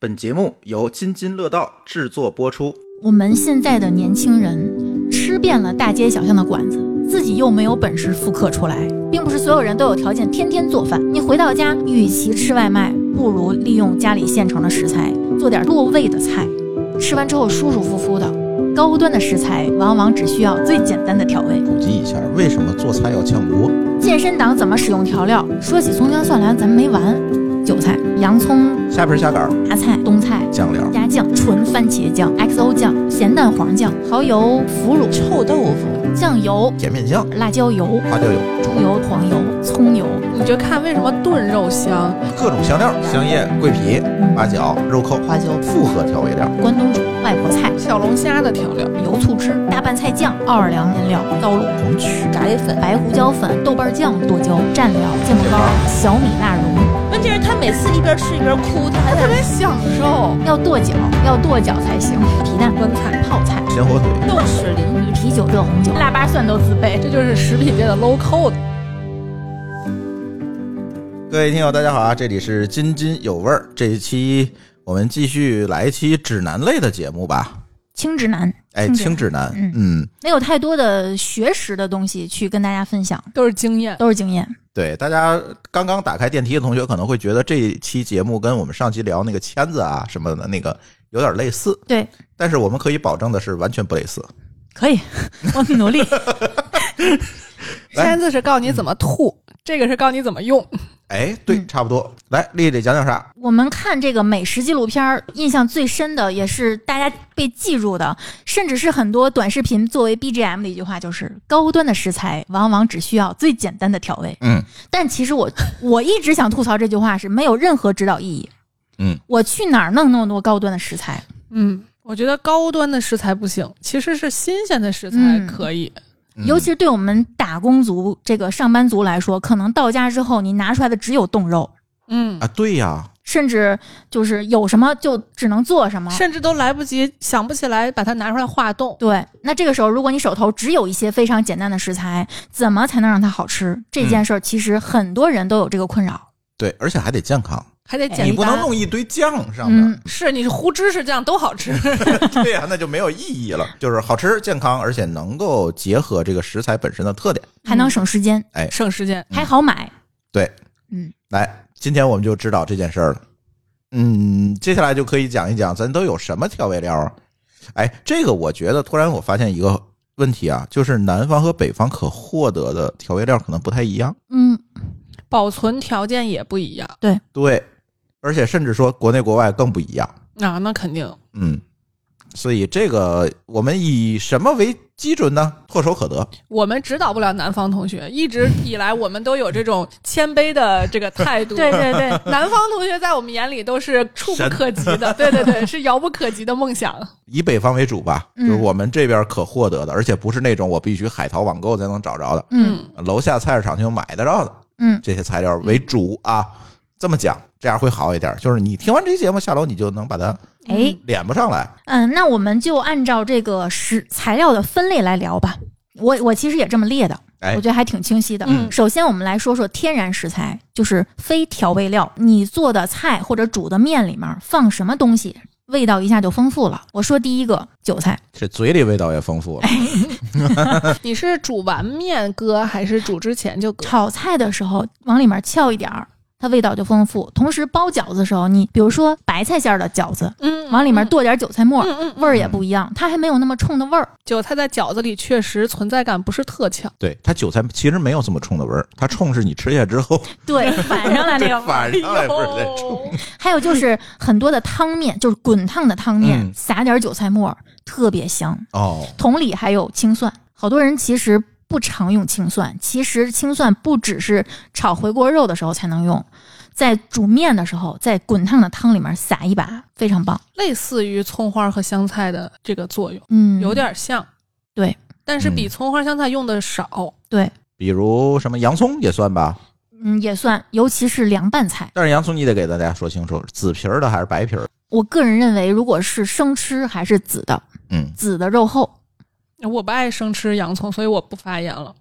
本节目由津津乐道制作播出。我们现在的年轻人吃遍了大街小巷的馆子，自己又没有本事复刻出来，并不是所有人都有条件天天做饭。你回到家，与其吃外卖，不如利用家里现成的食材，做点落胃的菜，吃完之后舒舒服服的。高端的食材往往只需要最简单的调味。普及一下，为什么做菜要炝锅？健身党怎么使用调料？说起葱姜蒜兰，咱们没完。韭菜、洋葱、虾皮、虾杆、芽菜、冬菜、酱料、鸭酱、纯番茄酱、XO 酱、咸蛋黄酱、蚝油、腐乳、臭豆腐、酱油、甜面酱、辣椒油、花椒油、猪油、黄油、葱油。你就看为什么炖肉香，各种香料、香叶、桂皮、八角、肉蔻、花椒、复合调味料。关东煮、外婆菜、小龙虾的调料，油醋汁、大拌菜酱、奥尔良腌料、糟卤、红曲炸裂粉、白胡椒粉、豆瓣酱、剁椒、蘸料、芥末膏、小米辣蓉，问题是他每次一边吃一边哭，他还特在别享受。要剁脚，要剁脚才行。皮蛋荤菜、泡菜、咸火腿、豆豉鲮鱼。啤酒热红酒、腊八蒜都自备。这就是食品界的 low code。各位听友，大家好啊！这里是津津有味儿，这一期我们继续来一期指南类的节目吧。轻直男，哎，轻指南，嗯嗯，没有太多的学识的东西去跟大家分享，都是经验，都是经验。对，大家刚刚打开电梯的同学可能会觉得这一期节目跟我们上期聊那个签子啊什么的那个有点类似，对，但是我们可以保证的是完全不类似。可以， 我努力。 来签子是告诉你怎么吐，这个是告诉你怎么用。哎，对，嗯差不多。来，丽丽讲讲啥？我们看这个美食纪录片儿，印象最深的也是大家被记住的，甚至是很多短视频作为 BGM 的一句话，就是高端的食材往往只需要最简单的调味。嗯，但 其实我我一直想吐槽这句话是没有任何指导意义。嗯，我去哪儿弄那么多高端的食材？嗯，我觉得高端的食材不行，其实是新鲜的食材嗯可以。嗯尤其是对我们打工族这个上班族来说，可能到家之后你拿出来的只有冻肉，嗯啊，，对呀、甚至就是有什么就只能做什么。甚至都来不及想不起来把它拿出来化冻。对，那这个时候，如果你手头只有一些非常简单的食材，怎么才能让它好吃？这件事儿其实很多人都有这个困扰。对，而且还得健康，还得简简哎你单不能弄一堆酱上面嗯，，是你糊芝士酱都好 吃，对呀、那就没有意义了。就是好吃、健康，而且能够结合这个食材本身的特点。还能省时间，省时间。还好买。对，嗯，来，今天我们就知道这件事儿了。嗯，接下来就可以讲一讲咱都有什么调味料啊？哎，这个我觉得突然我发现一个问题啊，就是南方和北方可获得的调味料可能不太一样。嗯，保存条件也不一样对，而且甚至说国内国外更不一样。啊，那肯定。嗯，所以这个我们以什么为基准呢？唾手可得。我们指导不了南方同学，一直以来我们都有这种谦卑的这个态度。 对对对，南方同学在我们眼里都是触不可及的，对对对，是遥不可及的梦想。以北方为主吧，就嗯是我们这边可获得的，而且不是那种我必须海淘网购才能找着的，嗯，楼下菜市场就买得着的嗯，这些材料为主啊。这么讲，这样会好一点。就是你听完这节目下楼，你就能把它哎，敛不上来。嗯，那我们就按照这个食材料的分类来聊吧。我我其实也这么列的，哎我觉得还挺清晰的。嗯首先我们来说说天然食材，就是非调味料。你做的菜或者煮的面里面放什么东西，味道一下就丰富了。我说第一个韭菜，这嘴里味道也丰富哎了。你是煮完面搁还是煮之前就搁？炒菜的时候往里面翘一点儿，它味道就丰富。同时包饺子的时候，你比如说白菜馅儿的饺子，嗯往里面。剁点韭菜末儿，嗯嗯嗯，味儿也不一样，它还没有那么冲的味儿。韭菜在饺子里确实存在感不是特强。对，它韭菜其实没有这么冲的味儿，它冲是你吃下之后 对，反上来那个。反上来不是在冲。 还有就是很多的汤面，就是滚烫的汤面，嗯撒点韭菜末儿，特别香。哦，同理，还有青蒜，好多人其实不常用青蒜。其实青蒜不只是炒回锅肉的时候才能用，在煮面的时候，在滚烫的汤里面撒一把，非常棒。 类似于葱花和香菜的这个作用，嗯，有点像。对，但是比嗯葱花香菜用的少。对，比如什么洋葱也算吧，嗯，也算，尤其是凉拌菜。但是洋葱你得给大家说清楚，紫皮儿的还是白皮儿的？我个人认为，如果是生吃还是紫的，嗯，紫的肉厚，我不爱生吃洋葱，所以我不发言了。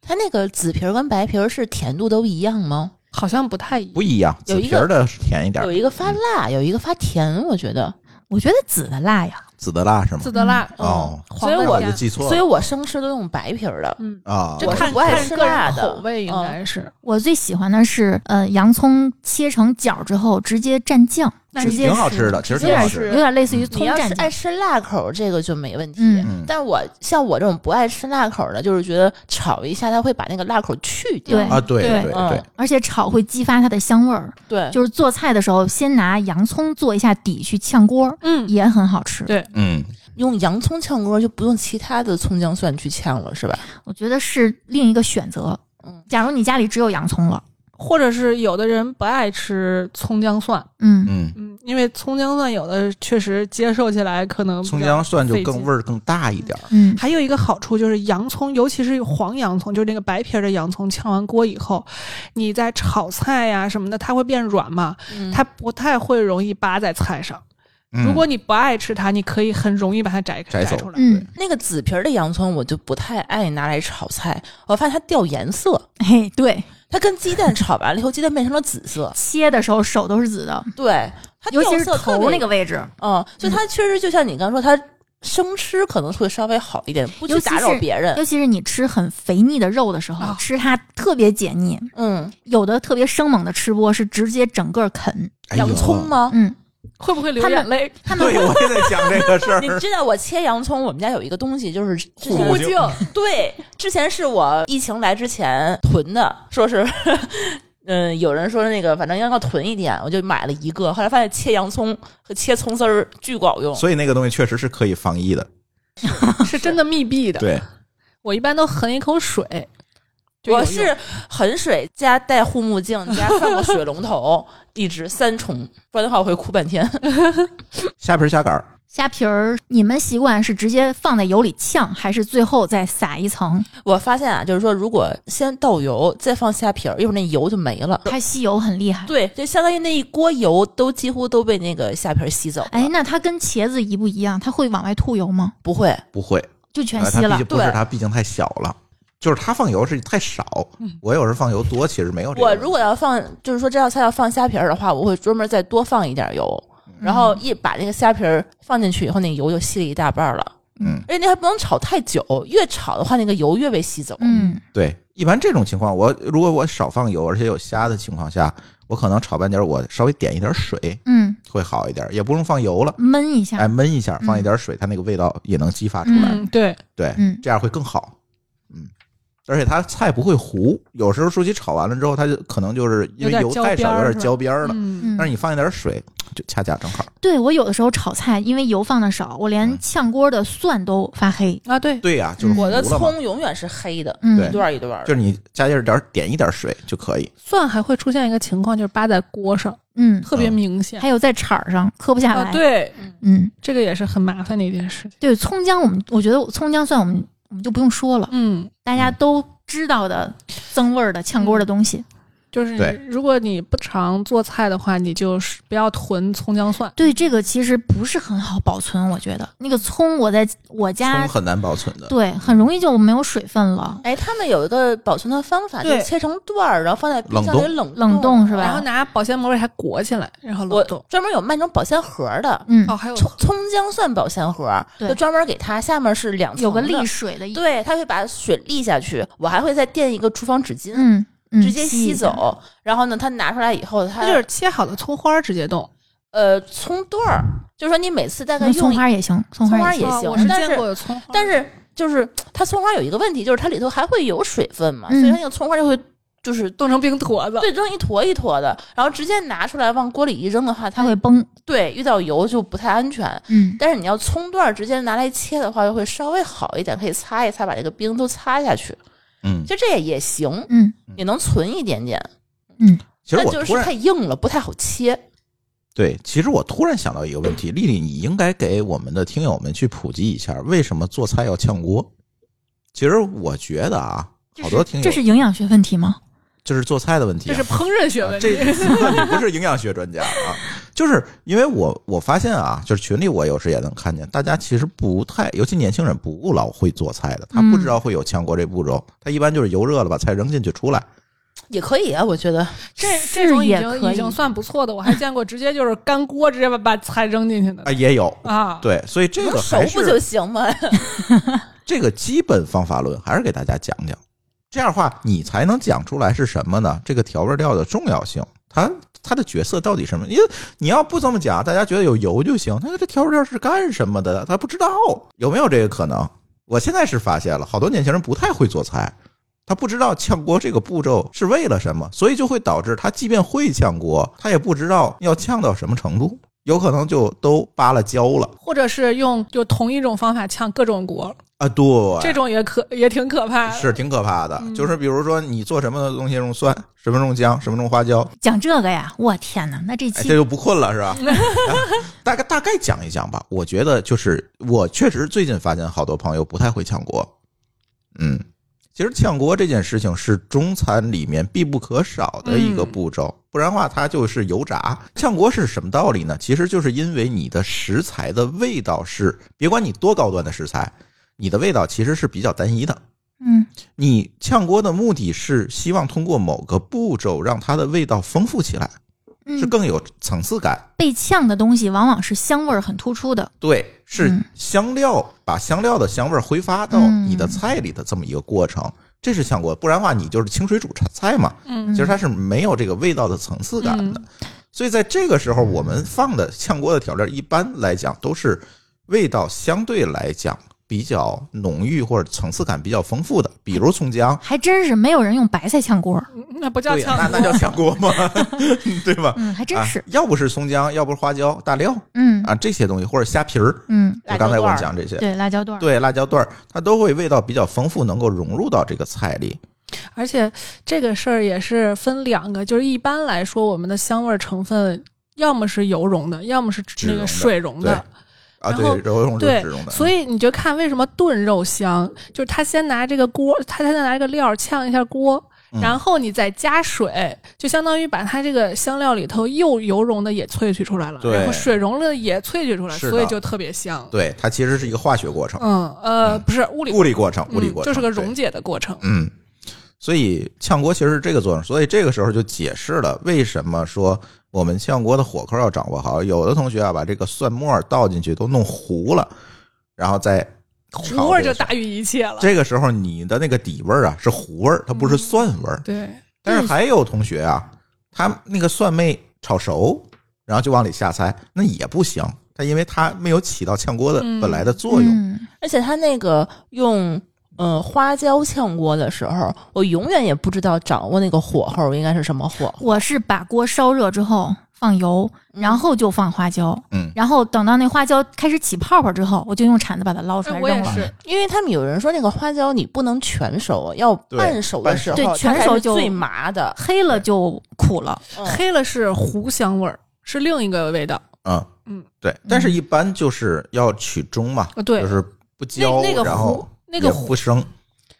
他那个紫皮儿跟白皮儿是甜度都一样吗？好像不太一样。不一样，有紫一皮个儿的甜一点儿有，一个发辣，有一个发甜，我觉得我觉得紫的辣呀，紫的辣是吗自？得辣，嗯哦黄所以的那我我甜就记错所以了我生吃都用白皮儿的，嗯，啊！这我我是看不爱看吃个辣人的口味应嗯该是。我最喜欢的是呃洋葱切成角之后直接蘸酱，那直接挺好吃的，其实有挺好点吃有点类似于你葱要蘸是酱爱。吃辣口儿，这个就没问题。嗯但我像我这种不爱吃辣口儿的，就是觉得炒一下，它会把那个辣口儿去掉。对啊！对对对嗯对，而且炒会激发它的香味儿，对，就是做菜的时候先拿洋葱做一下底去炝锅，嗯，也很好吃。对嗯，用洋葱炝锅就不用其他的葱姜蒜去炝了，是吧？我觉得是另一个选择。嗯假如你家里只有洋葱了，或者是有的人不爱吃葱姜蒜，嗯，嗯，嗯，因为葱姜蒜有的确实接受起来可能比较葱姜蒜就费更劲味儿更大一点儿。嗯，还有一个好处就是洋葱，尤其是黄洋葱，就是那个白皮儿的洋葱，炝完锅以后，你在炒菜呀、什么的，它会变软嘛，嗯它不太会容易扒在菜上。嗯如果你不爱吃它，你可以很容易把它摘摘走出来。嗯，那个紫皮儿的洋葱我就不太爱拿来炒菜，我发现它掉颜色，嗯嘿，对，它跟鸡蛋炒完了以后，鸡蛋变成了紫 色，切的时候手都是紫的，对，它尤其掉是色特别头那个，位置，嗯，所以它确实就像你刚说，它生吃可能会稍微好一点，不去尤其打扰是别人尤，其是你吃很肥腻的肉的时候，哦啊吃它特别解腻。嗯，有的特别生猛的吃播是直接整个啃，哎呦洋葱？吗？ 嗯，会不会流他们眼泪？他 们对，会我也在讲这个事 你儿。知道我切洋葱，我们家有一个东 西就是之前护目镜，对，之前是我疫情来之前囤的，说是。嗯，有人说那个，反正要要囤一点，我就买了一个。后来发现切洋葱和切葱丝儿巨管 用，所以那个东西确实是可以防疫的，嗯是真的密闭的。对，我一般都含一口水。就有我用是衡水加戴护目镜加放个水龙头， 一直三重，不然的话我会哭半天。 虾皮儿虾杆儿，虾皮儿，你们习惯是直接放在油里呛，还是最后再撒一层？我发现啊，就是说如果先倒油，再放虾皮儿，一会儿那油就没了。它吸油很厉害。对，就相当于那一锅油都几乎都被那个虾皮儿吸走了。哎，那它跟茄子一不一样？它会往外吐油吗？不会，不会，就全呃吸它毕了竟。不是对它，毕竟太小了。就是它放油是太少，我有时放油多，其实没有这个嗯我问题。如果要放，就是说这道菜要放虾皮儿的话，我会专门再多放一点油，嗯然后一把那个虾皮儿放进去以后，那油就吸了一大半儿了。嗯，而且那还不能炒太久，越炒的话，那个油越被吸走。，嗯，对，一般这种情况，我如果我少放油，而且有虾的情况下，我可能炒半截儿，我稍微点一点水嗯，会好一点，也不用放油了，焖一哎，下。焖一下，嗯放一点水，它那个味道也能激发出来，嗯，对，对，嗯这样会更好，嗯。而且它菜不会糊，有时候说起炒完了之后，它就可能就是因为有点油焦太边少，儿有是点吧焦边儿了。嗯，嗯但，是你放一点水，就恰恰正好。对我有的时候炒菜，因为油放的少，我连嗯炝锅的蒜都发黑。啊，对，对呀、就是嗯糊我了的嘛葱永远是黑的，嗯，对一段儿一段儿的。就是你加一点儿点一点儿水就可以。蒜还会出现一个情况，就是扒在锅上，嗯，特别明显。还有在铲儿上磕不下哦来。啊，，对，嗯，这个也是很麻烦的一件事情。对，葱姜我们我觉得葱姜蒜我们我们就不用说了，嗯，大家都知道的增味儿的炝锅嗯的东西。就是对如果你不常做菜的话，你就是不要囤葱姜蒜。对，这个其实不是很好保存，我觉得那个葱我在我葱家很难保存的，对很容易就没有水分了。哎，他们有一个保存的方法，就是对切成段儿，然后放在冰箱里冷冷冷冻是吧然后拿保鲜膜给它裹起来，然后我冷冻。专门有卖那种保鲜盒儿的，嗯，哦，还有葱葱姜蒜保鲜盒儿，对就专门给它，下面是两层有个的沥水的，，对，它会把水沥下去，我还会再垫一个厨房纸巾，嗯，嗯直接吸一下。走。然后呢，它拿出来以后，它它就是切好的葱花儿直接冻。呃葱段儿，就是说你每次大概那用葱一花，也行，葱葱花花也啊行我是但见是过有葱花儿，但是就是它葱花有一个问题，就是它里头还会有水分嘛，所以嗯它那个葱花就会就是冻成冰坨子。对扔一坨一坨的，然后直接拿出来往锅里一扔的话，它它会崩。对遇到油就不太安全。嗯，但是你要葱段儿直接拿来切的话，就会稍微好一点，可以擦一擦，把这个冰都擦下去。嗯其，实这也也行，嗯，也能存一点点。其实但我就突是然太硬了，不太好切。对，其实我突然想到一个问题，丽丽，你应该给我们的听友们去普及一下，为什么做菜要炝锅？其实我觉得啊，好多听友这是营养学问题吗？这是做菜的问题、这啊，是烹饪学啊问题这。 你不是营养学专家啊，就是因为我我发现啊，就是群里我有时也能看见，大家其实不太，尤其年轻人不老会做菜的，他不知道会有炝锅这步骤，他一般就是油热了把菜扔进去出来，也可以啊，我觉得这是这种已也经可已经以算不错的，我还见过直接就是干锅，直接把把菜扔进去的啊，也有。啊。对，所以这能个熟还不就是行吗？ 这个基本方法论，还是给大家讲讲。这样的话，你才能讲出来是什么呢？这个调味料的重要性，它它的角色到底是什么？因为你要不这么讲，大家觉得有油就行，那这调味料是干什么的？他不知道有没有这个可能？我现在是发现了，好多年轻人不太会做菜，他不知道炝锅这个步骤是为了什么，所以就会导致他即便会炝锅，他也不知道要炝到什么程度，有可能就都扒拉焦了或者是用就同一种方法炝各种锅，啊！对，这种也可也挺可怕的。是挺可怕的。就是比如说，你做什么东西用蒜，什么用姜，什么用花椒，讲这个呀，我天哪，那这哎，期这就不困了是吧？啊大概大概讲一讲吧。我觉得就是我确实最近发现好多朋友不太会炝锅。嗯，其实炝锅这件事情是中餐里面必不可少的一个步骤，不然的话它就是油炸。炝锅是什么道理呢？其实就是因为你的食材的味道是，别管你多高端的食材，你的味道其实是比较单一的。嗯，你炝锅的目的是希望通过某个步骤让它的味道丰富起来，是嗯，更有层次感。被呛的东西往往是香味儿很突出的，对，是嗯香料把香料的香味儿挥发到嗯你的菜里的这么一个过程，这是炝锅。不然的话，你就是清水煮菜菜嘛，嗯其实它是没有这个味道的层次感的。所以在这个时候，我们放的炝锅的调料，一般来讲都是味道相对来讲比较浓郁或者层次感比较丰富的，比如葱姜，还真是没有人用白菜炝锅儿，那不叫对呀，炝那锅，那叫炝锅吗？ 对吧？嗯，还真啊是，，要不是葱姜，要不是花椒、大料嗯啊这些东西，或者虾皮儿，嗯，辣就椒刚才我段们儿讲这些，对，辣椒段儿，对辣椒段儿，它都会味道比较丰富，能够融入到这个菜里。而且这个事儿也是分两个，就是一般来说，我们的香味儿成分要么是油溶的，要么是脂嗯那溶个的水溶对的。啊，然对后，柔融对脂溶的，所以你就看为什么炖肉香，就是他先拿这个锅，他先拿这个料儿炝一下锅，嗯然后你再加水，就相当于把它这个香料里头又油溶的也萃取出来了，对然后水溶了也萃取出来，是的所以就特别香。对它其实是一个化学过程，嗯，呃，不是物理物理过程，物理嗯过程，就是个对溶解的过程。嗯，所以炝锅其实是这个作用，所以这个时候就解释了为什么说我们炝锅的火候要掌握好。有的同学啊，把这个蒜末倒进去都弄糊了，然后再糊炒味儿这就个蒜大于一切了。这个时候你的那个底味儿啊是糊味儿，它不是蒜味儿。嗯对，但是还有同学啊，他那个蒜没炒熟，然后就往里下菜，那也不行。它因为它没有起到炝锅的嗯本来的作用，嗯而且他那个用呃花椒炝锅的时候，我永远也不知道掌握那个火候应该是什么火候。我是把锅烧热之后放油，然后就放花椒，嗯然后等到那花椒开始起泡泡之后，我就用铲子把它捞出来哎扔我也了。是，因为他们有人说那个花椒你不能全熟，要对半熟的半时熟候，对全它才熟是就最麻的。黑了就苦了，嗯黑了是糊香味儿，是另一个味道。嗯嗯，对。但是一般就是要取中嘛，呃对就是不焦，那那个然糊后，那个也糊，不生，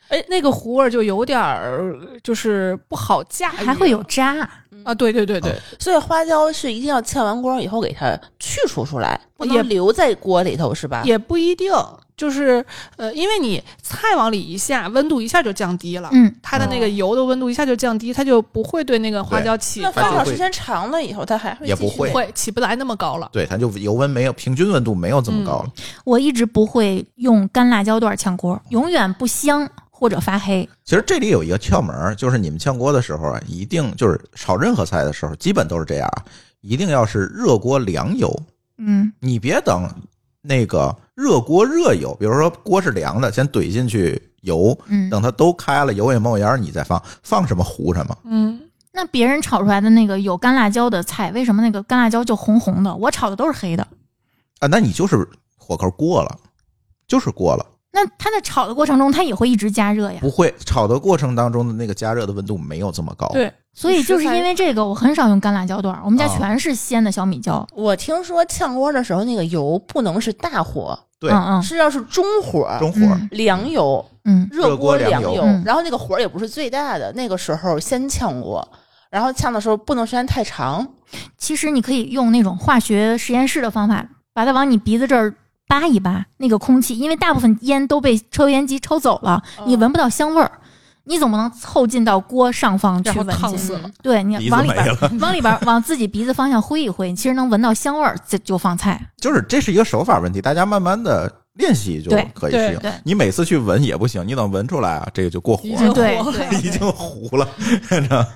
哎，那个糊味儿就有点儿，就是不好驾驭，还会有渣。啊，对对对对，所以花椒是一定要炝完锅以后给它去除出来，不也能留在锅里头，嗯是吧？也不一定，就是呃，因为你菜往里一下，温度一下就降低了，嗯，它的那个油的温度一下就降低，它就不会对那个花椒起那它就放好会时间长了以后，它还会也不继续会会起不来那么高了。对，它就油温没有平均温度没有这么高嗯了。我一直不会用干辣椒段炝锅，永远不香或者发黑。其实这里有一个窍门儿，就是你们炝锅的时候啊，一定就是炒任何菜的时候，基本都是这样啊，一定要是热锅凉油，嗯，你别等那个热锅热油，比如说锅是凉的，先怼进去油，嗯等它都开了，油也冒烟儿，你再放，放什么糊什么。嗯，那别人炒出来的那个有干辣椒的菜，为什么那个干辣椒就红红的？我炒的都是黑的。啊，那你就是火候过了，就是过了，那它在炒的过程中，它也会一直加热呀。不会炒的过程当中的那个加热的温度没有这么高。对，所以就是因为这个，我很少用干辣椒段儿，我们家啊全是鲜的小米椒。我听说炝锅的时候，那个油不能是大火，对嗯嗯是要是中火，中火、嗯凉油，嗯，热锅凉凉油嗯然后那个火也不是最大的，那个时候先炝锅，然后炝的时候不能时间太长，其实你可以用那种化学实验室的方法，把它往你鼻子这儿扒一扒，那个空气，因为大部分烟都被抽油烟机抽走了，哦嗯你闻不到香味儿。你总不能凑近到锅上方然去后闻烫进。死了。对你鼻子往里没边儿 了，往里边儿往自己鼻子方向挥一挥，你其实能闻到香味儿，这就放菜。就是这是一个手法问题，大家慢慢的练习就对可以适应对对。你每次去闻也不行，你等闻出来啊，这个就过火已了，经嗯对火对 已经糊了。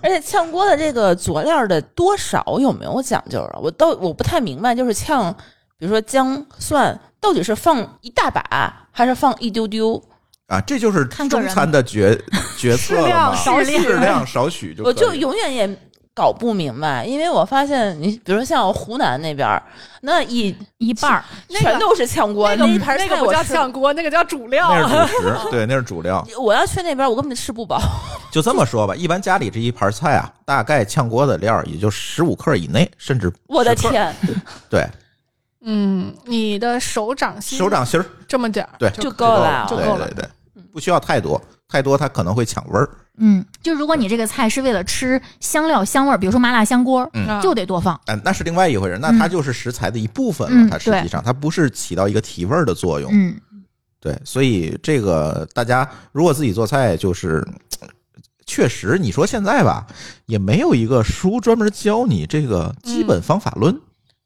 而且炝锅的这个佐料的多少有没有讲究啊？我到我不太明白，就是炝，比如说姜蒜，到底是放一大把还是放一丢丢？啊，这就是看个中人餐的决决策了嘛，适量少许适量少许就可我以就永远也搞不明白，因为我发现你，比如说像湖南那边儿，那一一半儿，那个全都是炝锅，一盘那菜个不我叫吃。炝锅，那个叫主料。那是 主食，对，那是主料。我要去那边，我根本就吃不饱。 就这么说吧，一般家里这一盘菜啊，大概炝锅的料也就十五克以内，甚至我的10克， 天，对，嗯，你的手掌心手掌心儿这么点儿，对就就够了，就够了对对对，不需要太多，太多它可能会抢味儿。嗯，就如果你这个菜是为了吃香料香味儿，比如说麻辣香锅，嗯啊就得多放。嗯，那是另外一回事，那嗯它就是食材的一部分嗯了。它实际上它不是起到一个提味儿的作用。嗯，对，所以这个大家如果自己做菜，就是呃确实你说现在吧，也没有一个书专门教你这个基本方法论，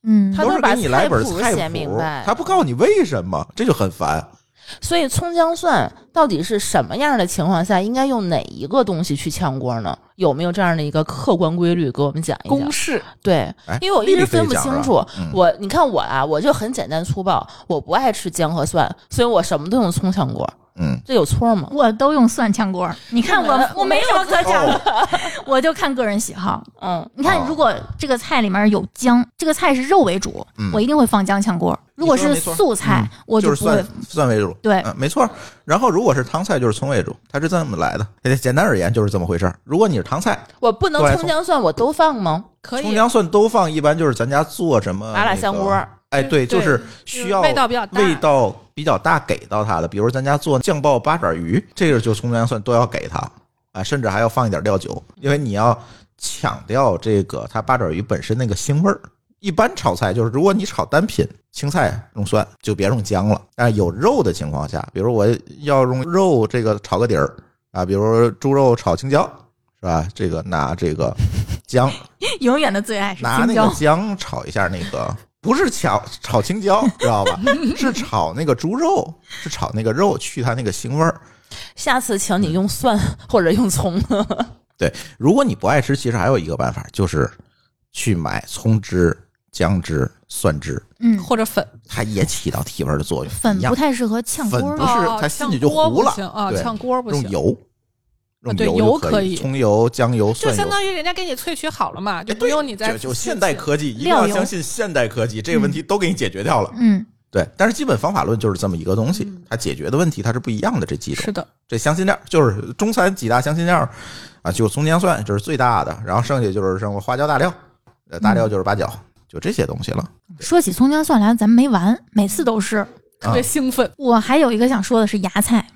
嗯，他都都是把给你来本菜谱菜写明白他不告诉你为什么，这就很烦。所以葱姜蒜到底是什么样的情况下应该用哪一个东西去炝锅呢？有没有这样的一个客观规律给我们讲一讲公？式对哎，因为我一丽丽直可以分不讲清是楚吧。嗯我你看我啊，我就很简单粗暴，我不爱吃姜和蒜，所以我什么都用葱炝锅，嗯，这有错吗？我都用蒜炝锅儿。你看我我没没什么可讲哦的，我就看个人喜好。嗯，你看哦，如果这个菜里面有姜，这个菜是肉为主，嗯我一定会放姜炝锅儿。如果是没错素菜，我就是不会蒜。蒜为主。哎对嗯，没错。然后如果是汤菜，就是葱为主，它是这么来的。哎简单而言就是这么回事儿。如果你是汤菜，我不能对葱姜蒜我都放吗？可葱以，姜蒜都放，一般就是咱家做什么麻辣那个香锅。哎，对，对嗯就是需要味道比较大味道比较大给到它的，比如咱家做酱爆八爪鱼，这个就葱姜蒜都要给它啊，甚至还要放一点料酒，因为你要抢掉这个它八爪鱼本身那个腥味儿。一般炒菜就是，如果你炒单品青菜用蒜，就别用姜了。但是有肉的情况下，比如我要用肉这个炒个底儿啊，比如猪肉炒青椒是吧？这个拿这个姜永远的最爱是拿青那椒个。姜炒一下那个，不是炒炒青椒，知道吧？ 是炒那个猪肉，是炒那个肉去它那个腥味儿。下次请嗯你用蒜或者用葱。 对，如果你不爱吃，其实还有一个办法，就是去买葱汁、姜汁、蒜汁，嗯，或者粉它也起到提味儿的作用。粉一样不太适合炝粉锅儿不。是哦它炝进去就锅糊不了行啊，对炝锅不用行，油，用啊对油油就可以，以葱油、姜油、就蒜油相。当于人家给你萃取好了嘛，就哎不对用你再就就自己现代科技，一定料要油相信现代科技，这个问题都给你解决掉了。嗯，对，但是基本方法论就是这么一个东西，嗯它解决的问题它是不一样的。这几种是的，这香辛料就是中餐几大香辛料啊，就葱姜蒜这是最大的，然后剩下就是什么花椒大料，呃，大料就是八角，就这些东西了。说起葱姜蒜来，咱们没完，每次都是。特啊别兴奋。我还有一个想说的是芽菜，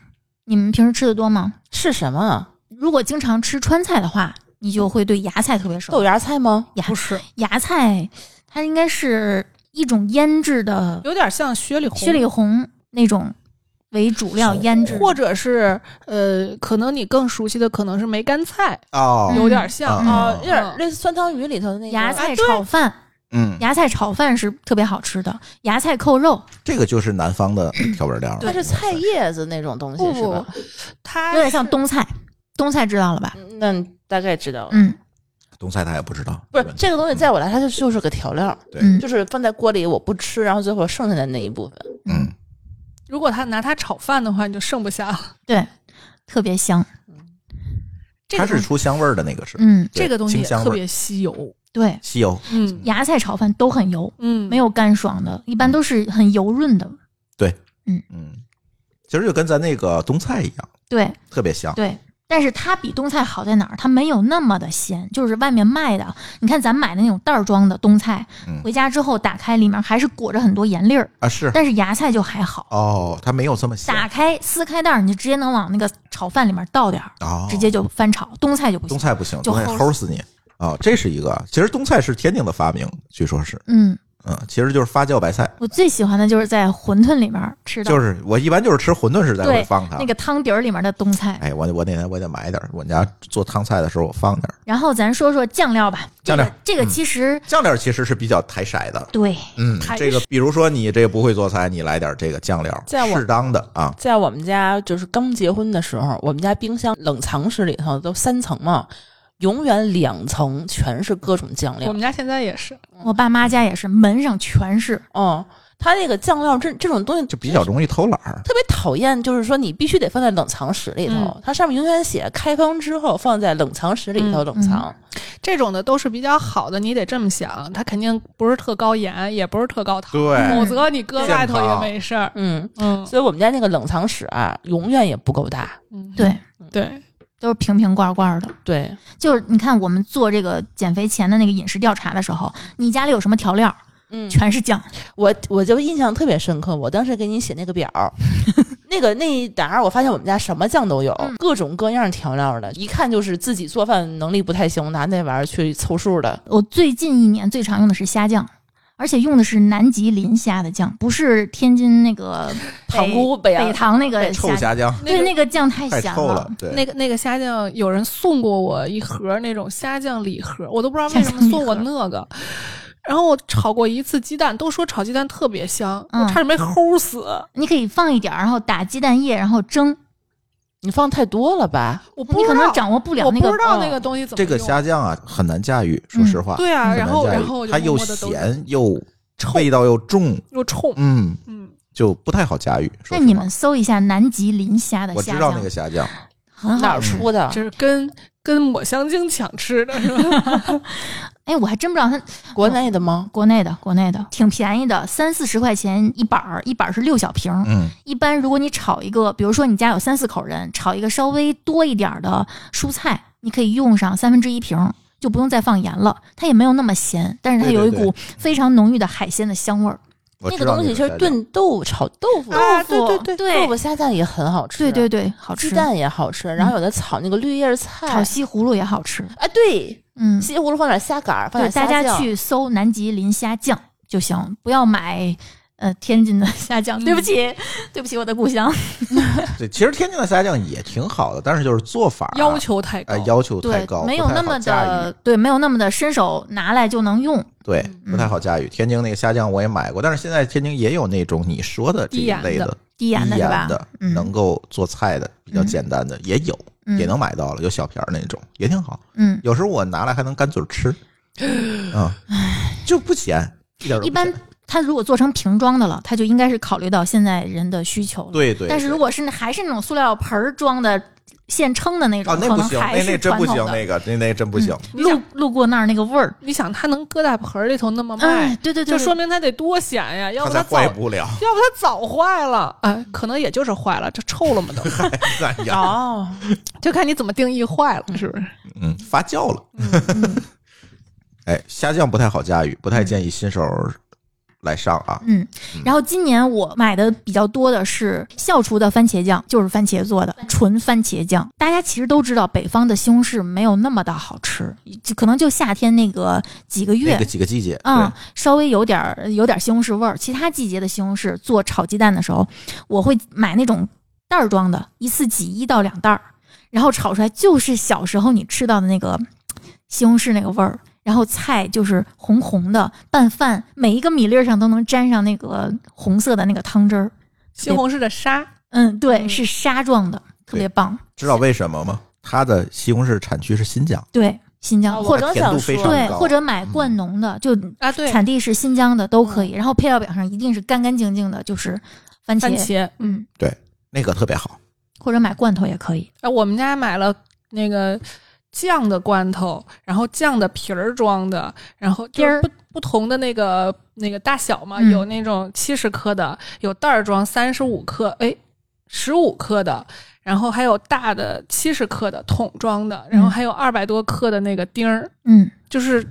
你们平时吃的多吗？是什么啊如果经常吃川菜的话，你就会对芽菜特别熟豆。芽菜吗？芽不是，芽菜它应该是一种腌制的有点像雪里红，雪里红那种为主料腌制，或者是呃，可能你更熟悉的可能是梅干菜，哦，有点像嗯啊、啊嗯，有点类似酸汤鱼里头的那个芽菜炒饭。嗯，芽菜炒饭是特别好吃的，芽菜扣肉，这个就是南方的调味料，它是菜叶子那种东西不是吧不？，它有点像是东菜。东菜知道了吧？嗯那你大概知道了。嗯东菜他也不知道，不是这个东西，在我来说它就就是个调料，对，嗯就是放在锅里我不吃，然后最后剩下的那一部分。嗯，如果他拿它炒饭的话，你就剩不下了。对，特别香。这它个是东西出香味儿的那个是嗯，对这个东西清也香味儿特别吸油，对，西油，嗯芽菜炒饭都很油，嗯，没有干爽的，一般都是很油润的。嗯，其实就跟咱那个东菜一样，对特别香，对，但是它比东菜好在哪儿？它没有那么的咸，就是外面卖的，你看咱买的那种袋儿装的东菜嗯，回家之后打开里面还是裹着很多盐粒儿，啊是，但是芽菜就还好，哦，它没有这么香打，开撕开袋儿，你就直接能往那个炒饭里面倒点儿，哦，直接就翻炒。东菜就不东行。菜不行，就东菜齁哦齁死你啊、这是一个，其实东菜是天津的发明，据说是，嗯，嗯，其实就是发酵白菜，我最喜欢的就是在馄饨里面吃的，就是我一般就是吃馄饨时才会放它。那个汤底儿里面的冬菜。哎，我我那天我得买点儿，我们家做汤菜的时候我放点儿然后咱说说酱料吧，酱料这个、这嗯个其实、酱料，其实是比较抬色的。对，嗯台，这个比如说你这个不会做菜，你来点这个酱料，在我适当的啊，在我们家就是刚结婚的时候，我们家冰箱冷藏室里头都三层嘛，永远两层全是各种酱我料们。家现在也是，我爸妈家也是，门上全是。嗯，它那个酱料这这种东西就比较容易偷懒儿。特别讨厌，就是说你必须得放在冷藏室里头，嗯它上面永远写开封之后放在冷藏室里头嗯冷藏。这种的都是比较好的，你得这么想，它肯定不是特高盐，也不是特高糖，对否则你搁外头也没事儿。嗯嗯，所以我们家那个冷藏室啊，永远也不够大。嗯对，对，都是瓶瓶罐罐的，对，就是你看我们做这个减肥前的那个饮食调查的时候，你家里有什么调料，嗯全是酱。我我就印象特别深刻，我当时给你写那个表 儿，那个那一沓儿，我发现我们家什么酱都有，嗯各种各样调料的，一看就是自己做饭能力不太行，拿那玩意儿去凑数的。我最近一年最常用的是虾酱，而且用的是南极磷虾的酱，不是天津那个塘沽北北洋北塘那个臭呃酱。虾啊酱对，那个酱太太咸臭了，对，那个那个虾酱，有人送过我一盒那种虾酱礼盒，我都不知道为什么送我那个。然后我炒过一次鸡蛋，都说炒鸡蛋特别香，嗯我差点没齁死。你可以放一点儿，然后打鸡蛋液，然后蒸。你放太多了吧？我不你知可道，能掌握不了我那个不知道那嗯个东西怎么这用。个虾酱啊很难驾驭，说实话，对啊，嗯然很后难驾驭然后我就它又默默地都咸又味道又重，又冲，嗯，嗯，就不太好驾驭。说那实话你们搜一下南极磷虾的我虾知酱，道那个虾酱，很哪好儿。出的？嗯这是跟跟抹香鲸抢吃的是 吧？哎，我还真不知道它国内的吗？国内的，国内的挺便宜的，三四十块钱一板儿，一板儿是六小瓶儿。嗯，一般如果你炒一个，比如说你家有三四口人，炒一个稍微多一点儿的蔬菜，你可以用上三分之一瓶儿，就不用再放盐了。它也没有那么咸，但是它对对有一对股非常浓郁的海鲜的香味儿。我那知个道东西虾就是酱炖豆腐炒豆腐，啊对对对嗯对豆腐虾酱也很好吃，啊对对对，好吃。鸡蛋也好吃，然后有的炒那个绿叶菜，炒西葫芦也好吃。啊，对，嗯，西葫芦放点虾杆儿，放对，点大家虾酱去搜南极磷虾酱就行，不要买呃 天津的虾酱。对不起，嗯对不起，我的故乡。对，其实天津的虾酱也挺好的，但是就是做法啊要求太高哎，要求太对高，，没有不太那好么驾驭的，对，没有那么的伸手拿来就能用。对，嗯不太好驾驭。天津那个虾酱我也买过，但是现在天津也有那种你说的这一类的低盐的低是盐吧？的嗯，能够做菜的比较简单的也有，嗯也能买到了，有小瓶儿那种也挺好。嗯，有时候我拿来还能干嘴儿 吃，嗯，就不咸，一点儿都不咸一般它如果做成瓶装的了，它就应该是考虑到现在人的需求了。对对。但是如对果是那还是那种塑料盆儿装的现称的那种，啊，那可不能行，还那是那真传不统行，的。嗯那个那那真不行。你路想，路过那儿那个味儿，你想，它能搁在盆儿里头那么卖哎，，对对对，就对说明它得多咸呀，要它不才早坏不了， 要不它早坏了，哎，可能也就是坏了，就臭了嘛 都，哎呀，哦，就看你怎么定义坏了，是不是？嗯，发酵了。嗯 哎，虾酱不太好驾驭，不太建议新手来上啊。嗯，然后今年我买的比较多的是校厨的番茄酱，就是番茄做的纯番茄酱。大家其实都知道，北方的西红柿没有那么的好吃，就可能就夏天那个几个月那个几个季节，嗯，稍微有点儿有点儿西红柿味儿。其他季节的西红柿做炒鸡蛋的时候，我会买那种袋儿装的，一次挤一到两袋儿，然后炒出来就是小时候你吃到的那个嗯西红柿那个味儿。然后菜就是红红的，拌饭每一个米粒儿上都能沾上那个红色的那个汤汁儿。西红柿的沙，嗯，对，嗯是沙状的，特别棒。对知道为什么吗？它的西红柿产区是新疆，对，新疆、啊或我者刚甜想度非常说对，高，或者买灌农的，就啊，对，产地是新疆的都可以，然后配料表上一定是干干净净的，就是番茄，番茄，嗯，那个特别好。或者买罐头也可以。哎，我们家买了那个酱的罐头，然后酱的皮儿装的，然后就皮儿是不不同的那个那个大小嘛，嗯有那种七十克的，有袋儿装三十五克，哎，十五克的。然后还有大的七十克的桶装的，然后嗯还有二百多克的那个丁儿，嗯，就是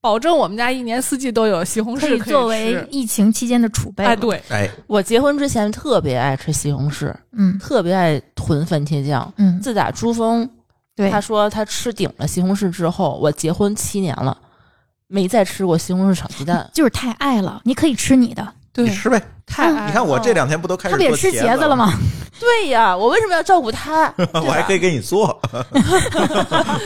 保证我们家一年四季都有西红柿可以以作为吃疫情期间的储备。哎，，对，哎，我结婚之前特别爱吃西红柿，嗯特别爱囤番茄酱。嗯，自打珠峰对，他，说他吃顶了西红柿之后，我结婚七年了，没再吃过西红柿炒鸡蛋就是太爱了。你可以吃你的，对哎哦你，吃呗。太爱了你看我这两天不都开他始不也做吃茄子子了？吗？ 对呀，我为什么要照顾 他？ 我还可以给你做，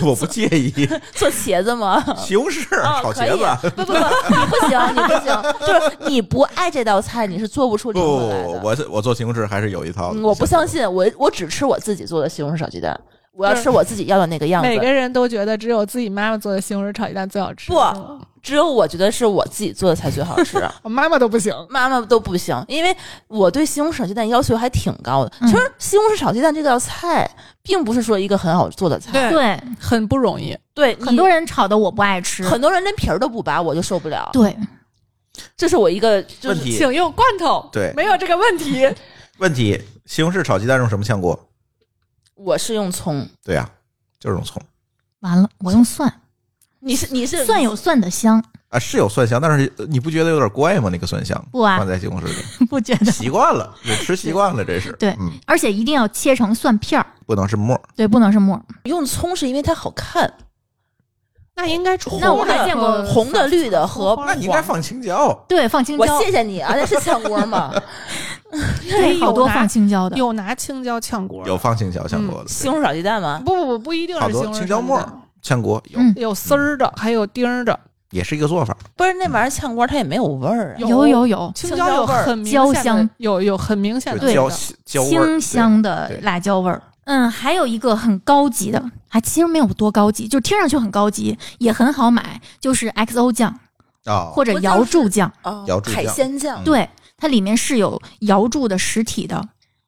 我不介意。做茄子吗？ 西红柿啊，炒可茄以！子，不不不，你不行，你不行，就是你不爱这道菜，你是做不出不，灵魂来的。哦我是我做西红柿还是有一套的嗯。我不相信，我我只吃我自己做的西红柿炒鸡蛋，我要吃我自己要的那个样每子。个人都觉得只有自己妈妈做的西红柿炒鸡蛋最好吃。嗯不只有我觉得是我自己做的才最好吃，我妈妈都不行。妈妈都不行，因为我对西红柿炒鸡蛋要求还挺高的。嗯其实西红柿炒鸡蛋这道菜，并不是说一个很好做的菜，对对，很不容易，对，很多人炒的我不爱吃你。很多人连皮儿都不拔，我就受不了。对，这是我一个就问是题请用罐头，对没有这个问题。问题，西红柿炒鸡蛋用什么炝锅？我是用葱，对呀、就是用葱完了，我用蒜，你是你是蒜有蒜的香， 啊，是有蒜香，但是你不觉得有点怪吗？那个蒜香不啊放在西红柿里，不觉得？习惯了，也吃习惯了，这是对嗯，而且一定要切成蒜片儿，不能是沫儿。对，不能是末儿。用葱是因为它好看， 那应该出嗯那我红的还见过红的、绿的和黄那你应该放青椒，对，放青我椒，谢谢你啊，那是炝锅 吗？对，好多放青椒的。有拿青椒炝锅，有放青椒嗯炝锅的，西红柿炒鸡蛋吗？不不不不一定好是西多红柿青椒末炒儿鸡蛋炝锅有，嗯有丝儿的，还有丁儿的，也是一个做法。不是那玩意儿炝锅它也没有味儿啊。有有有，青青椒椒有味儿很明椒显的香，有有很明显就的对味椒道。椒味儿，清香的对辣椒味儿。嗯，还有一个很高级的，啊，其实没有多高级，就听上去很高级，也很好买，就是 XO 酱对啊，或者不就是瑶柱酱。嗯哦瑶柱酱海鲜酱，对，它里面是有瑶柱的实体的，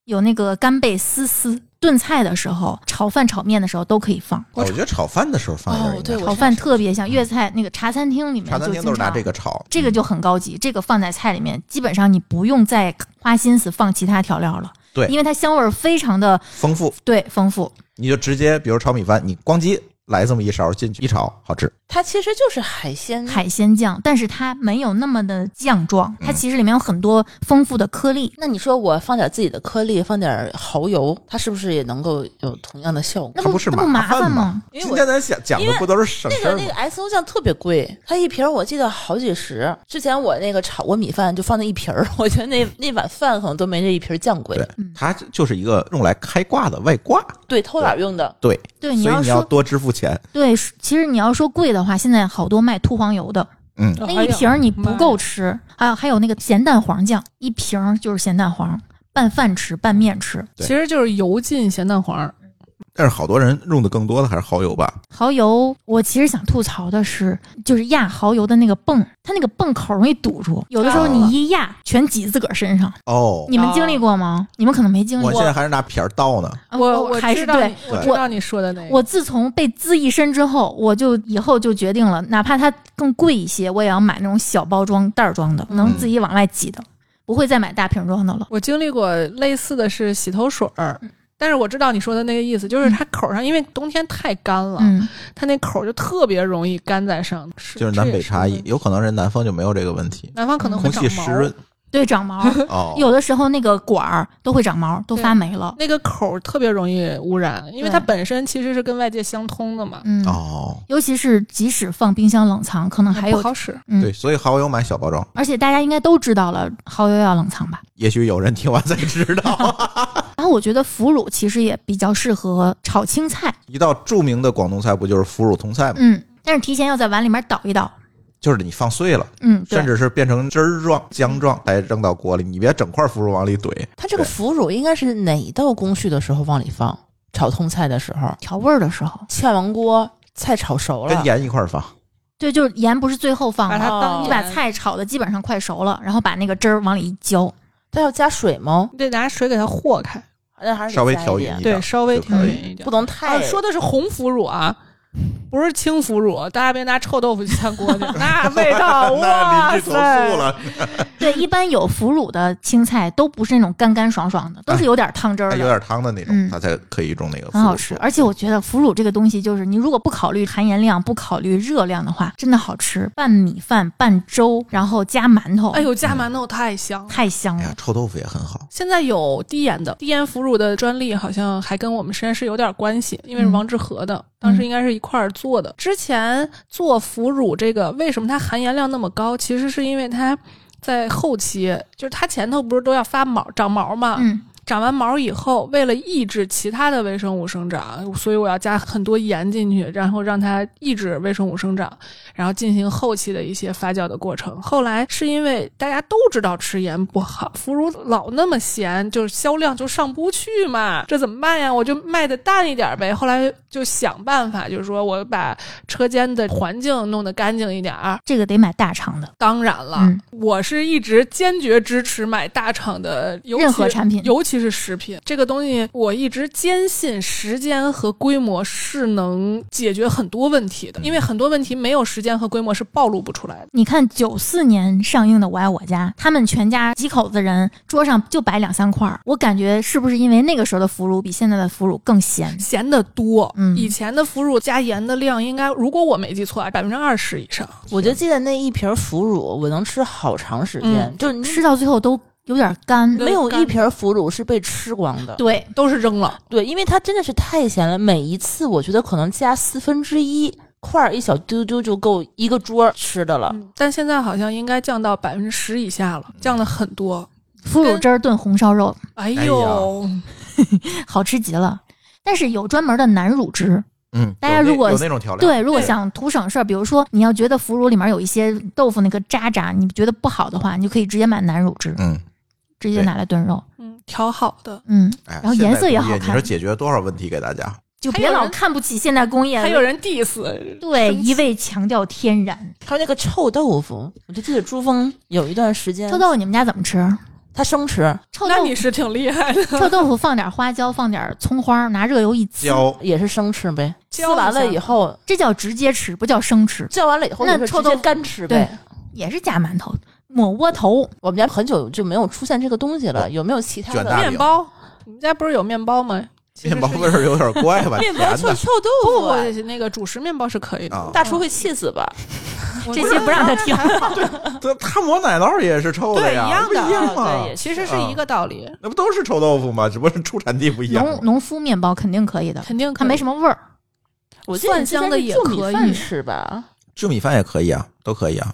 有那个干贝丝丝。炖菜的时候、炒饭、炒面的时候都可以放。我觉得炒饭的时候放一点哦应该对好，我炒饭特别像粤菜那个茶餐厅里嗯面茶就餐经厅都常是拿这个炒，这个就很高级，这个放在菜里面，基本上你不用再花心思放其他调料了。对因为它香味儿非常的丰富。对丰富。你就直接，比如炒米饭，你咣叽来这么一勺进去，一炒好吃。它其实就是海鲜海鲜酱，但是它没有那么的酱状，它其实里面有很多丰富的颗粒。那你说我放点自己的颗粒，放点蚝油，它是不是也能够有同样的效果？那它不不是那不麻麻烦烦吗？因为今我天咱想讲的不都是省那事儿个吗那个？XO 酱特别贵，它一瓶儿我记得好几十。之前我那个炒过米饭就放那一瓶儿，我觉得那那碗饭可能都没这一瓶儿酱贵。对，它就是一个用来开挂的外挂。对，偷懒用的。对，对，所以要你说要多支付钱。对，是其实你要说贵的话，现在好多卖秃黄油的，嗯，那一瓶儿你不够吃。还有还有那个咸蛋黄酱，一瓶儿就是咸蛋黄，拌饭吃，拌面吃。对其实就是油浸咸蛋黄，但是好多人用的更多的还是蚝油吧？蚝油，我其实想吐槽的是，就是压蚝油的那个泵，它那个泵口容易堵住，有的时候你一压，全挤自个儿身上。哦，你们经历过吗？你们可能没经历我过。现在还是拿皮儿倒呢。啊我我我还知是道对你，我知我道你说的那个，我自从被滋一身之后，我就以后就决定了，哪怕它更贵一些，我也要买那种小包装袋儿装的，能自己往外挤的，嗯不会再买大瓶装的了。我经历过类似的是洗头水儿。但是我知道你说的那个意思，就是它口上，因为冬天太干了，嗯，它那口就特别容易干在上，就是南北差异，这也是个问题。有可能人南方就没有这个问题，南方可能空会长气毛，湿润。对，长毛，哦， 有的时候那个管儿都会长毛，都发霉了。那个口儿特别容易污染，因为它对本身其实是跟外界相通的嘛，嗯，哦，尤其是即使放冰箱冷藏，可能还不有，好使。嗯对，所以蚝油买小包装，而且大家应该都知道了，蚝油要冷藏吧？也许有人听完才知道。 然后我觉得腐乳其实也比较适合炒青菜，一道著名的广东菜不就是腐乳通菜吗？嗯，但是提前要在碗里面捣一捣，就是你放碎了，嗯，对甚。至是变成汁儿状、浆状，再扔到锅里，你别整块腐乳往里怼。它这个对腐乳应该是哪一道工序的时候往里放？炒通菜的时候，调味儿的时候，炝完锅，菜炒熟了跟，盐一块儿放，对，就是盐不是最后放把吗？它哦当你把盐菜炒的基本上快熟了，然后把那个汁儿往里一浇，它要加水吗？你得拿水给它和开，那还是得稍微加一调点匀一对，点，稍微就调可以匀一点不。能啊太，说的是红腐乳啊，不是青腐乳，大家别拿臭豆腐去炝锅去，那味道 那哇邻居投诉塞！嗯了，对，嗯一般有腐乳的青菜都不是那种干干爽爽的，都是有点汤汁儿它哎有的，点汤的那种，嗯它才可以用那个腐乳。哎很好吃。而且我觉得腐乳这个东西，就是你如果不考虑含盐量、不考虑热量的话，真的好吃。拌米饭、拌粥，然后加馒头，哎，呦，加馒头太香了。太香哎了呀，。臭豆腐也很好，现在有低盐的，低盐腐乳的专利好像还跟我们实验室有点关系，因为是嗯王致和的。当时应该是一块儿做的。之前做腐乳这个，为什么它含盐量那么高？其实是因为它在后期，就是它前头不是都要发毛长毛嘛，嗯，长完毛以后，为了抑制其他的微生物生长，所以我要加很多盐进去，然后让它抑制微生物生长，然后进行后期的一些发酵的过程。后来是因为大家都知道吃盐不好，腐乳老那么咸，就是销量就上不去嘛，这怎么办呀？我就卖的淡一点呗。后来就想办法，就是说我把车间的环境弄得干净一点儿，这个得买大厂的，当然了，嗯我是一直坚决支持买大厂的尤其任何产品尤其是食品这个东西。我一直坚信时间和规模是能解决很多问题嗯的，因为很多问题没有时间和规模是暴露不出来的。你看九四年上映的《我爱我家》，他们全家几口子人桌上就摆两三块儿，我感觉是不是因为那个时候的腐乳比现在的腐乳更咸？咸的多，嗯以前的腐乳加盐的量应该，如果我没记错啊，百分之二十以上。我就记得那一瓶腐乳，我能吃好长时间，嗯就你吃到最后都有点干。对没有一瓶腐乳是被吃光的。对，都是扔了，对，因为它真的是太咸了，每一次我觉得可能加四分之一块儿一小丢丢就够一个桌吃的了。嗯但现在好像应该降到百分之十以下了，降了很多。腐乳汁儿炖红烧肉哎哎呦，呀好吃极了，但是有专门的男乳汁。嗯，大家有那如果有那种调料，对，如果想图省事儿，比如说你要觉得腐乳里面有一些豆腐那个渣渣，你觉得不好的话，你就可以直接买南乳汁，嗯，直接对拿来炖肉。嗯，调好的。嗯，哎，然后现代颜色也工业好你看说解决了多少问题给大家？就还别有老人看不起现代工业。还有人 diss，对生气一味强调天然。还有那个臭豆腐，我就记得朱峰有一段时间臭豆腐你们家怎么吃？他生吃臭那豆你腐是挺厉害的。臭豆腐放点花椒，放点葱花，拿热油一呲，胶也是生吃呗，撕教一完了下以后，这叫直接吃，不叫生吃，叫完了以后那就是臭直接豆腐干吃对呗。，也是夹馒头。抹窝头，我们家很久就没有出现这个东西了，有没有其他卷的大？面包，你们家不是有面包吗？其实面包是味儿有点怪 吧？ 面甜包臭的臭不豆腐不啊，不，那个主食面包是可以的。啊，大厨会气死吧？这些不让 他听。这他抹奶酪也是臭的对，一呀，样不的，一样吗对？也是其实是一个道理，那不都是臭豆腐吗？只不过是出产地不一样。农农夫面包肯定可以的，肯定它没什么。么味儿。我记得蒜香的也之前是可以做米饭吃吧？制米饭也可以啊，都可以啊，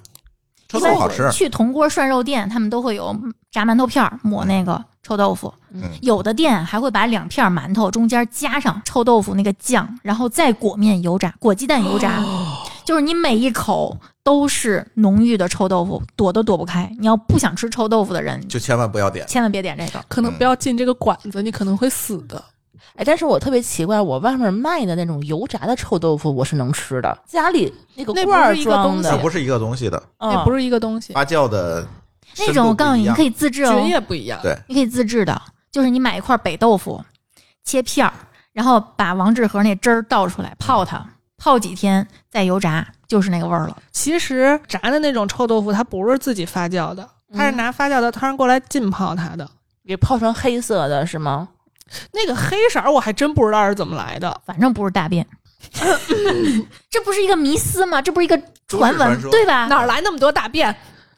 臭一豆般腐好吃。去铜锅涮肉店，他们都会有炸馒头片儿嗯抹那个臭豆腐，嗯有的店还会把两片馒头中间加上臭豆腐那个酱，然后再裹面油炸，裹鸡蛋油炸，哦就是你每一口都是浓郁的臭豆腐，躲都躲不开。你要不想吃臭豆腐的人，就千万不要点，千万别点这个。可能不要进这个馆子，你可能会死的。哎，但是我特别奇怪，我外面卖的那种油炸的臭豆腐我是能吃的，家里那个那罐不儿是一个装的东那西，啊不是一个东西的，嗯那不是一个东西，发酵的那种我告诉你，你可以以自制哦菌，也不一样。对你可以自制的，就是你买一块北豆腐，切片儿，然后把王致和那汁儿倒出来泡它，泡几天再油炸，就是那个味儿了。其实炸的那种臭豆腐，它不是自己发酵的，它是拿发酵的汤过来浸泡它的。给泡成黑色的是吗？那个黑色儿我还真不知道是怎么来的。反正不是大便。 这不是一个迷思吗？这不是一个传都市传闻，说对吧？哪儿来那么多大便？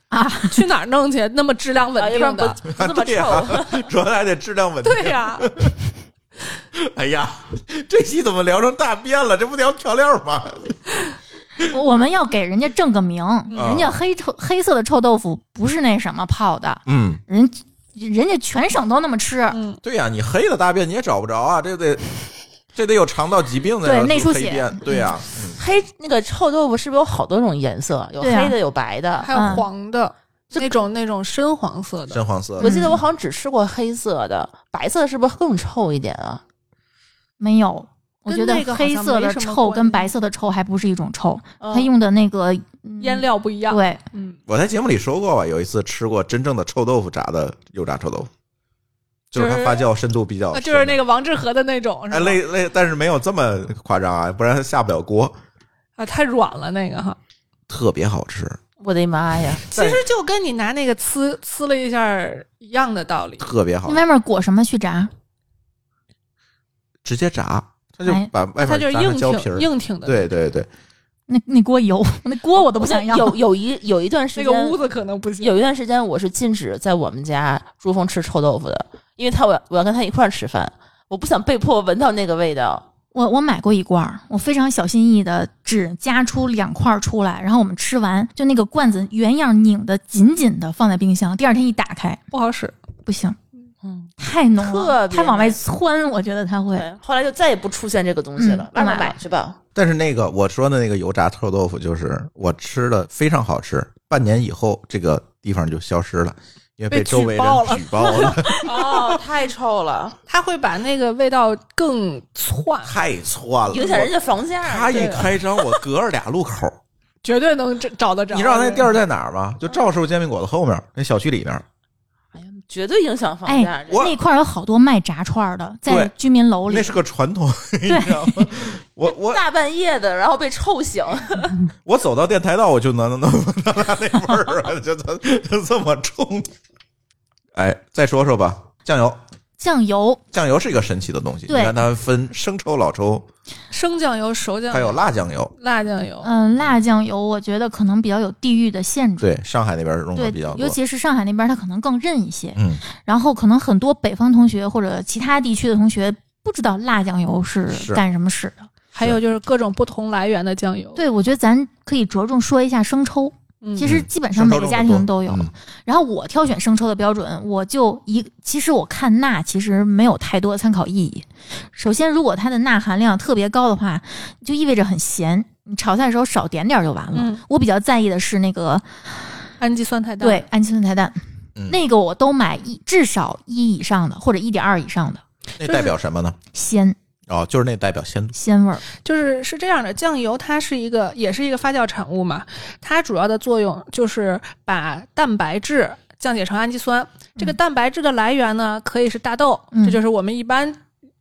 啊？ 去哪儿弄去？那么质量稳啊定要不然的？不不这么对啊臭。 主要还得质量稳定。 对呀、哎呀，这期怎么聊成大便了？这不聊调料吗？我我们要给人家正个名，嗯人家黑臭黑色的臭豆腐不是那什么泡的，嗯，人人家全省都那么吃，嗯，对呀、你黑的大便你也找不着啊，这得这得有肠道疾病的对内出黑血便对呀、 黑那个臭豆腐是不是有好多种颜色？有对啊黑的，有白的。还有嗯黄的，那种那种深黄色的，深黄色我记得我好像只吃过黑色的，白色的是不是更臭一点啊？没有。我跟觉那得个好像黑色没的什臭么关跟系白色的臭还不是一种臭，嗯它用的那个嗯腌料不一样。，对，嗯，我在节目里说过吧，有一次吃过真正的臭豆腐炸的油炸臭豆腐，就是它就是发酵深度比较啊深，就是那个王致和的那种，哦哎是吧？类类，但是没有这么夸张啊，不然它下不了锅。啊，太软了那个哈。特别好吃，我的妈 呀！其实就跟你拿那个呲呲了一下儿一样的道理。特别好那，外面裹什么去炸？直接炸，它就哎把外它面就是炸硬成胶皮挺儿。硬挺的，，对对对，那那锅油， 那锅我都不想要。有有一有一段时那间，个屋子可能不行。有一段时间我是禁止在我们家朱峰吃臭豆腐的，因为他我要我要跟他一块儿吃饭，我不想被迫闻到那个味道。我我买过一罐儿，我非常小心翼翼的只夹出两块儿出来，然后我们吃完就那个罐子原样拧的紧紧的放在冰箱，第二天一打开不好使。不行，嗯，太浓了，特别它往外窜，我觉得它会。对，后来就再也不出现这个东西了嗯，不外面买了买去吧。但是那个我说的那个油炸臭豆腐，就是我吃的非常好吃，半年以后这个地方就消失了，因为被周围举报人了举报了， 哦，太臭了，它会把那个味道更窜，太窜了， 影响人家房价。他一开张，我隔着俩路口，绝对能找找得着。你知道那对地儿在哪儿吗？就赵师傅煎饼果子后面那小区里面。哎呀，绝对影响房哎价。这，我那块儿有好多卖炸串儿的，在对居民楼里那。是个传统，你知道吗？我我大半夜的，然后被臭醒，我走到电台道，我就能能能闻到它那味儿啊，就就就这么重。哎，再说说吧，酱油，酱油酱油是一个神奇的东西。你对看它分生抽、老抽，生酱油、熟酱油、还有辣酱油。辣酱哦油，嗯，辣酱油我觉得可能比较有地域的限制，嗯对，上海那边用的对，比较多尤。其是上海那边，它可能更韧一些。嗯，然后可能很多北方同学或者其他地区的同学不知道辣酱油是是干什么使的。还有就是各种不同来源的酱油。，对，我觉得咱可以着重说一下生抽，嗯、其实基本上每个家庭都有。嗯然后我挑选生抽的标准，我就一，其实我看钠其实没有太多的参考意义。首先，如果它的钠含量特别高的话，就意味着很咸，你炒菜的时候少点点儿就完了。嗯我比较在意的是那个氨基酸太大，对，氨基酸菜蛋，嗯那个我都买一至少一以上的或者一点二以上的那代表什么呢？鲜哦，就是那代表鲜度。鲜味儿。就是是这样的，酱油它是一个也是一个发酵产物嘛，它主要的作用就是把蛋白质降解成氨基酸。这个蛋白质的来源呢，可以是大豆，嗯这就是我们一般。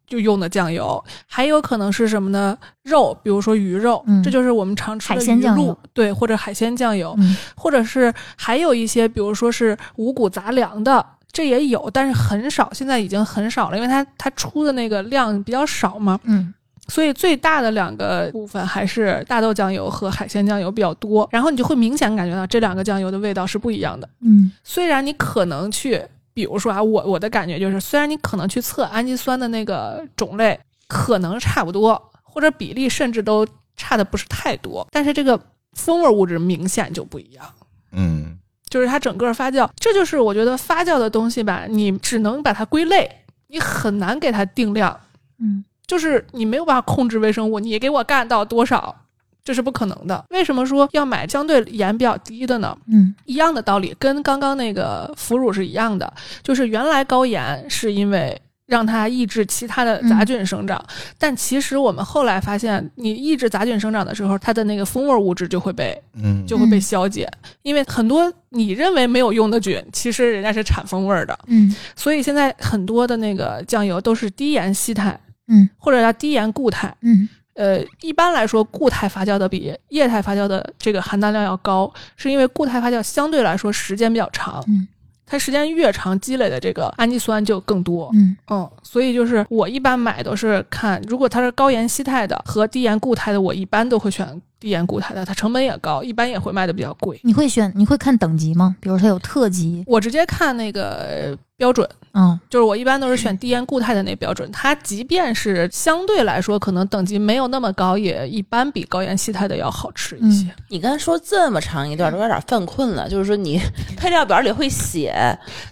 就用的酱油，还有可能是什么呢？肉，比如说鱼肉，嗯这就是我们常吃的海鲜鱼酱露油，对，或者海鲜酱油。嗯，或者是还有一些，比如说是五谷杂粮的，这也有，但是很少，现在已经很少了，因为它它出的那个量比较少嘛，嗯，所以最大的两个部分还是大豆酱油和海鲜酱油比较多，然后你就会明显感觉到这两个酱油的味道是不一样的，嗯，虽然你可能去。比如说啊，我我的感觉就是，虽然你可能去测氨基酸的那个种类，可能差不多，或者比例甚至都差的不是太多，但是这个风味物质明显就不一样。嗯，就是它整个发酵，这就是我觉得发酵的东西吧，你只能把它归类，你很难给它定量，嗯，就是你没有办法控制微生物，你给我干到多少，这是不可能的。为什么说要买相对盐比较低的呢？嗯，一样的道理，跟刚刚那个腐乳是一样的，就是原来高盐是因为。让它抑制其他的杂菌生长，但其实我们后来发现，你抑制杂菌生长的时候，它的那个风味物质就会被嗯，就会被消解，因为很多你认为没有用的菌，其实人家是产风味儿的。嗯，所以现在很多的那个酱油都是低盐稀态，嗯，或者叫低盐固态。嗯，呃，一般来说，固态发酵的比液态发酵的这个含氮量要高，是因为固态发酵相对来说时间比较长，嗯，它时间越长，积累的这个氨基酸就更多，嗯，嗯，所以就是我一般买都是看，如果它是高盐稀态的和低盐固态的，我一般都会选低盐固态的，它成本也高，一般也会卖的比较贵。你会选，你会看等级吗？比如它有特级，我直接看那个标准，嗯就是我一般都是选低盐固态的那标准，它即便是相对来说可能等级没有那么高，也一般比高盐稀态的要好吃一些。 你刚才说这么长一段，都有点犯困了。就是说，你 嗯配料表里会写，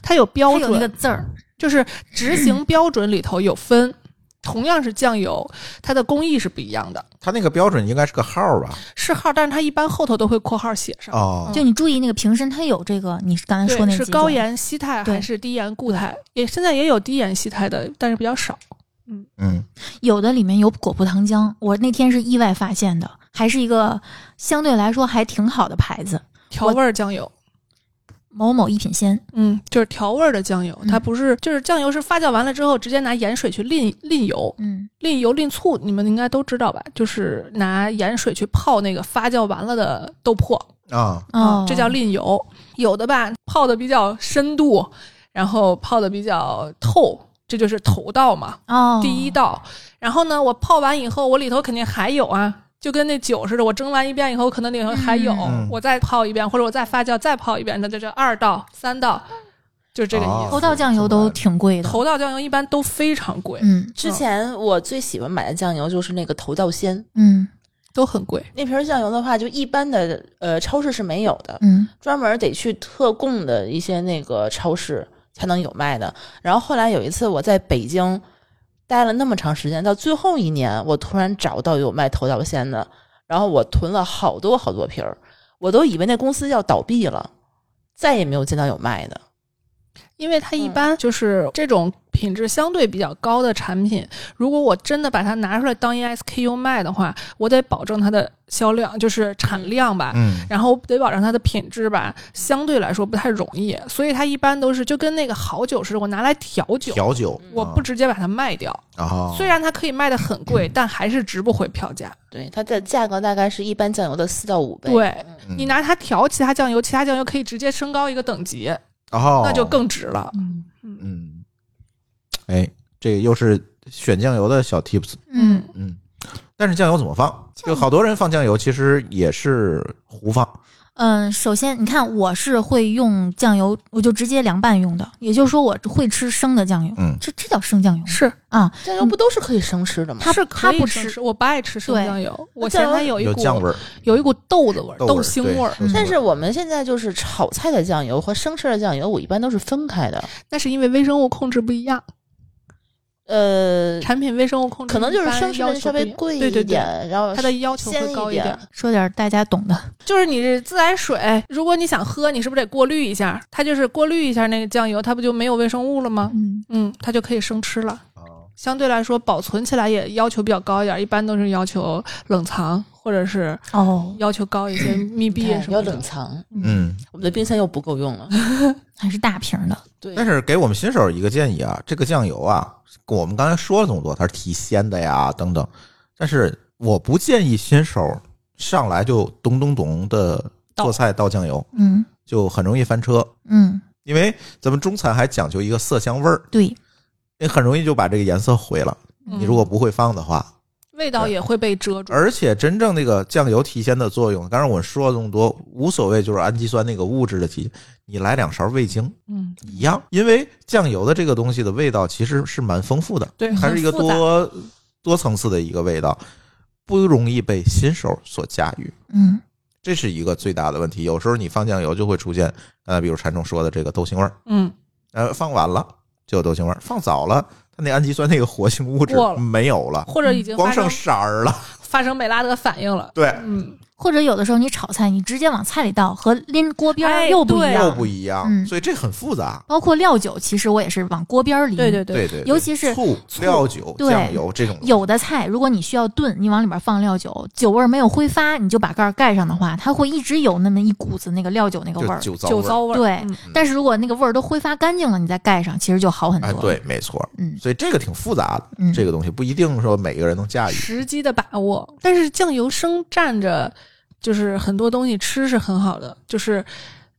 它有标它有准，那个字儿，就是执 行标准里头有分。同样是酱油，它的工艺是不一样的，它那个标准应该是个号儿吧？是号，但是它一般后头都会括号写上。哦，就你注意那个瓶身，它有这个，你刚才对，说那是几高种，盐稀态对还是低盐固态？也现在也有低盐稀态的，但是比较少。嗯，有的里面有果葡糖浆，我那天是意外发现的，还是一个相对来说还挺好的牌子，调味儿酱油，某某一品鲜，嗯，就是调味儿的酱油，嗯它不是就是酱油是发酵完了之后直接拿盐水去淋淋油，嗯淋油淋醋，你们应该都知道吧？就是拿盐水去泡那个发酵完了的豆粕，啊，哦，这叫淋油。有的吧，泡的比较深度，然后泡的比较透，这就是头道嘛。哦，第一道。然后呢，我泡完以后，我里头肯定还有啊，就跟那酒似的，我蒸完一遍以后，可能里头还有，嗯我再泡一遍，或者我再发酵再泡一遍，那就这二道、三道。就是这个意哦思。头道酱油都挺贵的。头道酱油一般都非常贵，嗯之前我最喜欢买的酱油就是那个头道鲜，嗯都很贵。那瓶酱油的话，就一般的呃超市是没有的，嗯专门得去特供的一些那个超市才能有卖的。然后后来有一次我在北京待了那么长时间，到最后一年，我突然找到有卖头道鲜的，然后我囤了好多好多瓶儿，我都以为那公司要倒闭了，再也没有见到有卖的。因为它一般就是这种品质相对比较高的产品，如果我真的把它拿出来当一 SKU 卖的话，我得保证它的销量，就是产量吧。嗯，然后得保证它的品质吧，相对来说不太容易，所以它一般都是就跟那个好酒似的，我拿来调酒，调酒，我不直接把它卖掉。啊，哦嗯虽然它可以卖的很贵，但还是值不回票价。对，它的价格大概是一般酱油的四到五倍。对嗯你拿它调其他酱油，其他酱油可以直接升高一个等级，哦，那就更值了。嗯，嗯，哎，这又是选酱油的小 tips，嗯，嗯，但是酱油怎么放？就好多人放酱油其实也是胡放，嗯，首先你看，我是会用酱油，我就直接凉拌用的，也就是说我会吃生的酱油。嗯这这叫生酱油吗是啊？酱油不都是可以生吃的吗？它是它可以不生吃，我不爱吃生对酱油，我酱嫌油它有一有股酱味儿，有一股豆子味儿、豆味儿豆腥味儿。对但是我们现在就是炒菜的酱油和生吃的酱油，我一般都是分开的。那是因为微生物控制不一样，呃，产品微生物控制可能就是嗯一般生吃要的求稍微不一样贵一对对点，对，然后它的要求鲜会一高点点。说点儿大家懂的。就是你这自来水，如果你想喝，你是不是得过滤一下？它就是过滤一下那个酱油，它不就没有微生物了吗？嗯，嗯，它就可以生吃了。哦相对来说，保存起来也要求比较高一点，一般都是要求冷藏或者是哦，要求高一些，密闭哎什要么冷的。藏，嗯，我们的冰箱又不够用了。还是大瓶儿的。对但是给我们新手一个建议啊，这个酱油啊，我们刚才说了这么多，它是提鲜的呀，等等，但是我不建议新手上来就咚咚咚的做菜倒酱油，嗯就很容易翻车，嗯，因为咱们中餐还讲究一个色香味儿，对，你很容易就把这个颜色毁了。嗯你如果不会放的话，味道也会被遮住。而且真正那个酱油提鲜的作用，当然我说了这么多，无所谓，就是氨基酸那个物质的提，你来两勺味精嗯，一样，因为酱油的这个东西的味道其实是蛮丰富的，对，它是一个很复杂多多层次的一个味道，不容易被新手所驾驭。嗯这是一个最大的问题，有时候你放酱油就会出现，刚才比如禅冲说的这个豆腥味儿，嗯，呃，放晚了就有豆腥味儿，放早了它那氨基酸那个活性物质过了没有了，或者已经光发剩生色儿了。发生美拉德反应了。对，嗯，或者有的时候你炒菜，你直接往菜里倒，和拎锅边儿哎又不一对样。又不一样，嗯所以这很复杂。包括料酒，其实我也是往锅边儿淋。对对对，对对，尤其是醋、醋料酒、对酱油这种东西，有的菜，如果你需要炖，你往里边放料酒，酒味儿没有挥发，你就把盖儿盖上的话，它会一直有那么一股子那个料酒那个味就儿。酒糟酒味儿。糟味儿。对嗯但是如果那个味儿都挥发干净了，你再盖上，其实就好很多。哎，对，，没错。嗯所以这个挺复杂的，嗯，这个东西不一定说每个人能驾驭。时机的把握。但是酱油生蘸着，就是很多东西吃是很好的，就是。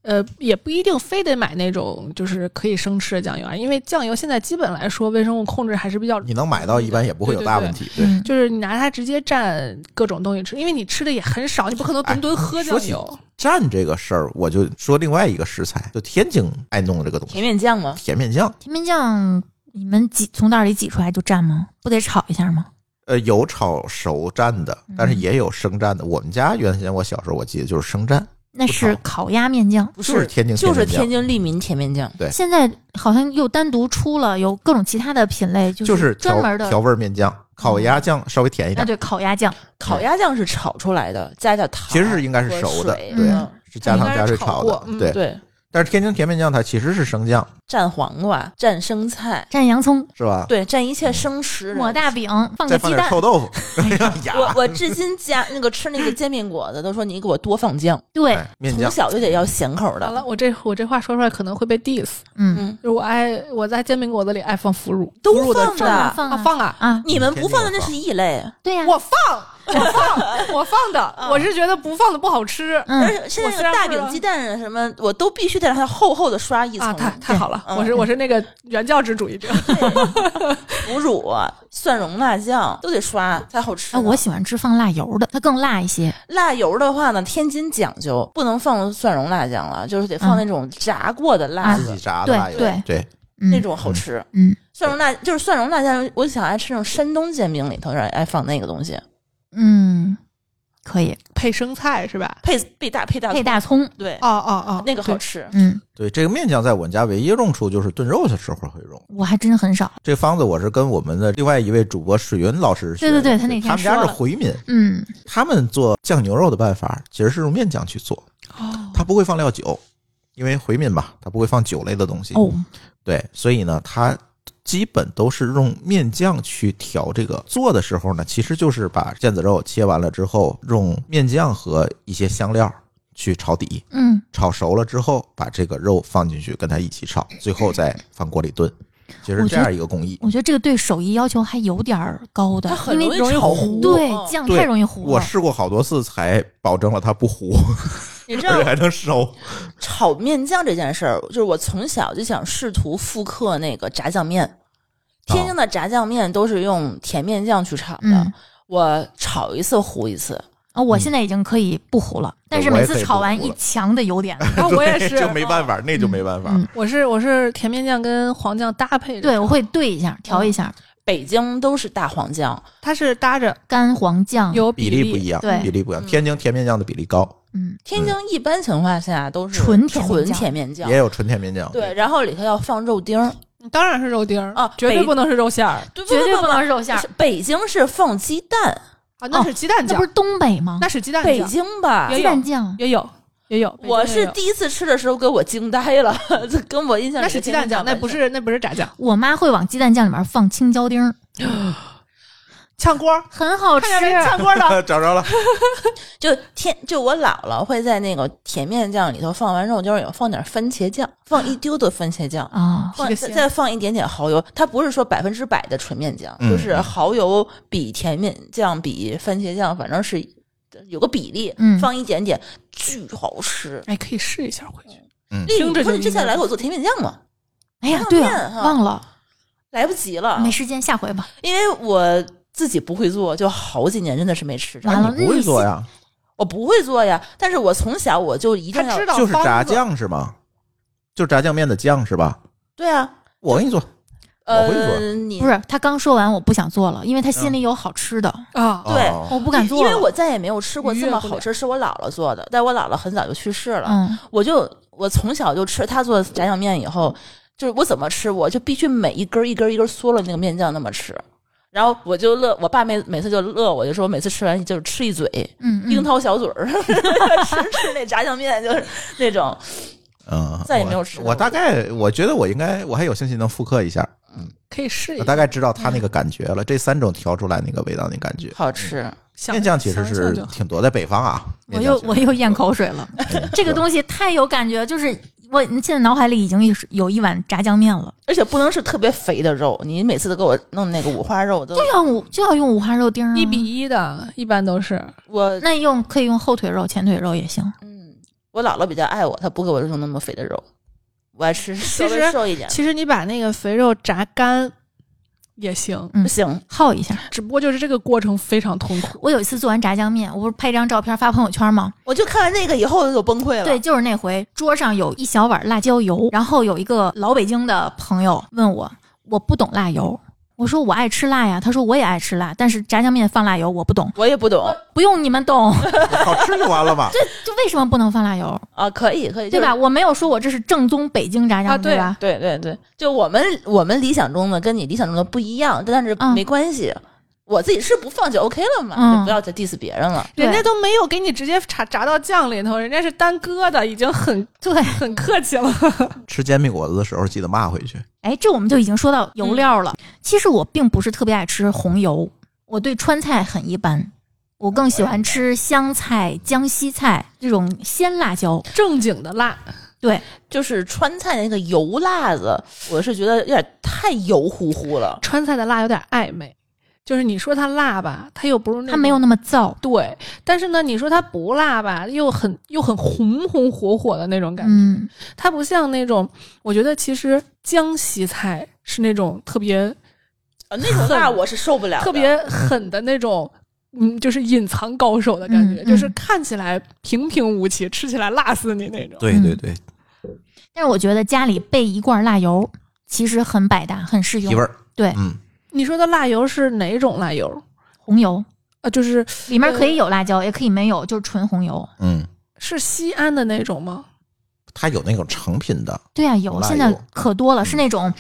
呃，也不一定非得买那种就是可以生吃的酱油啊，因为酱油现在基本来说微生物控制还是比较，你能买到，一般也不会有大问题。对嗯，就是你拿它直接蘸各种东西吃，因为你吃的也很少，你不可能哎顿顿喝说酱起油。蘸这个事儿，我就说另外一个食材，就天津爱弄的这个东西甜面酱吗——？甜面酱。甜面酱你们挤从袋儿里挤出来就蘸吗？不得炒一下吗？呃，有炒熟蘸的，但是也有生蘸的。我们家原先我小时候我记得就是生蘸，那是不烤鸭面酱。不是天津，就是天天，津利民甜面酱。现在好像又单独出了，有各种其他的品类，就就是专调门的调味儿面酱，烤鸭酱稍微甜一啊，点，对，烤鸭酱。烤鸭酱是炒出来的，加一点糖，其实是应该是熟的和水对嗯是加糖加水炒应该是炒的过。嗯对，对，但是天津甜面酱它其实是生酱，蘸黄瓜，蘸生菜，蘸洋葱，是吧？对，蘸一切生食。嗯抹大饼，放再个放鸡点蛋臭。豆腐， 哎我呀，我至今加那个吃那个煎饼果子，都说你给我多放酱，对，哎面从酱小就得要咸口完了，的。我这我这话说出来可能会被 diss，嗯，嗯，就是我爱我在煎饼果子里爱放腐乳，都腐乳的放蘸的放啊放啊，啊，你们不放的那是异类，对呀， 我放，我放的，我是觉得不放的不好吃。而嗯，且现我在虽然那个大不知饼道鸡蛋什么，我都必须得让它厚厚的刷一层啊，太太好了，嗯我是我是那个原教旨主义者。腐乳、啊蒜蓉辣酱都得刷才好吃哎，呢。我喜欢吃放辣油的，它更辣一些。辣油的话呢，天津讲究不能放蒜蓉辣酱了，就是得嗯放那种炸过的辣自子，己炸的啊对辣油，对对，嗯那，种好吃。嗯蒜蓉辣就是蒜蓉辣酱，我想爱吃那种山东煎饼里头，让爱放那个东西，嗯，可以配生菜是吧？配配大配大配大葱，对，哦哦哦，那个好对。吃。嗯，对，这个面酱在我们家唯一用处就是炖肉的时候会用。我还真很少。这个方子我是跟我们的另外一位主播水云老师学对的，对对，他那他天们说家是了，回民，嗯他们做酱牛肉的办法其实是用面酱去做，哦，他不会放料酒，因为回民嘛，他不会放酒类的东西。哦，对，所以呢，它基本都是用面酱去调这个。做的时候呢，其实就是把腱子肉切完了之后，用面酱和一些香料去炒底，嗯，炒熟了之后，把这个肉放进去，跟它一起炒，最后再放锅里炖。其实我这觉得样一个工艺，我觉得这个对手艺要求还有点儿高的它，很因为容易炒糊对嗯酱对太容易糊我了。试过好多次才保证了它不糊，你知道而 且还能熟。炒面酱这件事儿，就是我从小就想试图复刻那个炸酱面。啊天津的炸酱面都是用甜面酱去炒的，嗯我炒一次糊一次，啊，我现在已经可以不糊了，但是每次炒完我也可以不糊一了墙的油点。然后啊我也对是就，没办法，那就没办法。嗯我是我是甜面酱跟黄酱搭配着，对，我会兑一下，调一下，北京都是大黄酱，它是搭着干黄酱。有比例例不一样，对比例不一样。天津甜面酱的比例高，嗯，天津一般情况下都是纯甜面纯酱甜面酱也，有纯甜面酱。对，，然后里头要放肉丁儿，当然是肉丁儿啊绝对北不能是肉馅儿对绝对不能是肉馅儿是。北京是放鸡蛋，啊，那哦是鸡蛋那酱不是，东北吗那？是鸡蛋北酱，京吧也。鸡有蛋酱，也有也有，北京我也是有第一次吃的时候给我惊呆了， 这跟我印那象里的是鸡甜面蛋酱，那完不全是那不是炸酱，我妈会往鸡蛋酱里面放青椒丁儿，炝锅儿，很好吃看。见没？炝锅儿的啊找着了。就天就我姥姥会在那个甜面酱里头放完肉丁儿以后放点番茄酱，放一丢的番茄酱，啊、放 提个再鲜再放一点点蚝油。它不是说百分之百的纯面酱，嗯就是蚝油比甜面酱比番茄酱，反正是有个比例，嗯放一点点，巨好吃。哎，可以试一下回去。丽听着宇不就是之前应该来给我做甜面酱吗？哎呀烫，对面啊，哈啊忘了，来不及了，没时间，下回吧。因为我自己不会做，就好几年真的是没吃着。啊完了，你不会做呀？呀？我不会做呀，但是我从小我就一他定要知道就是炸方子酱是吗？就炸酱面的酱是吧？对啊，我给你做，我会做呃，你不是，他刚说完我不想做了，因为他心里有好吃的，啊，对哦我不敢做因了。为我再也没有吃过愉这悦么不好了吃，是我姥姥做的，但我姥姥很早就去世了，嗯，我就我从小就吃她做的炸酱面以后，就是我怎么吃，我就必须每一根儿一根儿一根儿嗦了那个面酱那么吃。然后我就乐，我爸每每次就乐我，就说我每次吃完就是吃一嘴，嗯嗯樱桃小嘴儿， 吃吃那炸酱面就是那种。嗯，再也没有吃我。过我大概我觉得我应该，我还有兴趣能复刻一下。可以试我一下呃大。概知道它那个感觉了，这三种调出来那个味道，那感觉。好吃，想面酱其实想想是就好挺多，在北方啊，我又我又咽口水了， 这 个西东西太有感觉，就是我现在脑海里已经有一碗炸酱面了，而且不能是特别肥的肉，你每次都给我弄那个五花肉，我都就要五就要用五花肉丁儿、啊，一比一的，一般都是我那用可以用后腿肉、前腿肉也行。嗯，我姥姥比较爱我，她不给我弄那么肥的肉，我爱吃稍其实微瘦一点。其实你把那个肥肉炸干也行，嗯不行，耗一下，只不过就是这个过程非常痛苦。我有一次做完炸酱面，我不是拍张照片发朋友圈吗？我就看完那个以后就崩溃了。对，，就是那回桌上有一小碗辣椒油，然后有一个老北京的朋友问我，我不懂辣油，我说我爱吃辣呀，他说我也爱吃辣，但是炸酱面放辣油我不懂，我也不懂不用你们懂， 好吃就完了嘛。就为什么不能放辣油，啊，可以可以，对吧？就是？我没有说我这是正宗北京炸酱面、啊对对吧？对对对，就我们我们理想中的跟你理想中的不一样，但是嗯没关系，我自己吃不放就 OK 了嘛，嗯就不要再 diss 别人了。对人家都没有给你直接炸炸到酱里头，人家是单疙瘩，已经很对，很客气了。 吃煎饼果子的时候记得骂回去。哎，这我们就已经说到油料了。其实我并不是特别爱吃红油，我对川菜很一般，我更喜欢吃湘菜、江西菜这种鲜辣椒。正经的辣，对，就是川菜那个油辣子，我是觉得有点太油乎乎了。川菜的辣有点暧昧，就是你说它辣吧，它又不是那它没有种那么燥。对，但是呢，你说它不辣吧，又很又很红红火火的那种感觉。嗯，它不像那种，我觉得其实江西菜是那种特别啊，那种辣我是受不了的，特别狠的那种。嗯，就是隐藏高手的感觉，嗯嗯就是看起来平平无奇，吃起来辣死你那种。对对对，但是我觉得家里备一罐辣油其实很百搭，很适提用味。儿，对嗯，你说的辣油是哪种辣油红油啊？就是里面可以有辣椒，也可以没有，就是纯红油。嗯，是西安的那种吗？它有那种成品的，对啊，有辣现在油嗯可多了，是那种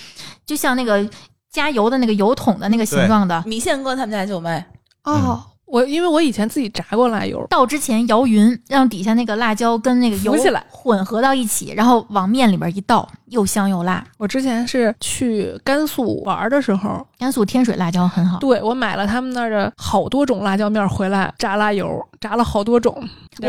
就像那个加油的那个油桶的那个形对状的。米线哥他们家就卖，哦，我因为我以前自己炸过辣油，倒之前摇匀，让底下那个辣椒跟那个油浮起来混合到一起，然后往面里边一倒，又香又辣。我之前是去甘肃玩的时候，甘肃天水辣椒很好，哦对我买了他们那儿的好多种辣椒面回来炸辣油，炸了好多种。然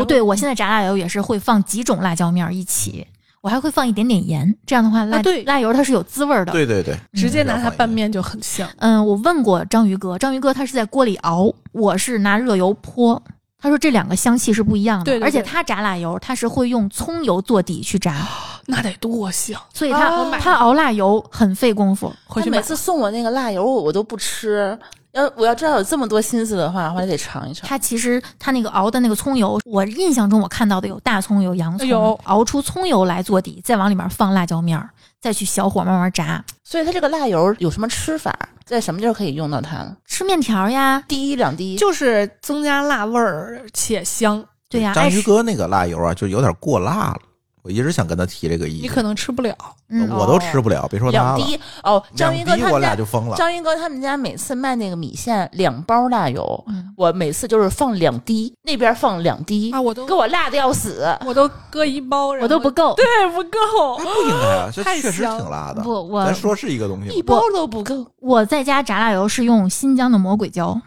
我后哦对我现在炸辣油也是会放几种辣椒面儿一起，我还会放一点点盐，这样的话辣、啊对辣油它是有滋味儿的。对对对，直接嗯拿比它较好拌一点面就很香。嗯，我问过章鱼哥，章鱼哥他是在锅里熬，我是拿热油泼。他说这两个香气是不一样的，对对对啊而且他炸辣油，他是会用葱油做底去炸，那得多香！所以他、哦他熬辣油很费功夫。回他去每买次送我那个辣油我我都不吃，要我要知道有这么多心思的话，我还得尝一尝。他其实他那个熬的那个葱油，我印象中我看到的有大葱油、洋葱，有熬出葱油来做底，再往里面放辣椒面儿，再去小火慢慢炸。所以它这个辣油有什么吃法，在什么地儿可以用到它呢？吃面条呀，第一两滴，就是增加辣味儿且香，对呀、哎章爱鱼吃哥那个辣油啊，就有点过辣了，我一直想跟他提这个意你见，可能吃不了。嗯，我都吃不了，别说他两了，滴哦。章鱼哥两滴他我们俩家，就疯了，章鱼哥他们家每次卖那个米线两包辣油，嗯我每次就是放两滴，那边放两滴，啊，我都给我辣的要死。我都搁一包，然后我都不够。对不够。不应该啊，这太确实香挺辣的，不我咱说是一个东西一包都不够，我在家炸辣油是用新疆的魔鬼椒，吗，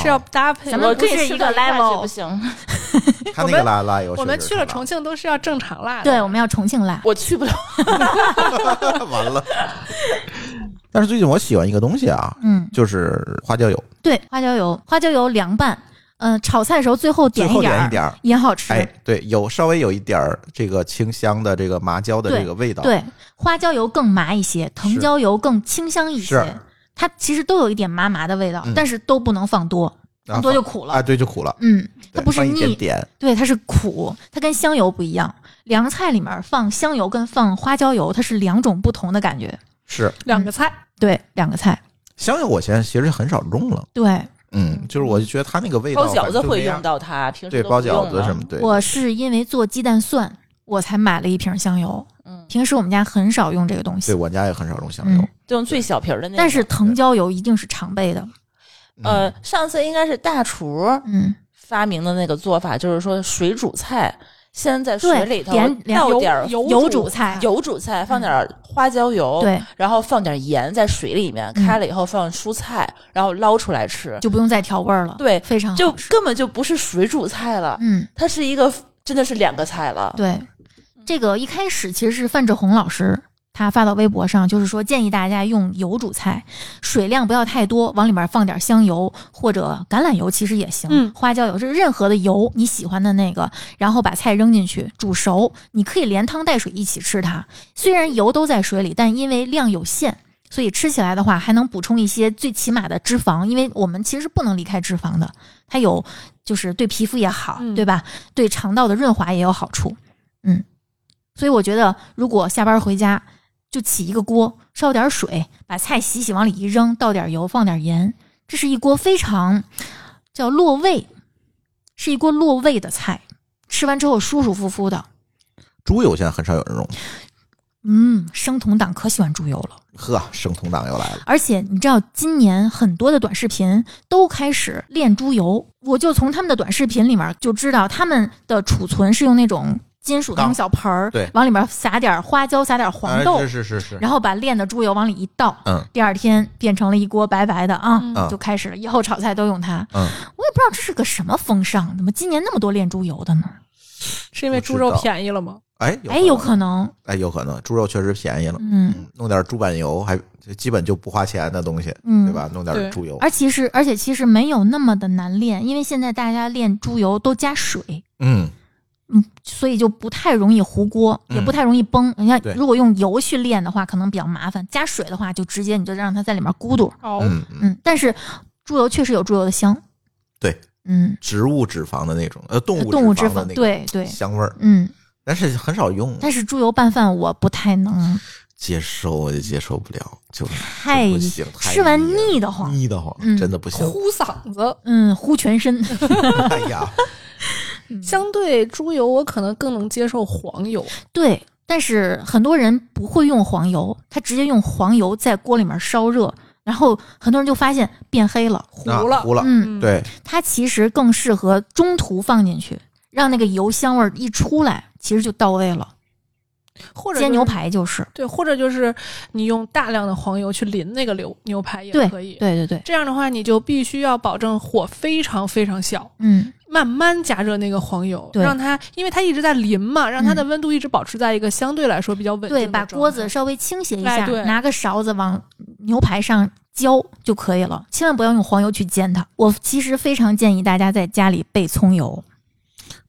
是要啊搭配。咱们我不跟是你一吃个到块儿 level 去不行， 他那个辣辣油，我们去了重，庆都是要正常辣的，对，我们要重庆辣。我去不了。 完了。但是最近我喜欢一个东西啊，嗯，就是花椒油，对，花椒油，花椒油凉拌，嗯、炒菜的时候最后最点后一点点儿一点儿，也好吃。哎，对，有稍微有一点儿这个清香的这个麻椒的这个味道，对，花椒油更麻一些，藤椒油更清香一是些。它其实都有一点麻麻的味道，嗯但是都不能放多，啊放多就苦了。啊，对，就苦了，嗯，它对不是放一腻，点点，对，它是苦，它跟香油不一样。凉菜里面放香油跟放花椒油，它是两种不同的感觉。是两个菜。对，两个菜，香油我现在其实很少用了，对嗯，就是我就觉得它那个味道，包饺子会用，到它，平时对，都包不用啊饺子了什么，对，我是因为做鸡蛋蒜，我才买了一瓶香油。嗯，平时我们家很少用这个东对西，我家也很少用香油嗯，，就用最小瓶儿的那个。但是藤椒油一定是常备的。呃，上次应该是大厨嗯，发明的那个做法，就是说水煮菜先在对水里头点点倒油点儿油油煮嗯煮菜，油煮菜，放点儿花椒油，对，然后放点儿盐在水里面，嗯开了以后放蔬菜，然后捞出来吃，就不用再调味儿了。对非常就好吃。根本就不是水煮菜了，嗯，它是一个真的是两个菜了。对，这个一开始其实是范志红老师他发到微博上，就是说建议大家用油煮菜，水量不要太多，往里面放点香油或者橄榄油，其实也行，嗯花椒油，就是任何的油你喜欢的那个，然后把菜扔进去煮熟，你可以连汤带水一起吃它。虽然油都在水里，但因为量有限。所以吃起来的话，还能补充一些最起码的脂肪，因为我们其实是不能离开脂肪的，它有就是对皮肤也好，嗯对吧？对肠道的润滑也有好处。嗯所以我觉得，如果下班回家就起一个锅，烧点水，把菜洗洗，往里一扔，倒点油，放点盐，这是一锅非常叫落味，是一锅落味的菜。吃完之后舒舒服服的，猪油现在很少有人用，嗯，生酮党可喜欢猪油了。呵，生酮党又来了，而且你知道，今年很多的短视频都开始炼猪油，我就从他们的短视频里面就知道，他们的储存是用那种金属缸汤小盆儿，对往里面撒点花椒，撒点黄豆，哎是是是是，然后把炼的猪油往里一倒，嗯，第二天变成了一锅白白的啊，嗯嗯就开始了。以后炒菜都用它，嗯我也不知道这是个什么风尚，怎么今年那么多炼猪油的呢？是因为不知猪肉道便宜了吗？哎，哎，有可能，能，哎，有可能，猪肉确实便宜了，嗯，嗯弄点猪板油还就基本就不花钱的东西，嗯，对吧？弄点对猪油，而其实，而且其实没有那么的难炼，因为现在大家炼猪油都加水，嗯，嗯，所以就不太容易糊锅，嗯也不太容易崩。你看对，如果用油去炼的话，可能比较麻烦；加水的话，就直接你就让它在里面咕嘟。哦，嗯嗯，嗯，但是猪油确实有猪油的香。对，嗯，植物脂肪的那种，呃，动物动物脂肪肪的，那个对对，香味儿，嗯。但是很少用，但是猪油拌饭我不 太能，接受我就接受不了，就是太就不行，太吃完了腻得慌腻得慌，嗯真的不行。呼嗓子。嗯，糊全身。 哎呀，嗯相对猪油，我可能更能接受黄油。对，但是很多人不会用黄油，他直接用黄油在锅里面烧热，然后很多人就发现变黑了。糊那了，糊了，嗯，嗯，对，它其实更适合中途放进去，让那个油香味儿一出来，其实就到位了。或者煎就是牛，排就是，对，或者就是你用大量的黄油去淋那个牛牛排也对，可以。对对对，这样的话，你就必须要保证火非常非常小，嗯，慢慢加热那个黄油，对让它，因为它一直在淋嘛，让它的温度一直保持在一个相嗯对来说比较稳定的对，把锅子状态稍微倾斜一哎下，对拿个勺子往牛排上浇就可以了，千万不要用黄油去煎它。我其实非常建议大家在家里备葱油，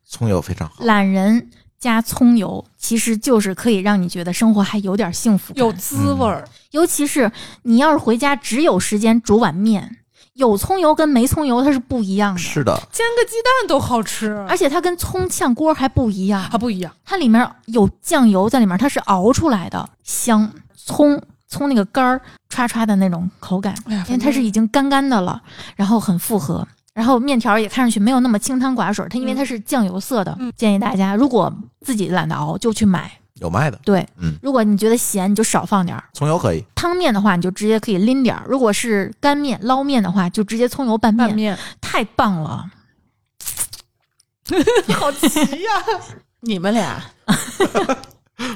葱油非常好，懒人加葱油，其实就是可以让你觉得生活还有点幸福感。有滋味儿。尤其是你要是回家只有时间煮碗面，有葱油跟没葱油它是不一样的，是的，煎个鸡蛋都好吃，而且它跟葱炝锅还不一样它，哎啊不一样。它里面有酱油在里面，它是熬出来的香葱。葱那个干儿唰唰的那种口感，哎呀，因为它是已经干干的了，然后很复合，然后面条也看上去没有那么清汤寡水，它因为它是酱油色的。嗯建议大家，如果自己懒得熬，就去买。有卖的，对，嗯如果你觉得咸，你就少放点儿。葱油可以，汤面的话，你就直接可以拎点儿；如果是干面、捞面的话，就直接葱油拌面，拌面，太棒了。好奇呀、你们俩，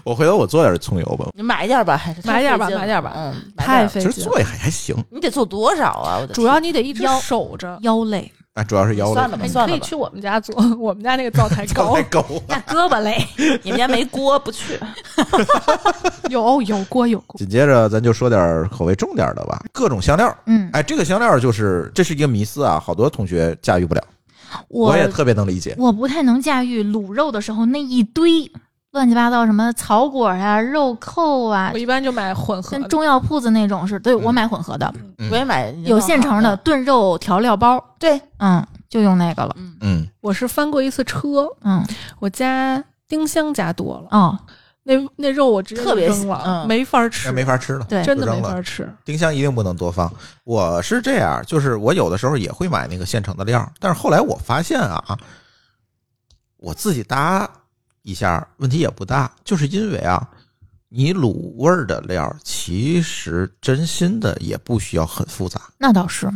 我回头我做点葱油吧。你买点儿吧，还是买点儿吧太费劲了买点儿吧嗯，买点太儿费其实劲。做也还还行，你得做多少啊？我的主要你得一直腰守着。腰累，哎，主要是腰算的 了吧哎，你算可了以吧去，我们家做， 我们家那个 灶台高太，高那胳膊累。 你们家没锅不去。有有锅有 锅。紧接着咱就说点口味重点的吧，各种香料。嗯，哎，这个香料就是这是一个迷思啊，好多同学驾驭不了，我我也特别能理解。我不太能驾驭卤肉的时候那一堆乱七八糟什么草果呀、肉扣啊我，一般就买混合跟的，中药铺子那种是，对我买混合的，嗯我也买有现成的，嗯炖肉调料包，对，嗯，就用那个了。嗯，我是翻过一次车，嗯，我加丁香加多了，哦，那那肉我直接就特别扔了，嗯没法吃，那没法吃了。对真的就扔没了法吃。 丁香一定不能多放。我是这样，就是我有的时候也会买那个现成的料，但是后来我发现啊，我自己搭一下问题也不大，就是因为啊，你卤味儿的料其实真心的也不需要很复杂。那倒是。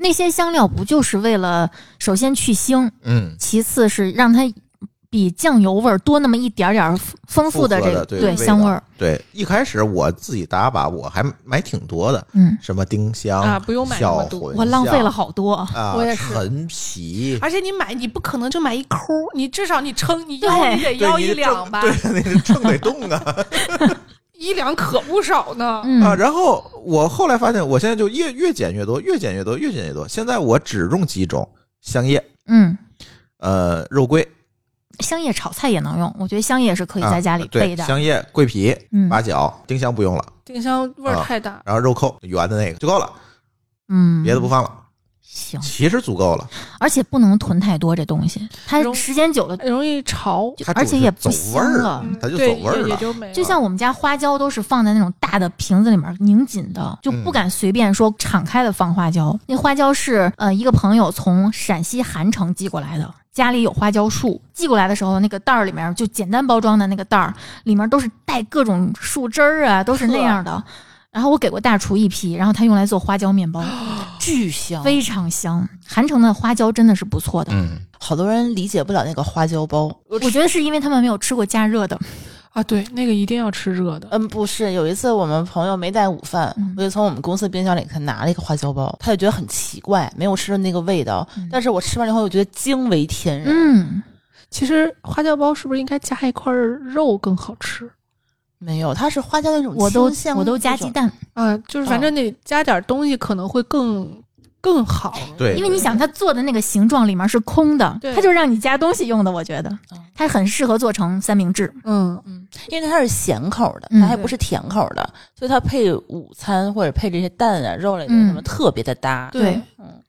那些香料不就是为了首先去腥，嗯，其次是让它比酱油味儿多那么一点点儿丰丰富的这复合的个对味道香味儿。对，一开始我自己搭吧，我还买挺多的，嗯，什么丁香啊不用买那小么茴多香，我浪费了好多。啊，我也是陈皮。而且你买，你不可能就买一抠，你至少你称，你对腰你得腰对一你两吧，正对，那个秤得 动啊。一两可不少呢。嗯，啊，然后我后来发现，我现在就越越减越多，越减越多，越减越多。现在我只用几种香叶，嗯，呃，肉桂香叶炒菜也能用，我觉得香叶是可以啊在家里备对，的。香叶、桂皮嗯、八角、丁香不用了，丁香味儿啊太大，然后肉蔻圆的那个就够了，嗯，别的不放了，行，其实足够了。而且不能囤太多这东西，它容时间久了，容易潮，它而主且是也走不味香儿了。嗯它就对走味儿也也了就没了。就像我们家花椒都是放在那种大的瓶子里面拧紧的，就嗯不敢随便说敞开的放花椒。那花椒是呃一个朋友从陕西韩城寄过来的，家里有花椒树，寄过来的时候那个袋儿里面就简单包装的那个袋儿里面都是带各种树枝儿啊，都是那样的。然后我给过大厨一批，然后他用来做花椒面包，巨香非常香。韩城的花椒真的是不错的，嗯，好多人理解不了那个花椒包。我觉得是因为他们没有吃过加热的。啊，对，那个一定要吃热的。嗯，不是，有一次我们朋友没带午饭，嗯我就从我们公司冰箱里看拿了一个花椒包，他就觉得很奇怪，没有吃的那个味道。嗯但是我吃完以后，我觉得惊为天人。嗯，其实花椒包是不是应该加一块肉更好吃？没有，它是花椒那种我都清香我都加这鸡种，蛋，啊，就是反正得加点东西，可能会更更好。对因为你想它做的那个形状里面是空的，对它就让你加东西用的，我觉得嗯它很适合做成三明治。嗯，因为它是咸口的，嗯它还不是甜口的，所以它配午餐或者配这些蛋啊、肉类的什么嗯特别的搭。对嗯，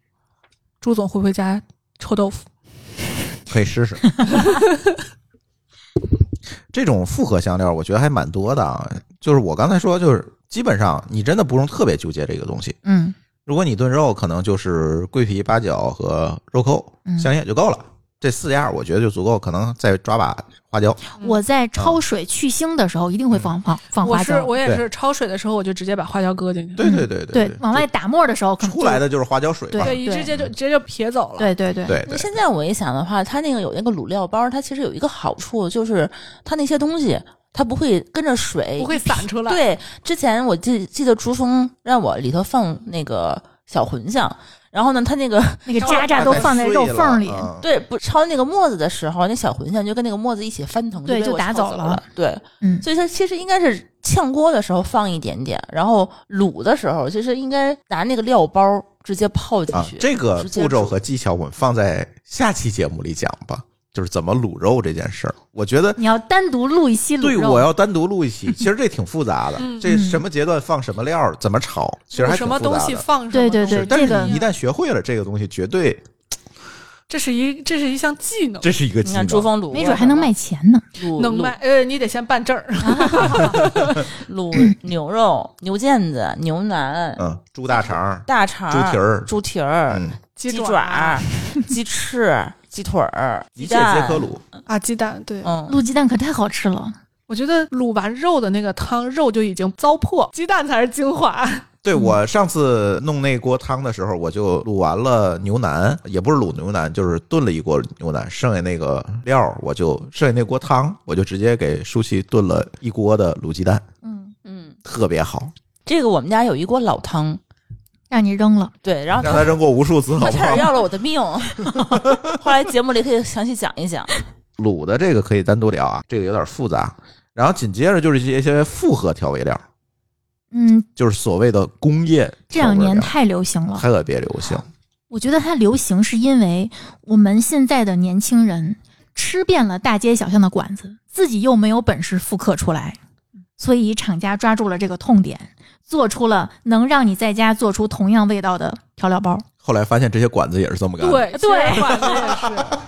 朱总会不会加臭豆腐？可以试 试。这种复合香料，我觉得还蛮多的啊。就是我刚才说，就是基本上你真的不用特别纠结这个东西。嗯，如果你炖肉，可能就是桂皮、八角和肉蔻、嗯香叶就够了。这四样我觉得就足够，可能再抓把花椒。我在焯水去腥的时候一定会放放放我花是椒，我也对是焯水的时候，我就直接把花椒搁进去。对对对对对，往外打沫的时候可能出来的，的就是花椒水嘛。对，对一对直接就直接就撇走了。，对对对，对那现在我一想的话，它那个有那个卤料包，它其实有一个好处，就是它那些东西它不会跟着水不会散出来。，对，之前我记记得朱峰让我里头放那个小茴香，然后呢，他那个那个渣渣都放在肉缝里，嗯对不焯那个沫子的时候，那小茴香就跟那个沫子一起翻腾，对被就我打撬走走了了。对，嗯，所以它其实应该是炝锅的时候放一点点，然后卤的时候其实应该拿那个料包直接泡进啊去。，这个直接步骤煮和技巧我们放在下期节目里讲吧，就是怎么卤肉这件事儿。我觉得你要单独录一期卤对，肉，我要单独录一 期。其实这挺复杂的，嗯这什么阶段放什么料儿，怎么炒，其实还什挺么复东杂西的。放什么对对东西对是，但这个是你一旦学会了这个东西，绝对这是一这是一项技能，这是一个技你能啊看。朱峰卤，没准还能卖钱呢。卤能卖。呃，你得先办证儿。啊卤卤牛肉、牛腱子、牛腩、嗯，猪大肠儿、大肠、猪蹄、儿，猪蹄儿、嗯，鸡鸡爪、 鸡翅、鸡腿儿、一鸡切皆可蛋。卤。啊，鸡蛋。对，嗯，卤鸡蛋可太好吃了，我觉得卤完肉的那个汤，肉就已经糟粕，鸡蛋才是精华。对嗯我上次弄那锅汤的时候，我就卤完了牛腩，也不是卤牛腩，就是炖了一锅牛腩，剩下那个料儿我就剩下那锅汤，我就直接给舒淇炖了一锅的卤鸡蛋，嗯，嗯，特别好，这个我们家有一锅老汤，让你扔了，对，然后让他 他扔过无数次，他好不差好点？要了我的命。 后来节目里可以详细讲一讲。卤的这个可以单独聊啊，这个有点复杂。然后紧接着就是一些复合调味料，嗯，就是所谓的工业这调味啊两料年太流行了。特别流行。我觉得它流行是因为我们现在的年轻人吃遍了大街小巷的馆子，自己又没有本事复刻出来，所以厂家抓住了这个痛点，做出了能让你在家做出同样味道的调料包。后来发现这些馆子也是这么干的，对对其实 管的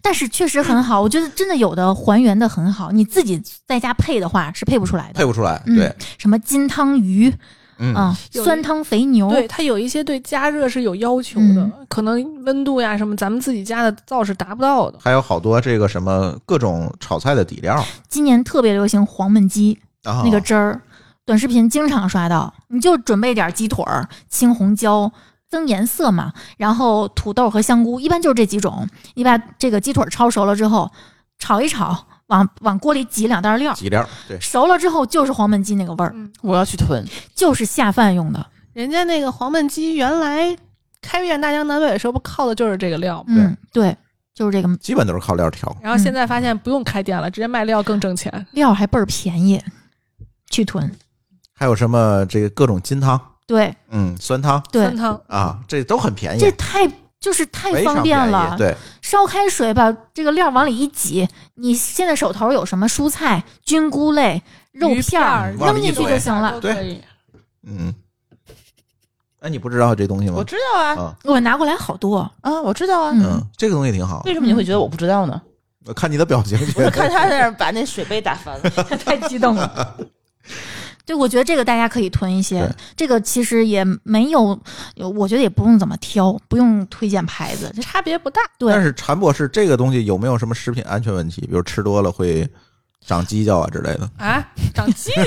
但是确实很好，我觉得真的有的还原的很好，你自己在家配的话是配不出来配的。不出来。嗯对，什么金汤鱼嗯，啊、有一酸汤肥也牛，是，对它有一些对加热是有要求的，嗯可能温度呀什么，咱们自己家的灶是达不到的。还有好多这个什么各种炒菜的底料，今年特别流行黄焖啊鸡。嗯那个汁儿，短视频经常刷到。你就准备点鸡腿儿、青红椒增颜色嘛，然后土豆和香菇，一般就是这几种。你把这个鸡腿儿焯熟了之后，炒一炒，往往锅里挤两袋料，底料，对，熟了之后就是黄焖鸡那个味儿，嗯， 我要去囤，就是下饭用的。人家那个黄焖鸡原来开遍大江南北的时候，不靠的就是这个料吗？嗯，对，就是这个基本都是靠料调。然后现在发现不用开店了，直接卖料更挣钱。料还倍儿便宜，去囤。还有什么这个各种金汤，对嗯，酸汤对酸，汤啊，这都很便宜嗯这，太就是太非方常便宜了。对，烧开水把这个料往里一挤，你现在手头有什么蔬菜、菌菇类、肉鱼片儿儿往扔里一进去就怼行了。都可以。嗯。哎，你不知道这东西吗？知道啊啊，我拿过来好多，啊，我知道啊。 嗯嗯，这个东西挺好为。什么你会觉得我不知道呢？我看你的表情，觉我得是 看他在那儿把那水杯打翻 了。太激动了。 对，我觉得这个大家可以囤一些对，这个其实也没有，我觉得也不用怎么挑，不用推荐牌子，这差别不大，对但是陈博士，这个东西有没有什么食品安全问题？比如吃多了会长犄角啊之类的，啊，长记 性。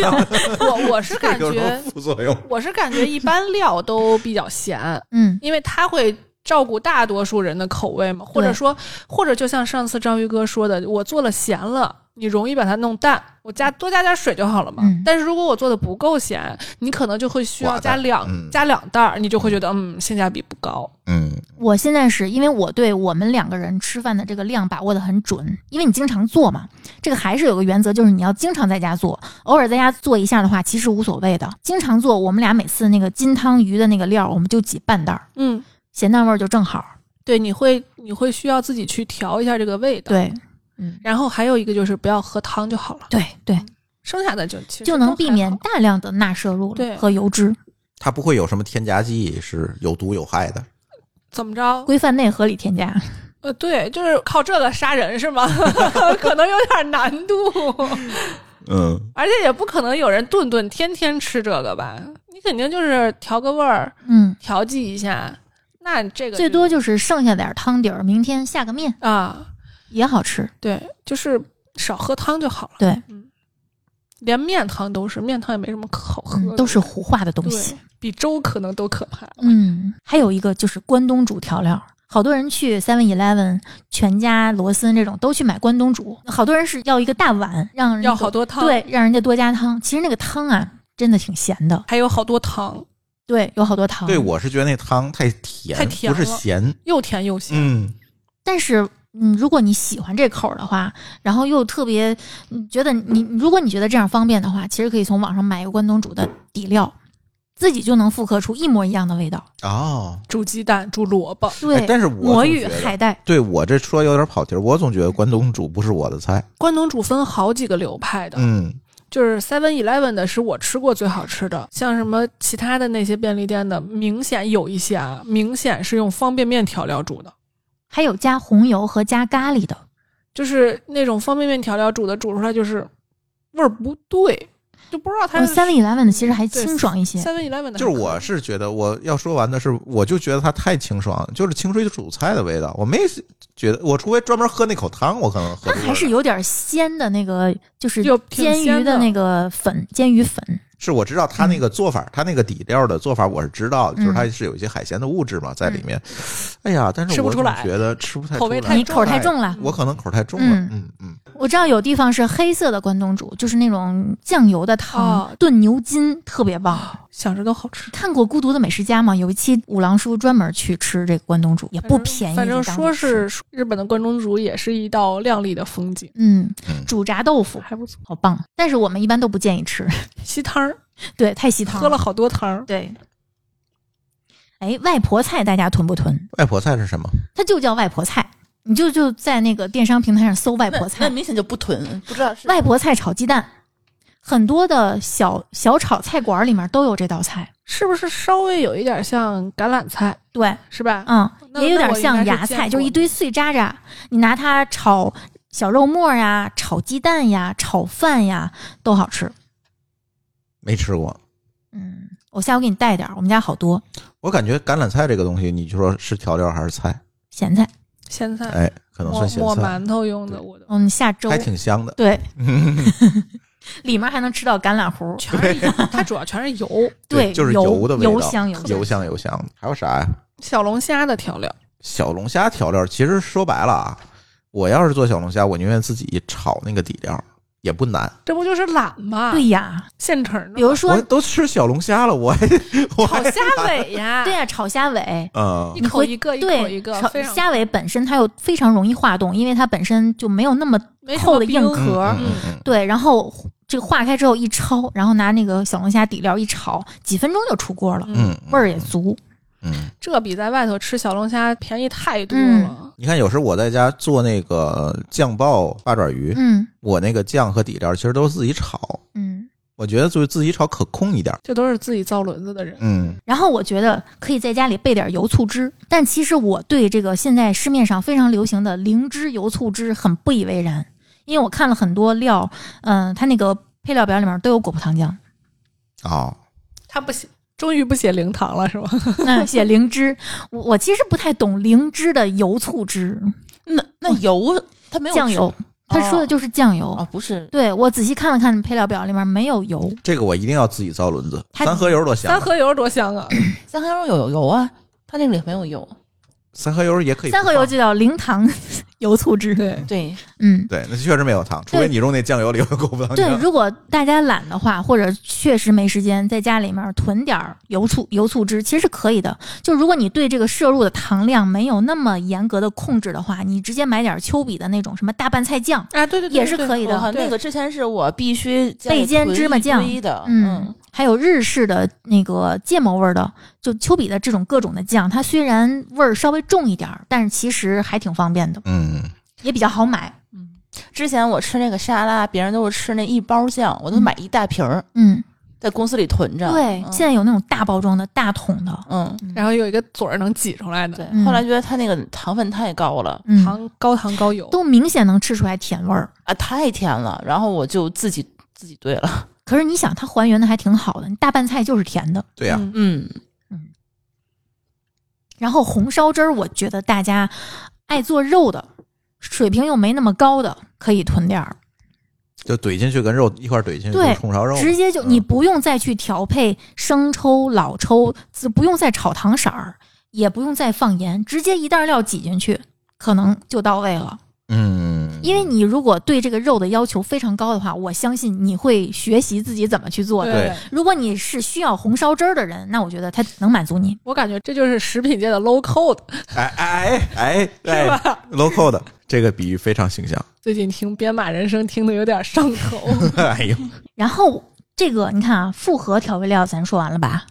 我我是感有什觉么，副作用？我是感觉一般料都比较咸，嗯因为它会照顾大多数人的口味嘛，或者说，或者就像上次章鱼哥说的，我做了咸了。你容易把它弄淡。我加多加点水就好了嘛。嗯但是如果我做的不够咸，你可能就会需要寡淡加两、嗯加两袋儿，你就会觉得嗯性价比不高。嗯，我现在是因为我对我们两个人吃饭的这个量把握的很准，因为你经常做嘛，这个还是有个原则，就是你要经常在家做，偶尔在家做一下的话，其实无所谓的。经常做，我们俩每次那个金汤鱼的那个料，我们就挤半袋儿，嗯，咸淡味儿就正好。对，你会你会需要自己去调一下这个味道。，对，嗯，然后还有一个就是不要喝汤就好了，对对，剩下的就其实就嗯都能还避免好大量的钠摄入对了和油脂，它不会有什么添加剂是有毒有害的。怎么着？规范内合理添加。 呃，对，就是靠这个杀人是吗？ 可能有点难度，嗯，而且也不可能有人顿顿天天吃这个吧？你肯定就是调个味儿，嗯，调剂一下。那这个最多就是剩下点儿汤底儿，明天下个面啊，也好吃。对，就是少喝汤就好了。对，嗯，连面汤都是，面汤也没什么可好喝嗯，的、都是糊化的东西对。，比粥可能都可怕。嗯，还有一个就是关东煮调料，好多人去 Seven Eleven、全家、罗森这种都去买关东煮，好多人是要一个大碗，让人要好多汤，，嗯对，让人家多加汤。其实那个汤啊，真的挺咸的，还有好多糖，对，有好多汤。对，我是觉得那汤太甜，太甜不是了咸。又甜又咸。嗯，但是。嗯，如果你喜欢这口儿的话，然后又特别你觉得你，如果你觉得这样方便的话，其实可以从网上买一个关东煮的底料，自己就能复刻出一模一样的味道。哦，煮鸡蛋，煮萝卜，对，哎但是我魔总芋觉得海带，对我这说有点跑题儿，我总觉得关东煮不是我的菜。关东煮分好几个流派的，嗯就是 Seven Eleven 的是我吃过最好吃的，像什么其他的那些便利店的，明显有一些啊，明显是用方便面调料煮的，还有加红油和加咖喱的，就是那种方便面调料煮的，煮出来就是味儿不对，就不知道它哦是。 ，Seven Eleven 的其实还清爽一些。 Seven Eleven 的，就是我是觉得我要说完的是，我就觉得它太清爽了，就是清水煮菜的味道。我没觉得，我除非专门喝那口汤，我可能喝它不过还是来有点鲜的那个，就是有挺煎鱼鲜的那个粉，煎鱼粉。是我知道它那个做法，它那个底料的做法我是知道的，就是嗯它是有一些海鲜的物质嘛在里面。哎呀，但是吃不我出总来觉得吃不太口出味来，太你口儿太重了我可能口儿太重了。嗯嗯嗯，我知道有地方是黑色的关东煮，就是那种酱油的汤，哦炖牛筋特别棒。想着都好吃，看过《孤独的美食家》吗？有一期五郎叔专门去吃这个关东煮，也不便宜。反正在当地说吃是日本的关东煮也是一道亮丽的风景，嗯嗯，煮炸豆腐还不错。好棒，但是我们一般都不建议吃， 吸汤儿，对，太稀汤喝了好多汤儿，对。哎，外婆菜大家囤不囤？外婆菜是什么？它就叫外婆菜，你就就在那个电商平台上搜外那婆那菜，明显就不 囤，不知道是外婆菜炒鸡蛋，很多的小小炒菜馆里面都有这道菜。是不是稍微有一点像橄榄菜，对，是吧？嗯，那也有那点我应该像是芽见菜，过就是一的堆碎渣渣，你拿它炒小肉末呀、炒鸡蛋呀、炒饭呀，都好吃。没吃过。嗯，我下午给你带点儿，我们家好多我感觉橄榄菜这个东西，你就说是调料还是菜？咸菜。咸菜，哎，可能抹算咸抹菜，馒头用 的，我的嗯，下周还挺香的。对，里面还能吃到橄榄核儿。全是 油，它主要全是油。对，就是油的味道，油油香油香。香油香的。还有啥呀？ 小龙虾的调料，小龙虾调料，其实说白了啊，我要是做小龙虾，我宁愿自己炒那个底料，也不难。这不就是懒吗？对，呀，现成比的。如我说，都吃小龙虾了，我还我烤还 虾尾呀，对，呀，炒虾尾，嗯一，你口会一个，一口对一个，炒非常虾尾本身它又非常容易化冻，因为它本身就没有那么没什么厚的硬冰壳儿。嗯嗯对，然后这个化开之后一焯，然后拿那个小龙虾底料一炒，几分钟就出锅了，嗯味儿也足。嗯嗯。这比在外头吃小龙虾便宜太多嗯了。你看，有时候我在家做那个酱爆八爪鱼，嗯我那个酱和底料其实都是自己炒，嗯。我觉得就是自己炒可控一点。这都是自己造轮子的人，嗯，然后我觉得可以在家里备点油醋汁，但其实我对这个现在市面上非常流行的灵芝油醋汁很不以为然，因为我看了很多料，嗯、它那个配料表里面都有果葡糖浆。 哦，他不写，终于不写零糖了是吗？ 嗯，写灵芝，我我其实不太懂灵芝的油醋汁，那那油它没有酱油，他说的就是酱油。啊，哦不是对我仔细看了看配料表，里面没有油。这个我一定要自己造轮子。它三合油多香啊！三合油多香啊！嗯三合油有油啊，它这里没有油，三合油也可以不三放，合油就叫零糖 油醋汁。对，对，嗯，对，那确实没有糖，除非你用那酱油里有狗不糖对，浆。如果大家懒的话，或者确实没时间，在家里面囤点儿油醋油醋汁，其实是可以的。就如果你对这个摄入的糖量没有那么严格的控制的话，你直接买点儿丘比的那种什么大拌菜酱，啊，对对对，也是对可以我的靠，对那个之前是我必须家里焙煎囤芝麻一酱堆的，嗯，还有日式的那个芥末味儿的，就丘比的这种各种的酱，它虽然味儿稍微重一点儿，但是其实还挺方便的，嗯，也比较好买。之前我吃那个沙拉，别人都是吃那一包酱，我都买一大瓶儿，嗯，在公司里囤着。对，嗯现在有那种大包装的大桶的，嗯，然后有一个嘴儿能挤出来的，对。嗯后来觉得它那个糖分太高了嗯，糖高糖高油，都明显能吃出来甜味儿。啊，太甜了，然后我就自己自己兑 了。可是你想，它还原的还挺好的，大拌菜就是甜的。对呀、嗯嗯，然后红烧汁儿，我觉得大家爱做肉的，水平又没那么高的，可以囤点儿，就怼进去跟肉一块儿怼进去，对就是红烧肉嘛。直接就嗯你不用再去调配生抽、老抽，自不用再炒糖色儿，也不用再放盐，直接一袋料挤进去，可能就到位了。嗯，因为你如果对这个肉的要求非常高的话，我相信你会学习自己怎么去做的。对对。如果你是需要红烧汁儿的人，那我觉得它能满足你。我感觉这就是食品界的 low code， 哎哎哎哎哎，local 的这个比喻非常形象。 最近听《编码人生》听的有点上头，哎呦，然后这个你看啊，复合调味料咱说完了吧？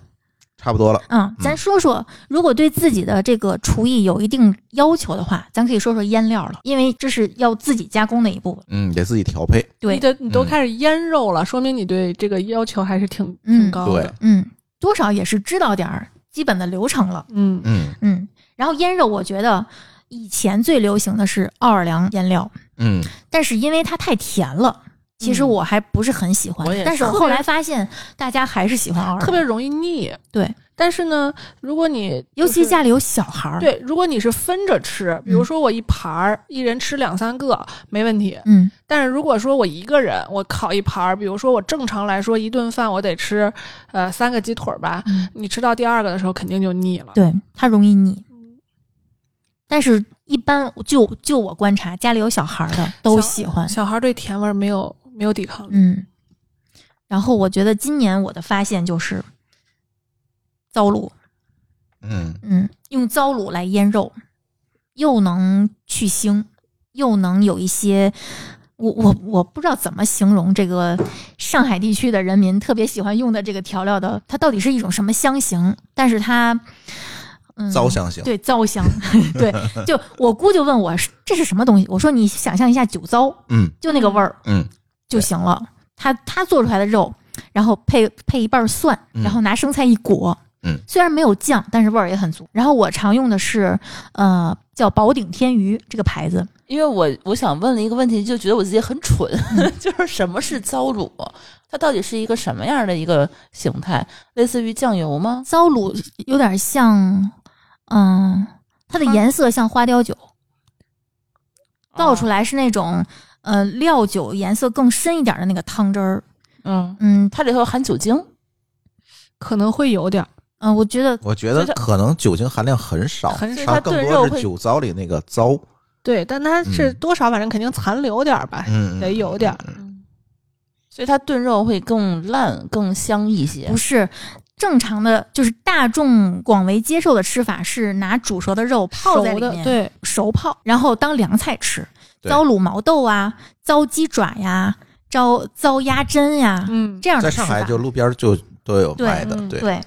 差不多了。嗯，咱说说，如果对自己的这个厨艺有一定要求的话，咱可以说说腌料了，因为这是要自己加工的一部分。嗯，得自己调配。 对你，的你都嗯开始腌肉了，说明你对这个要求还是挺嗯挺高的。嗯，多少也是知道点儿基本的流程了。嗯，嗯嗯，然后腌肉，我觉得以前最流行的是奥尔良腌料，嗯，但是因为它太甜了。其实嗯我还不是很喜欢，我也是但是我后来发现大家还是喜欢奥尔良，特别容易腻。对，但是呢，如果你尤其就是家里有小孩儿，，对，如果你是分着吃，比如嗯说我一盘儿，一人吃两三个没问题。嗯，但是如果说我一个人，我烤一盘儿，比如说我正常来说一顿饭我得吃，呃，三个鸡腿儿吧，嗯你吃到第二个的时候肯定就腻了。对，它容易腻。但是，一般就就我观察，家里有小孩儿的都小喜欢，小孩对甜味儿没有没有抵抗力。嗯。然后，我觉得今年我的发现就是糟卤，嗯，嗯，用糟卤来腌肉，又能去腥，又能有一些。我我我不知道怎么形容这个上海地区的人民特别喜欢用的这个调料的，它到底是一种什么香型？但是它，嗯，糟香型。对，糟香， 对，就我姑就问我这是什么东西，我说你想象一下酒糟，嗯就那个味儿嗯就行了。她她做出来的肉，然后配配一瓣蒜，嗯然后拿生菜一裹，嗯，虽然没有酱，但是味儿也很足。然后我常用的是呃叫宝鼎天鱼这个牌子，因为我我想问了一个问题，就觉得我自己很蠢，嗯 就是什么是糟卤？它到底是一个什么样的一个形态？类似于酱油吗？糟卤有点像，嗯、它的花哦颜色像花雕酒，倒啊出来是那种呃料酒颜色更深一点的那个汤汁儿，嗯，嗯。它里头含酒精，可能会有点儿，嗯、我觉得我觉得可能酒精含量很少，很所以少它更炖多肉是会酒糟里那个糟。对，但它是嗯多少，反正肯定残留点儿吧，嗯，得有点儿。所以它炖肉会更烂、更香一些不。是正常的，就是大众广为接受的吃法是拿煮熟的肉泡在熟里的，面，，对，熟泡，然后当凉菜吃，对糟卤毛豆啊，糟鸡爪呀，糟糟鸭胗呀，嗯。这样在的吃上法。海就路边就都有对卖的，嗯对，对，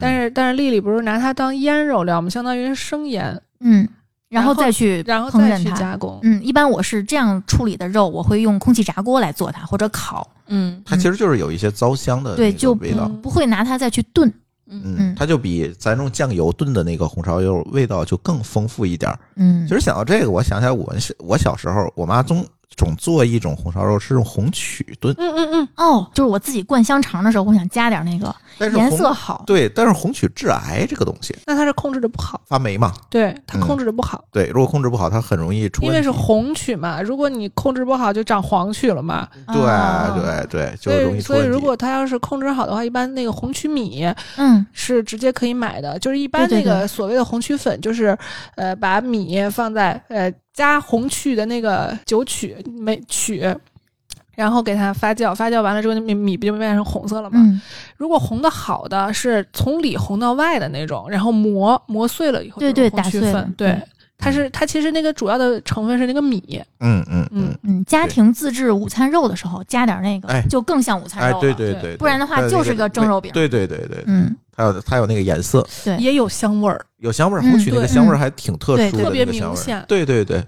但是但是丽丽不是拿它当腌肉料吗？相当于是生腌，嗯，然后然后再去然后烹再饪去它。加工。嗯，一般我是这样处理的肉，我会用空气炸锅来做它，或者烤，嗯它其实就是有一些糟香的对那个就味道。嗯不会拿它再去炖。嗯嗯，嗯它就比咱用酱油炖的那个红烧肉味道就更丰富一点儿。嗯其，实想到这个，我想起来我小我小时候，我妈总总做一种红烧肉是用红曲炖，嗯嗯嗯，哦，就是我自己灌香肠的时候，我想加点那个但是颜红色好。对，但是红曲致癌这个东西那它是控制的不好，发霉嘛，对它嗯控制的不好，对，如果控制不好，它很容易出因问为题。是红曲嘛，如果你控制不好就长黄曲了嘛，啊对对对，就所容以易出所以问如题。果它要是控制好的话，一般那个红曲米嗯是直接可以买的，就是一般对那对对个所谓的红曲粉，就是呃把米放在呃加红曲的那个酒曲美曲，然后给它发酵，发酵完了之后，那米米不就变成红色了吗？嗯，如果红的好的是从里红到外的那种，然后磨磨碎了以后就对对是红曲打碎了粉，对嗯，它是它其实那个主要的成分是那个米，嗯嗯嗯嗯，嗯，家庭自制午餐肉的时候加点那个，哎就更像午餐哎肉了。，对对对对，不然的话它有那就是个蒸肉饼对对对对，嗯，它有它有那个颜色，对也有香味儿，有香味儿，嗯红曲那个对香味儿还挺特对殊对的，特别那个香味明显儿，对对对，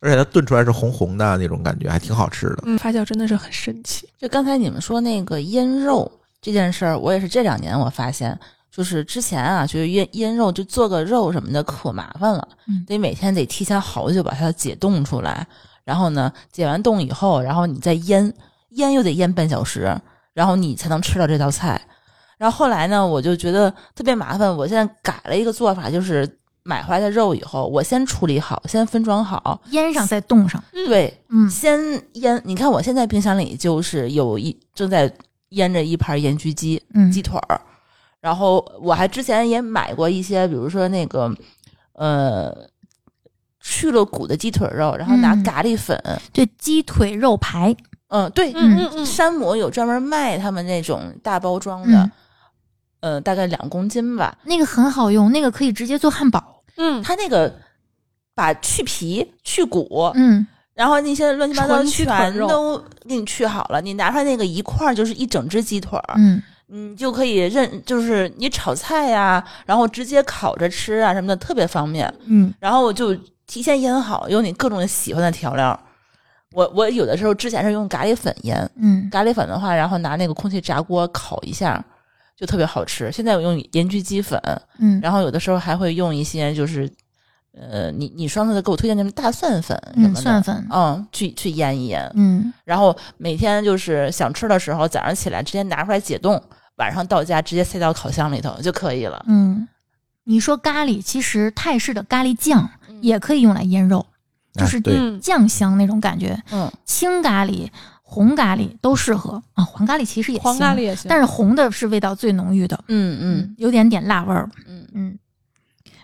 而且它炖出来是红红的啊那种感觉，还挺好吃的。嗯，发酵真的是很神奇。就刚才你们说那个腌肉这件事儿，我也是这两年我发现，就是之前啊，觉得腌腌肉就做个肉什么的可麻烦了，嗯得每天得提前好久把它解冻出来，然后呢解完冻以后，然后你再腌，腌又得腌半小时，然后你才能吃到这道菜。然后后来呢，我就觉得特别麻烦，我现在改了一个做法，就是买回来的肉以后，我先处理好，先分装好，腌上再冻上。对，嗯先腌，你看我现在冰箱里就是有一正在腌着一盘盐焗鸡嗯鸡腿儿，然后我还之前也买过一些，比如说那个呃去了骨的鸡腿肉，然后拿嗯咖喱粉，对，鸡腿肉排，嗯，对，嗯嗯嗯，山姆有专门卖他们那种大包装的，嗯，呃，大概两公斤吧，那个很好用，那个可以直接做汉堡。嗯，它那个把去皮去骨，嗯，然后那些乱七八糟纯鸡腿全肉都给你去好了，你拿出来那个一块儿就是一整只鸡腿儿，嗯，你就可以认，就是你炒菜呀、然后直接烤着吃啊什么的，特别方便。嗯，然后我就提前腌好，有你各种喜欢的调料。我我有的时候之前是用咖喱粉腌，嗯，咖喱粉的话，然后拿那个空气炸锅烤一下，就特别好吃。现在我用盐焗鸡粉，嗯，然后有的时候还会用一些就是，呃，你你上次给我推荐那什么大蒜粉什么嗯，的，蒜粉，嗯，去去腌一腌。嗯，然后每天就是想吃的时候，早上起来直接拿出来解冻，晚上到家直接塞到烤箱里头就可以了。嗯，你说咖喱，其实泰式的咖喱酱嗯也可以用来腌肉，就是哎对，嗯酱香那种感觉，嗯，青咖喱、红咖喱都适合啊，黄咖喱其实也黄咖喱行，也行，但是红的是味道最浓郁的，嗯嗯有点点辣味儿，嗯嗯，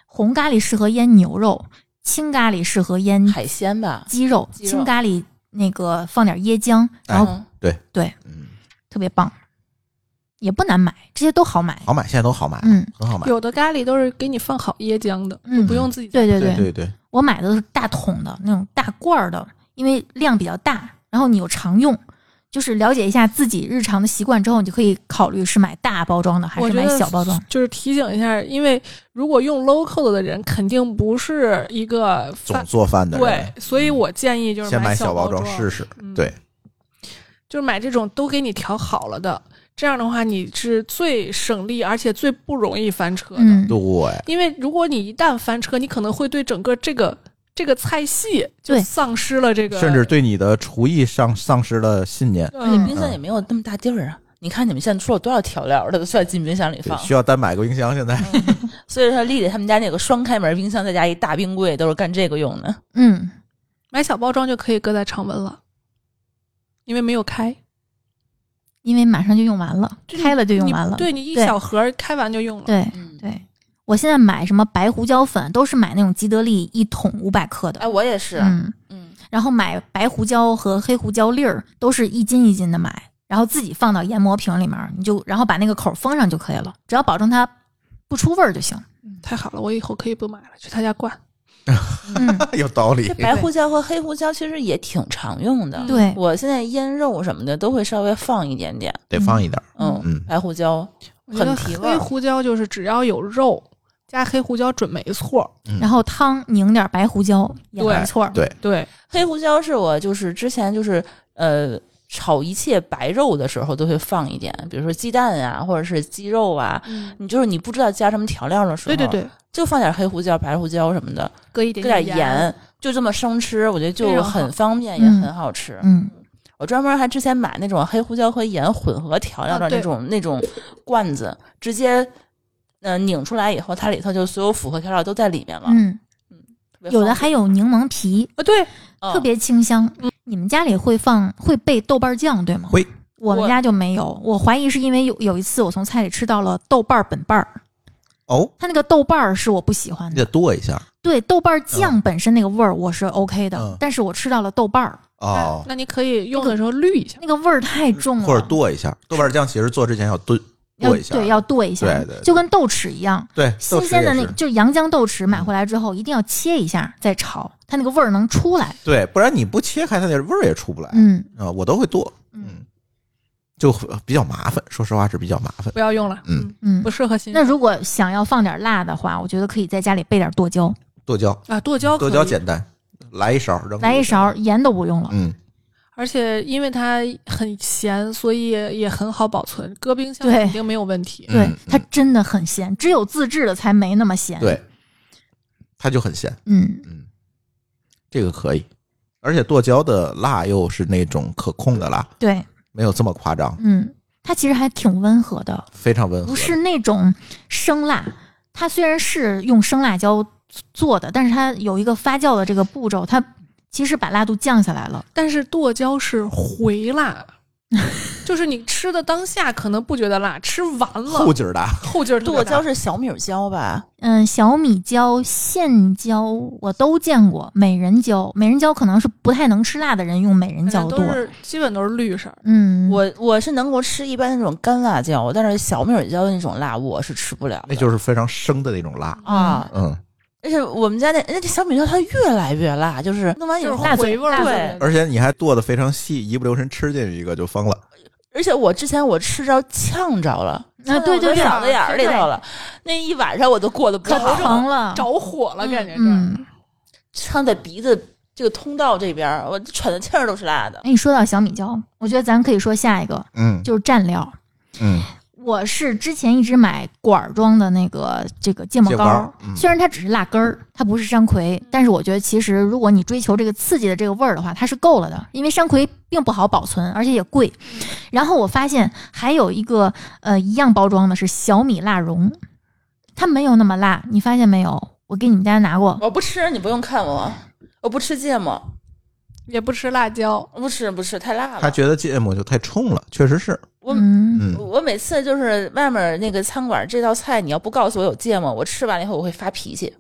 红咖喱适合腌牛肉，青咖喱适合腌嗯，海鲜吧，鸡肉，鸡肉青咖喱那个放点椰浆，哎然后啊嗯，嗯，特别棒，也不难买，这些都好买，好买，现在都好买，嗯很好买。有的咖喱都是给你放好椰浆的，嗯，不用自己对对对对对，我买的都是大桶的那种大罐儿的，因为量比较大，然后你又常用，就是了解一下自己日常的习惯之后，你就可以考虑是买大包装的还我是觉买得小包装。就是提醒一下，因为如果用 local 的人，肯定不是一个总发做饭的对人，嗯所以我建议就是先买小小包装装试，试嗯，对，就是买这种都给你调好了的，这样的话你是最省力，而且最不容易翻车的。嗯，对，因为如果你一旦翻车，你可能会对整个这个这个菜系就对丧失了这个，甚至对你的厨艺上丧失了信念，而且嗯冰箱也没有那么大地儿啊。你看你们现在出了多少调料，都需要进冰箱里对，放。需要单买个冰箱。现在嗯所以说，丽丽他们家那个双开门冰箱，再加一大冰柜，都是干这个用的。嗯，买小包装就可以搁在常温了，因为没有开，因为马上就用完了，就是开了就用你完了。对你一对小盒儿开完就用了。对嗯，对，我现在买什么白胡椒粉都是买那种吉得利一桶五百克啊的，哎，我也是，嗯，嗯然后买白胡椒和黑胡椒粒儿都是一斤一斤的买，然后自己放到研磨瓶里面儿，你就然后把那个口儿封上就可以了，只要保证它不出味儿就行。太好了，我以后可以不买了，去他家灌。嗯， 有道理这，白胡椒和黑胡椒其实也挺常用的。嗯对，我现在腌肉什么的都会稍微放一点点，得放一点儿。嗯，嗯白胡椒我觉很得提味黑儿。胡椒就是只要有肉加黑胡椒准没错。然后汤拧点白胡椒也对没错儿。对对，黑胡椒是我就是之前就是呃炒一切白肉的时候都会放一点，比如说鸡蛋啊，或者是鸡肉啊。嗯，你就是你不知道加什么调料的时候，对对，对，就放点黑胡椒、白胡椒什么的，搁一搁点点盐，就这么生吃，我觉非得就常好很方便，嗯也很好吃。嗯，我专门还之前买那种黑胡椒和盐混合调料的啊对那种、那种罐子，直接嗯、呃拧出来以后，它里头就所有复合调料都在里面了。嗯，特别有的方嗯还有柠檬皮，啊，对，便特、别清香。你们家里会放会备豆瓣酱对吗？会，我们我家就没有。我怀疑是因为有有一次我从菜里吃到了豆瓣儿本瓣儿，哦，它那个豆瓣儿是我不喜欢你的，得剁一下对豆瓣酱本身那个味儿我是 OK 的，嗯但是我吃到了豆瓣儿，哦，那你嗯可以用的时候滤一下。那个味儿太重了，嗯或者剁一下。豆瓣酱其实做之前要炖要剁一下，对要剁一下，对对对就跟豆豉一样，对新鲜的那豆豉也是嗯就是阳江豆豉买回来之后一定要切一下再炒，它那个味儿能出来。对，不然你不切开它那味儿也出不来嗯，啊。我都会剁，嗯，就比较麻烦，说实话是比较麻烦。不要用了，嗯嗯不适合新那手如果想要放点辣的话，我觉得可以在家里备点剁椒，剁椒，啊，剁椒可剁以椒简单，来一勺扔，来一勺，，盐都不用了。嗯，而且因为它很咸，所以也很好保存，搁冰箱对肯定没有问题。对嗯，它真的很咸，只有自制的才没那么咸。，对，它就很咸，嗯，嗯，这个可以，而且剁椒的辣又是那种可控的辣，对，没有这么夸张，嗯，它其实还挺温和的，非常温和，不是那种生辣。它虽然是用生辣椒做的，但是它有一个发酵的这个步骤，它其实把辣度降下来了。但是剁椒是回辣，就是你吃的当下可能不觉得辣，吃完后了劲儿大，后劲儿特别剁大椒是小米儿椒吧？嗯，小米椒、线椒我都见过，美人椒，美人椒可能是不太能吃辣的人用美人椒反正剁都。是基本都是绿色儿。嗯，我我是能够吃一般那种干辣椒，但是小米儿椒那种辣我是吃不了的。那就是非常生的那种辣，啊，嗯，而且我们家那那这小米椒它越来越辣，就是弄完以就是后辣回嘴味儿辣特嘴别而且你还剁的非常细，一不留神吃进去一个就疯了，而且我之前我吃着呛着了，啊对对对呛到我的嗓子眼儿里头了，那一晚上我都过得不可好，疼了，着火了，感觉是。啊嗯，呛在鼻子这个通道这边儿，我喘的气儿都是辣的。哎，你说到小米椒，我觉得咱可以说下一个嗯就是蘸料。嗯，我是之前一直买管儿装的那个这个芥末芥膏末儿膏，嗯虽然它只是辣根儿，它不是山葵，但是我觉得其实如果你追求这个刺激的这个味儿的话，它是够了的，因为山葵并不好保存，而且也贵。然后我发现还有一个呃一样包装的是小米辣蓉，它没有那么辣，你发现没有？我给你们家拿过，我不吃，你不用看我，我不吃芥末，也不吃辣椒，我不吃不吃，太辣他了。觉得芥末就太冲了，确实是，我、嗯，嗯，我每次就是外面那个餐馆这道菜，你要不告诉我有芥末，我吃完了以后我会发脾气。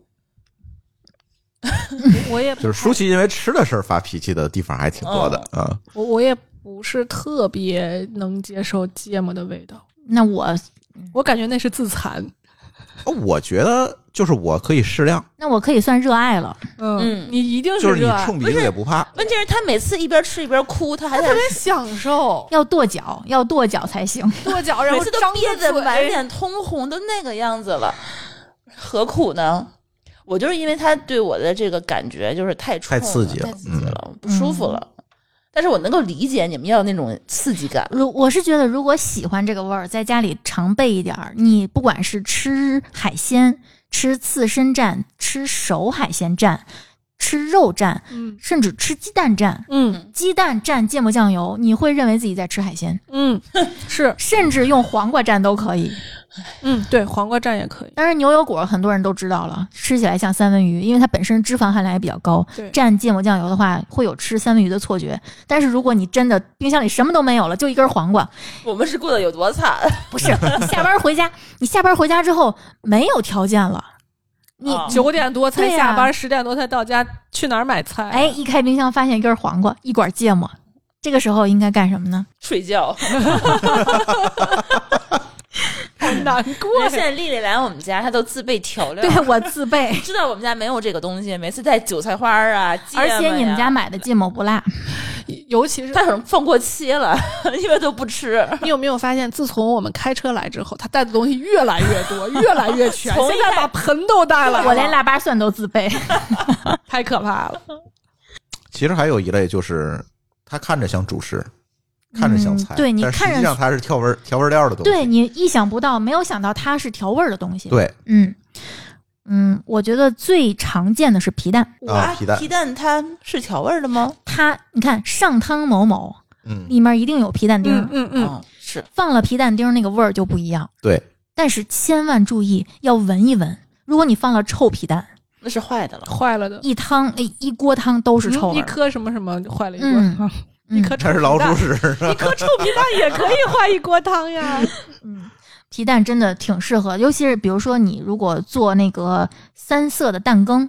我也 不就是舒太淇因为吃的事儿发脾气的地方还挺多的啊，我我也不是特别能接受芥末的味道，那我我感觉那是自残。哦我觉得就是我可以适量，那我可以算热爱了，嗯嗯你一定就是你热爱，冲鼻子也不怕，问题是，他每次一边吃一边哭，他还他在特别享受 要跺脚，要跺脚才行。跺脚，然每后次都张憋得着嘴满脸通红，都那个样子了，何苦呢？我就是因为他对我的这个感觉就是太冲太刺激了嗯了，太刺激了，不舒服了。但是我能够理解你们要那种刺 激感，如我是觉得，如果喜欢这个味儿，在家里常备一点儿。你不管是吃海鲜、吃刺身蘸、吃熟海鲜蘸、吃肉蘸，嗯甚至吃鸡蛋蘸，嗯鸡蛋蘸芥末酱油，你会认为自己在吃海鲜，嗯，是甚至用黄瓜蘸都可以。嗯，对，黄瓜蘸也可以。当然，牛油果很多人都知道了，吃起来像三文鱼，因为它本身脂肪含量也比较高。对蘸芥末酱油的话，会有吃三文鱼的错觉。但是如果你真的冰箱里什么都没有了，就一根黄瓜，我们是过得有多惨？不是你下班回家，你下班回家之后没有条件了，你、啊九点多才对呀下班，十、点多才到家，去哪儿买菜？啊哎，一开冰箱发现一根黄瓜，一管芥末，这个时候应该干什么呢？睡觉。好难过因为现呀。在丽丽来我们家，她都自备调料，，对我自备知道我们家没有这个东西，每次带韭菜花啊，芥末而呀且你们家买的芥末不辣，尤其 是它可能放过期了，因为都不吃。啊 你有没有发现，自从我们开车来之后，他带的东西越来越多，越来越全，从一现在把盆都带来了，我连腊八蒜都自备。 太可怕了。其实还有一类就是，它看着像主食，看着像菜，嗯对你但实看际着上它是调味儿调味料的东西。对你意想不到，没有想到它是调味儿的东西。，对嗯嗯，我觉得最常见的是皮蛋，啊，哇皮蛋，皮蛋它是调味儿的吗？它你看上汤某某嗯，里面一定有皮蛋丁儿，嗯嗯嗯，哦，是放了皮蛋丁儿那个味儿就不一样。对，但是千万注意要闻一闻。如果你放了臭皮蛋，那是坏的了。坏了的，一汤哎一锅汤都是臭嗯味一儿，颗什么什么坏了一锅，嗯啊嗯 一颗臭它是皮老蛋鼠屎， 一颗臭皮蛋也可以坏一锅汤呀。嗯，皮蛋真的挺适合，尤其是比如说你如果做那个三色的蛋羹，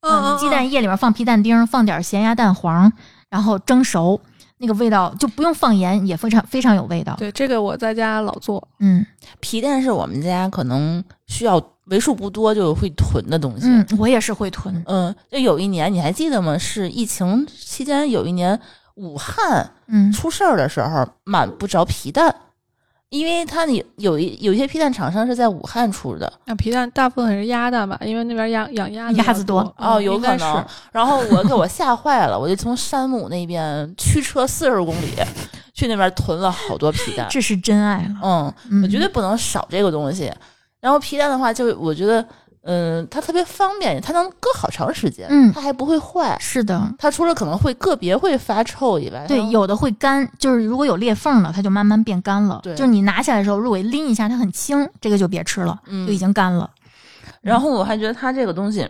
嗯，你鸡蛋液里面放皮蛋丁，放点咸鸭蛋黄，然后蒸熟，那个味道就不用放盐，也非常非常有味道。对这个我在家老做，嗯皮蛋是我们家可能需要为数不多就会囤的东西。嗯，我也是会囤，嗯，就有一年你还记得吗？是疫情期间有一年武汉嗯出事儿的时候，满不着皮蛋，因为它有有一有一些皮蛋厂商是在武汉出的。那皮蛋大部分是鸭蛋吧，因为那边养养鸭子鸭子多多哦，嗯有应可该是能。然后我给我吓坏了，我就从山姆那边驱车四十公里去那边囤了好多皮蛋。这是真爱了。嗯，嗯，我绝对不能少这个东西。然后皮蛋的话，就我觉得，嗯，它特别方便，它能搁好长时间，嗯它还不会坏。是的，它除了可能会个别会发臭以外，对它，能有的会干，就是如果有裂缝了，它就慢慢变干了。对就是你拿起来的时候，如果拎一下它很轻，这个就别吃了，嗯就已经干了。然后我还觉得它这个东西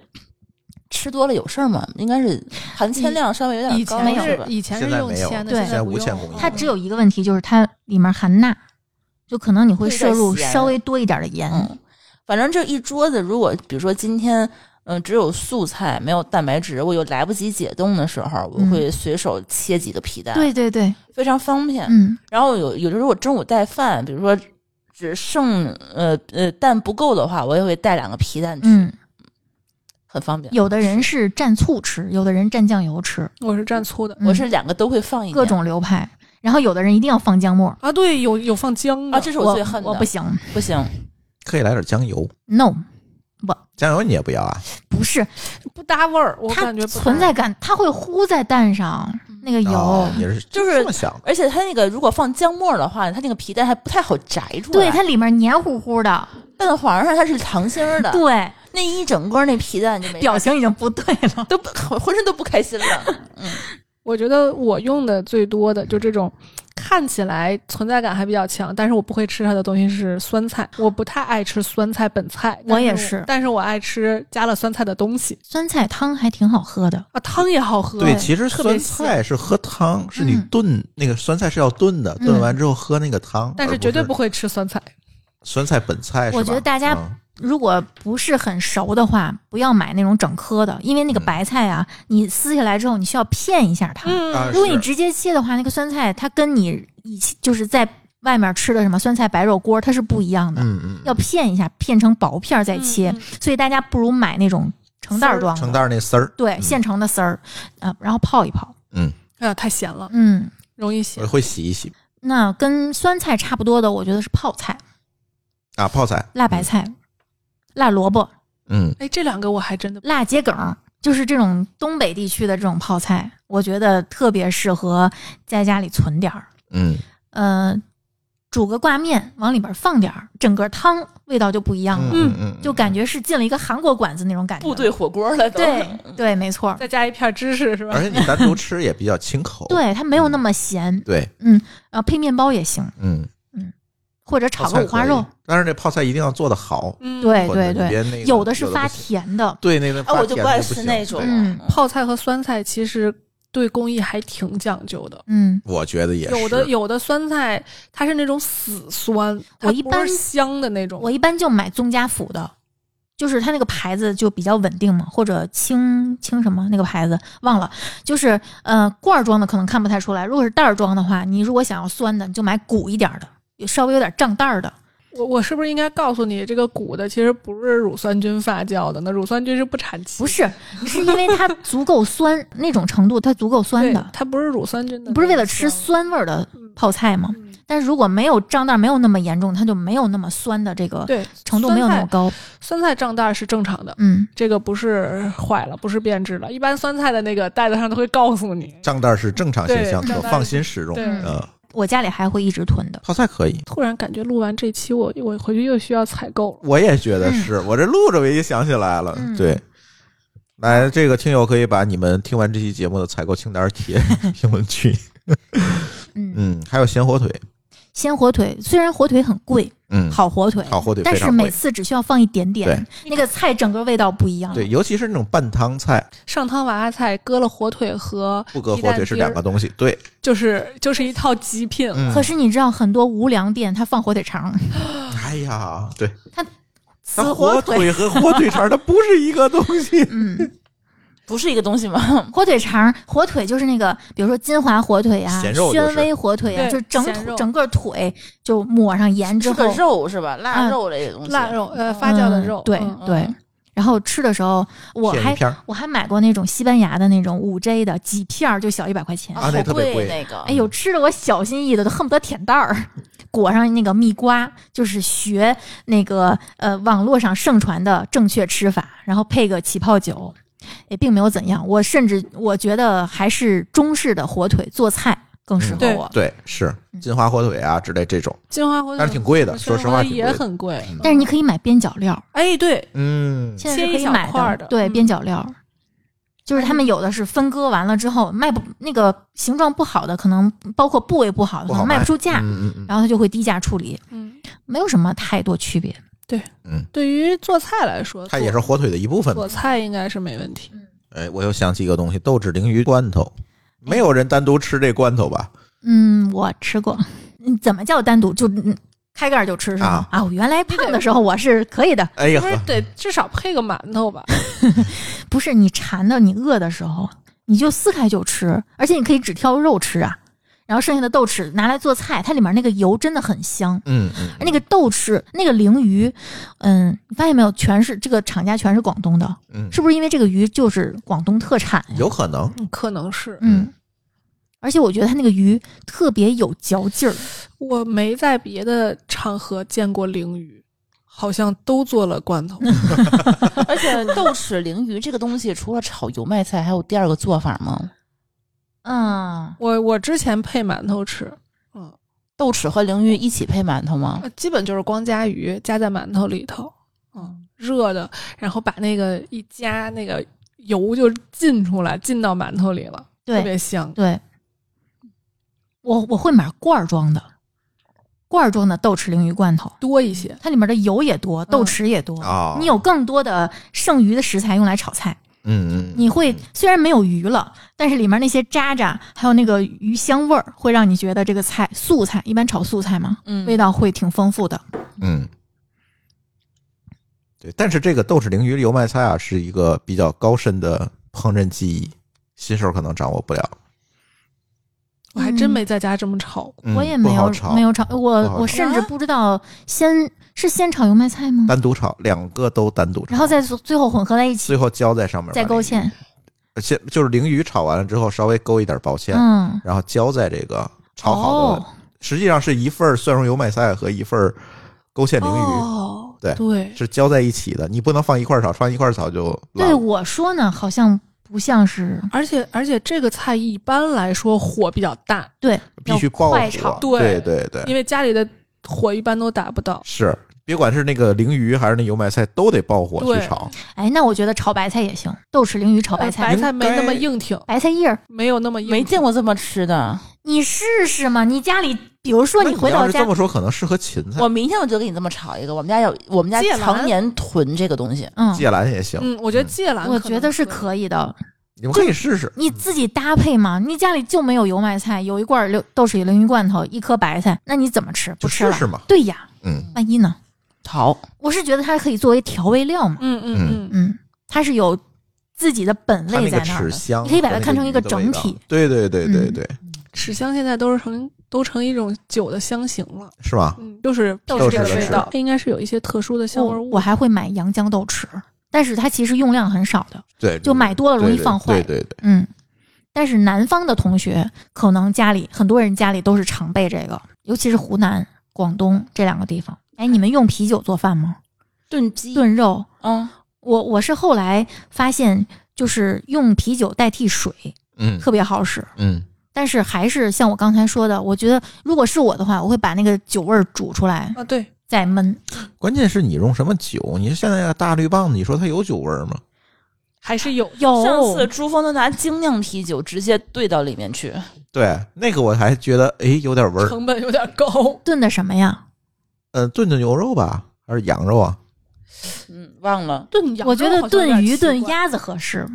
吃多了有事儿吗？应该是含铅量稍微有以点高，前是是吧？以前是现在用没有铅的，对现现在不在无用铅供应嗯了它只有一个问题，就是它里面含钠，就可能你会摄入会有点咸稍微多一点的盐。嗯，反正这一桌子，如果比如说今天。嗯，只有素菜没有蛋白质，我又来不及解冻的时候，我嗯会随手切几个皮蛋，对对对，非常方便。嗯然后有有时候我中午带饭，比如说只剩呃呃蛋不够的话，我也会带两个皮蛋吃，嗯，很方便。有的人是蘸醋吃，有的人蘸酱油吃，我是蘸粗的嗯我是两个都会放一点各种流派。然后有的人一定要放姜末，啊，对，有有放姜的啊，这是我最恨的，我不行不行，可以来点酱油， ，no，酱油你也不要啊？不是不搭味儿，我它感觉不搭存在感，它会糊在蛋上嗯那个油。哦你是就是这么想的？而且它那个如果放姜末的话，它那个皮蛋还不太好摘出来。对，它里面黏糊糊的，蛋黄上它是糖心儿的，对，那一整个那皮蛋就没表情已经不对了。都不浑身都不开心了。 我觉得我用的最多的就这种看起来存在感还比较强，但是我不会吃它的东西是酸菜，我不太爱吃酸菜本菜。我也但是但是我爱吃加了酸菜的东西酸菜汤还挺好喝的，啊，汤也好喝。对，其实特别酸菜是喝汤，是你嗯炖那个酸菜是要炖的，嗯炖完之后喝那个汤，但而绝对不不会吃酸菜。是酸菜本菜。我是觉吧得大家嗯如果不是很熟的话，不要买那种整颗的，因为那个嗯白菜啊，你撕下来之后你需要片一下它。 啊如果你是直接切的话，那个酸菜它跟你以前就是在外面吃的什么酸菜白肉锅它是不一样的，嗯嗯，要片一下，片成薄片儿再切。嗯所以大家不如买那种成袋儿装的，成袋儿那丝儿，对，嗯现成的丝儿，啊、然后泡一泡，哎呀，太咸了，嗯。容易咸我。会洗一洗那跟酸菜差不多的，我觉得是泡菜、啊，泡菜，辣白菜、辣萝卜、嗯，哎，这两个我还 真的辣桔梗，就是这种东北地区的这种泡菜，我觉得特别适合在家里存点儿。嗯呃，煮个挂面，往里边放点儿，整个汤味道就不一样嗯了，嗯嗯，就感觉是进了一个韩国馆子那种感觉。部队火锅了都，对对，没错儿，再加一片芝士是吧而？且你单独吃也比较清口。对它没有那么咸，对，呃，配面包也行，嗯，或者泡炒菜个五花可以肉。，但是这泡菜一定要做的好。嗯，对或者对你别对，那个有的是不发行，甜的，对，那个哎、发我就甜不爱的吃行那种。对啊嗯泡菜和酸菜其实对工艺还挺讲究的。嗯，我觉得也是有的有的酸菜它是那种死酸，它我一不般是香的那种。我一般就买宗家府的，就是它那个牌子就比较稳定嘛，或者清清什么那个牌子忘了，就是呃罐儿装的可能看不太出来，如果是袋儿装的话，你如果想要酸的，你就买鼓一点儿的，有稍微有点胀袋儿的。我我是不是应该告诉你，这个谷的其实不是乳酸菌发酵的呢？乳酸菌是不产气，不是，是因为它足够酸，那种程度它足够酸对的，它不是乳酸菌的，你不是为了吃。酸味儿的嗯泡菜吗？嗯但是如果没有胀袋儿，没有那么严重，它就没有那么酸的这个对，程度没有那么酸菜高。酸菜胀袋是正常的，嗯，这个不是坏了，不是变质了。一般酸菜的那个袋子上都会告诉你。账单是正常现象，对可账单放心食用。对嗯，我家里还会一直囤的。泡菜可以，突然感觉录完这期，我我回去又需要采购了。我也觉得是，我这录着我一想起来了，嗯对。来，这个听友可以把你们听完这期节目的采购清单贴 评论区。嗯，嗯，还有咸火腿，鲜火腿虽然火腿很贵，嗯，好火腿，好火腿但非是常贵每次只需要放一点点，那个菜整个味道不一样。对，，尤其是那种拌汤菜，上汤娃娃菜搁了火腿和不搁火腿是鸡蛋两丁儿个东西。对，就是就是一套极品了。嗯可是你知道很多无良店它放火腿肠，哎呀，对，死。它啊火腿和火腿肠它不是一个东西嗯，不是一个东西吗？火腿肠、火腿就是那个，比如说金华火腿啊、咸肉就是宣威火腿啊，对就是整咸肉整个腿就抹上盐之是后个，肉是吧？啊腊肉类的东西，腊肉，呃，发酵的肉，嗯对嗯对。然后吃的时候， 我片还一片儿我还买过那种西班牙的那种五 J 的，几片儿就小一百块钱。啊那好特别贵那个。哎呦，吃的我小心翼翼的都恨不得舔蛋儿， 裹上那个蜜瓜，就是学那个呃网络上盛传的正确吃法，然后配个起泡酒，也并没有怎样。我甚至我觉得还是中式的火腿做菜更嗯适合对我。对，是金华火腿啊之类这种，金华火腿但是挺贵的，我说实话挺贵嗯也的很贵。但是你可以买边角料，哎，对，嗯，现在是切可一以小买块儿的对嗯边角料。就是他们有的是分割完了之后卖不那个形状不好的，可能包括部位不好的，不好可能卖不出价，嗯嗯嗯，然后他就会低价处理，嗯，没有什么太多区别。对于做菜来说，它也是火腿的一部分嘛做。菜应该是没问题。哎，我又想起一个东西，豆豉鲮鱼罐头，没有人单独吃这罐头吧？嗯，我吃过。嗯，怎么叫单独？就嗯开盖儿就吃是吗？啊，我原来胖的时候我是可以的，哎呀不，是得至少配个馒头吧？不是你馋的，你饿的时候你就撕开就吃，而且你可以只挑肉吃啊。然后剩下的豆豉拿来做菜，它里面那个油真的很香。嗯嗯，那个豆豉，那个鲮鱼，嗯，你发现没有？全是这个厂家全是广东的，嗯，是不是因为这个鱼就是广东特产呀？有可能。嗯可能是嗯，而且我觉得它那个鱼特别有嚼劲儿，我没在别的场合见过鲮鱼，好像都做了罐 头。而且豆豉鲮鱼这个东西，除了炒油麦菜，还有第二个做法吗？嗯，我我之前配馒头吃，嗯，豆豉和鲮鱼一起配馒头吗？呃基本就是光加鱼加在馒头里头，嗯，热的，然后把那个一加，那个油就浸出来，浸到馒头里了，对特别香。对，我我会买罐儿装的，罐儿装的豆豉鲮鱼罐头，多一些，它里面的油也多，豆豉也多，哦你有更多的剩余的食材用来炒菜。嗯嗯，你会虽然没有鱼了，但是里面那些渣渣还有那个鱼香味儿，会让你觉得这个菜素菜一般炒素菜嘛，嗯味道会挺丰富的。嗯，对，但是这个豆豉鲮鱼油麦菜啊，是一个比较高深的烹饪技艺，新手可能掌握不了。我还真没在家这么炒过。嗯我也没不有好炒没有炒，不我好我炒甚至啊不知道先是先炒油麦菜吗？单独炒，两个都单独炒，然后再最最后混合在一起，最后浇在上面，再勾芡。，先就是鲮鱼炒完了之后，稍微勾一点薄芡，嗯，然后浇在这个炒好的，哦实际上是一份儿蒜蓉油麦菜和一份儿勾芡鲮鱼。哦，对对，是浇在一起的，你不能放一块儿炒，放一块儿炒就烂对，了。我说呢，好像不像是而且而且这个菜一般来说火比较大，对，必须啊要爆快火炒。。对对对，因为家里的火一般都达不到。是，别管是那个鲮鱼还是那油麦菜，都得爆火去对炒。哎，那我觉得炒白菜也行，豆豉鲮鱼炒呃白呃白菜，菜没那么硬挺，白菜叶儿，没有那么硬挺。没见过这么吃的，你试试嘛。你家里，比如说那回要到是家这，么说，可能适合芹菜我，明天我就给你这么炒一个。我们家有，我们家芥蓝常年囤这个东西。嗯，芥兰也行，嗯，我觉得芥蓝，我觉得是。可以的。你们可以试试。你自己搭配嘛，你家里就没有油麦菜，有一罐儿溜豆豉鲮鱼罐头，一颗白菜，那你怎么吃？不就吃试了？试嘛，对呀，嗯万一呢？好，我是觉得它可以作为调味料嘛，嗯嗯嗯，嗯，它是有自己的本它那类个在那儿齿的。香，你可以把它看成一个个整体鱼的味道。对对对对嗯对，豉香现在都是成都成一种酒的香型了，是吧？嗯，就是豆豉这个的味是道，它应该是有一些特殊的香味我儿物。我还会买洋姜豆豉，但是它其实用量很少的，对，就买多了容易放坏对对对对，嗯，但是南方的同学可能家里很多人家里都是常备这个，尤其是湖南、广东这两个地方。哎，你们用啤酒做饭吗？炖鸡，炖肉？嗯，我我是后来发现，就是用啤酒代替水嗯特别好使。嗯但是还是像我刚才说的，我觉得如果是我的话，我会把那个酒味儿煮出来啊，对，再焖。关键是你用什么酒？你现在大绿棒子，你说它有酒味儿吗？还是有上有次珠峰都拿精酿啤酒直接兑到里面去，对，那个我还觉得哎有点味儿。成本有点高。炖的什么呀？呃，炖的牛肉吧，还是羊肉啊？嗯，忘了。炖羊肉我觉得好像有炖点鱼、奇炖怪，鸭子合适，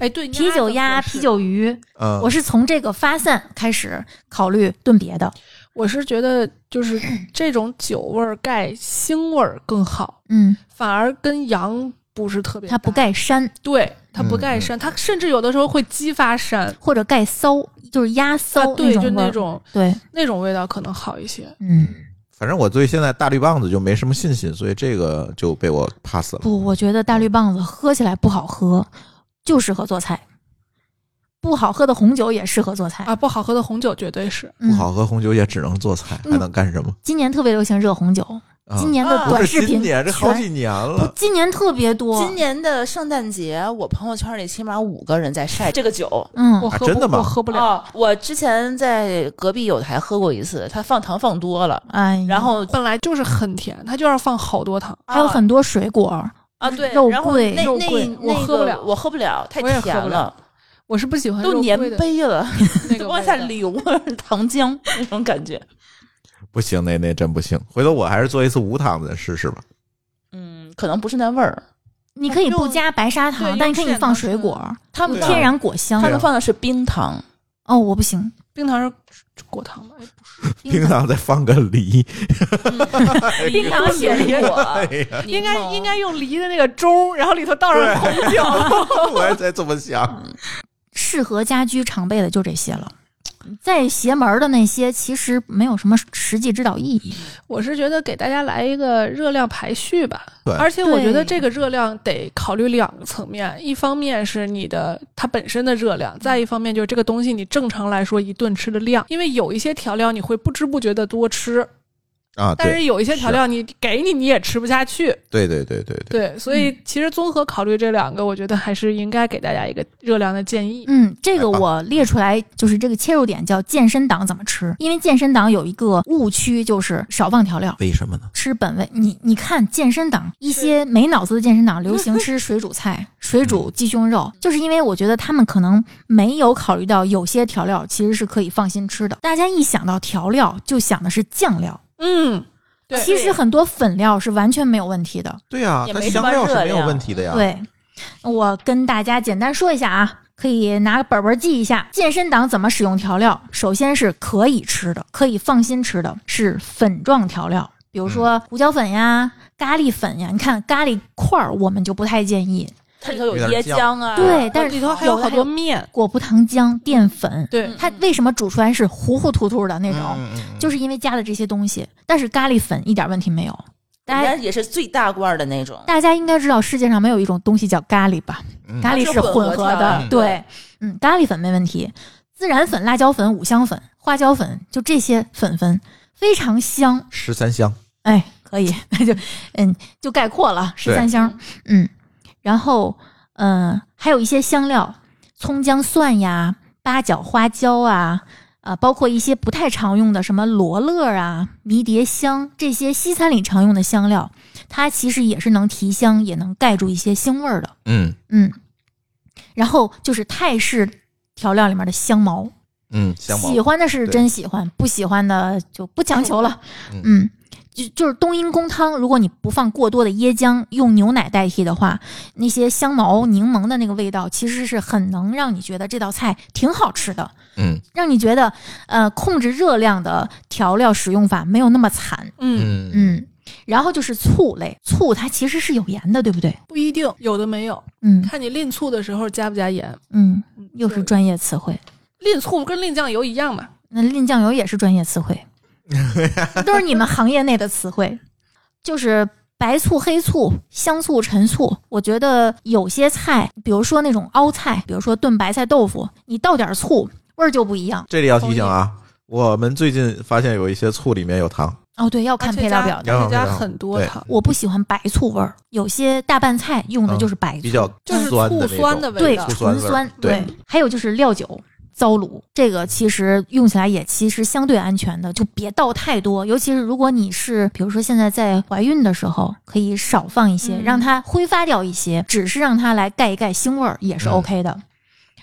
哎，炖啤酒鸭、子合适啤。酒鱼，嗯，我是从这个发散开始考虑炖别的。我是觉得就是这种酒味儿盖腥味儿更好，嗯，反而跟羊不是特别它搭。不盖膻对，它不盖嗯膻，它甚至有的时候会激发膻。或者盖骚，就是鸭啊骚、，对，种就味那儿种对，那种味道可能好一些。嗯，反正我对现在大绿棒子就没什么信心，所以这个就被我 pass 了。不，我觉得大绿棒子喝起来不好喝，就适合做菜。不好喝的红酒也适合做菜啊，，不好喝的红酒绝对是，嗯不好喝红酒也只能做菜，还能干什么？今年特别流行热红酒，啊今年的啊不短是视频今年，这好全几年不了，。今年特别多。今年的圣诞节，我朋友圈里起码五个人在 晒这个酒。我嗯，喝啊不、真的吗我喝不了。哦，我之前在隔壁有台喝过一次，他放糖放多了，哎呀，然后本来就是很甜，它就要放好多糖。还有很多水果，啊对，肉然后桂那那肉桂那我那喝不了个我喝不了，太我也喝甜不了了，我是不喜欢都肉粘桂的杯了，那 个往味下道流糖浆 那种感觉。不行，那那真不行。回头我还是做一次无糖的试试吧。嗯，可能不是那味儿，你可以不用加白砂对糖，但用你可以现放糖水吃果，它们对啊天然果香他。们放的是冰糖，哦，我不行，冰糖是果糖吗？哎，不是，冰糖再放个 梨，冰糖雪梨 果，哎呀应该哎哦应该用梨的那个盅，然后里头倒上红对，我也在这么想。适合家居常备的就这些了。在邪门儿的那些其实没有什么实际指导意义。我是觉得给大家来一个热量排序吧，对而且我觉对得这个热量得考虑两个层面，一方面是你的它本身的热量，再一方面就是这个东西你正常来说一顿吃的量，因为有一些调料你会不知不觉的多吃，啊，但是对有一些调料你给你你也吃不下去，对对对对对，对，所以其实综合考虑这两个，我觉得还是应该给大家一个热量的建议。嗯，这太个棒我列出来，就是这个切入点叫健身党怎么吃，因为健身党有一个误区，就是少放调料。为什么呢？吃本味，你你看健身党一些没脑子的健身党流行吃水煮菜、水煮鸡胸肉，就是因为我觉得他们可能没有考虑到有些调料其实是可以放心吃的。大家一想到调料就想的是酱料，嗯，对其实很多粉料是完全没有问题的。对啊，也它没什香么料是热没有量问题的呀。对，我跟大家简单说一下啊，可以拿个本本记一下健身党怎么使用调料。首先是可以吃的，可以放心吃的是粉状调料，比如说胡椒粉呀、咖喱粉呀。你看咖喱块儿，我们就不太建议。它里头有有椰点浆啊，对，但是里头还有的好多面，嗯果葡糖浆、淀粉。对它为什么煮出来是糊糊涂涂的那种？嗯，嗯就是因为加了这些东西。但是咖喱粉一点问题没有。大人家家也是最大罐儿的那种，大家应该知道，世界上没有一种东西叫咖喱吧？嗯咖喱是混合的，嗯对，嗯，咖喱粉没问题，孜然粉、辣椒粉、五香粉、花椒粉，就这些粉粉非常香，十三香，哎，可以， 那就嗯就概括了十三香，嗯，然后嗯、呃还有一些香料，葱姜蒜呀、八角花椒啊。啊，包括一些不太常用的，什么罗勒啊、迷迭香这些西餐里常用的香料，它其实也是能提香，也能盖住一些腥味儿的。嗯嗯，然后就是泰式调料里面的香茅，嗯，香茅喜欢的是对真喜欢，不喜欢的就不强求了。 嗯嗯，就就是冬阴功汤，如果你不放过多的椰浆，用牛奶代替的话，那些香茅、柠檬的那个味道，其实是很能让你觉得这道菜挺好吃的，嗯让你觉得呃控制热量的调料使用法没有那么惨。嗯嗯，嗯，嗯，然后就是醋类，醋它其实是有盐的，对不对？不一定有的没有，嗯看你另醋的时候加不加盐。嗯，嗯又是对专业词汇。另醋跟另酱油一样嘛，那淋酱油也是专业 词汇，都是你们行业内的词汇，就是白醋、黑醋、香醋、陈醋。我觉得有些菜，比如说那种凹菜，比如说炖白菜豆腐，你倒点醋，味儿就不一样。这里要提醒啊，我们最近发现有一些醋里面有糖，哦，对，啊要看配料表的。而且加而且加要看配料表很多对糖，我不喜欢白醋味儿，有些大拌菜用的就是白醋，嗯比较就是酸的醋那酸的种味对道醋。酸纯味儿酸，对对。还有就是料酒。糟卤这个其实用起来也其实相对安全的，就别倒太多。尤其是如果你是，比如说现在在怀孕的时候，可以少放一些，嗯让它挥发掉一些，只是让它来盖一盖腥味儿也嗯是 OK 的。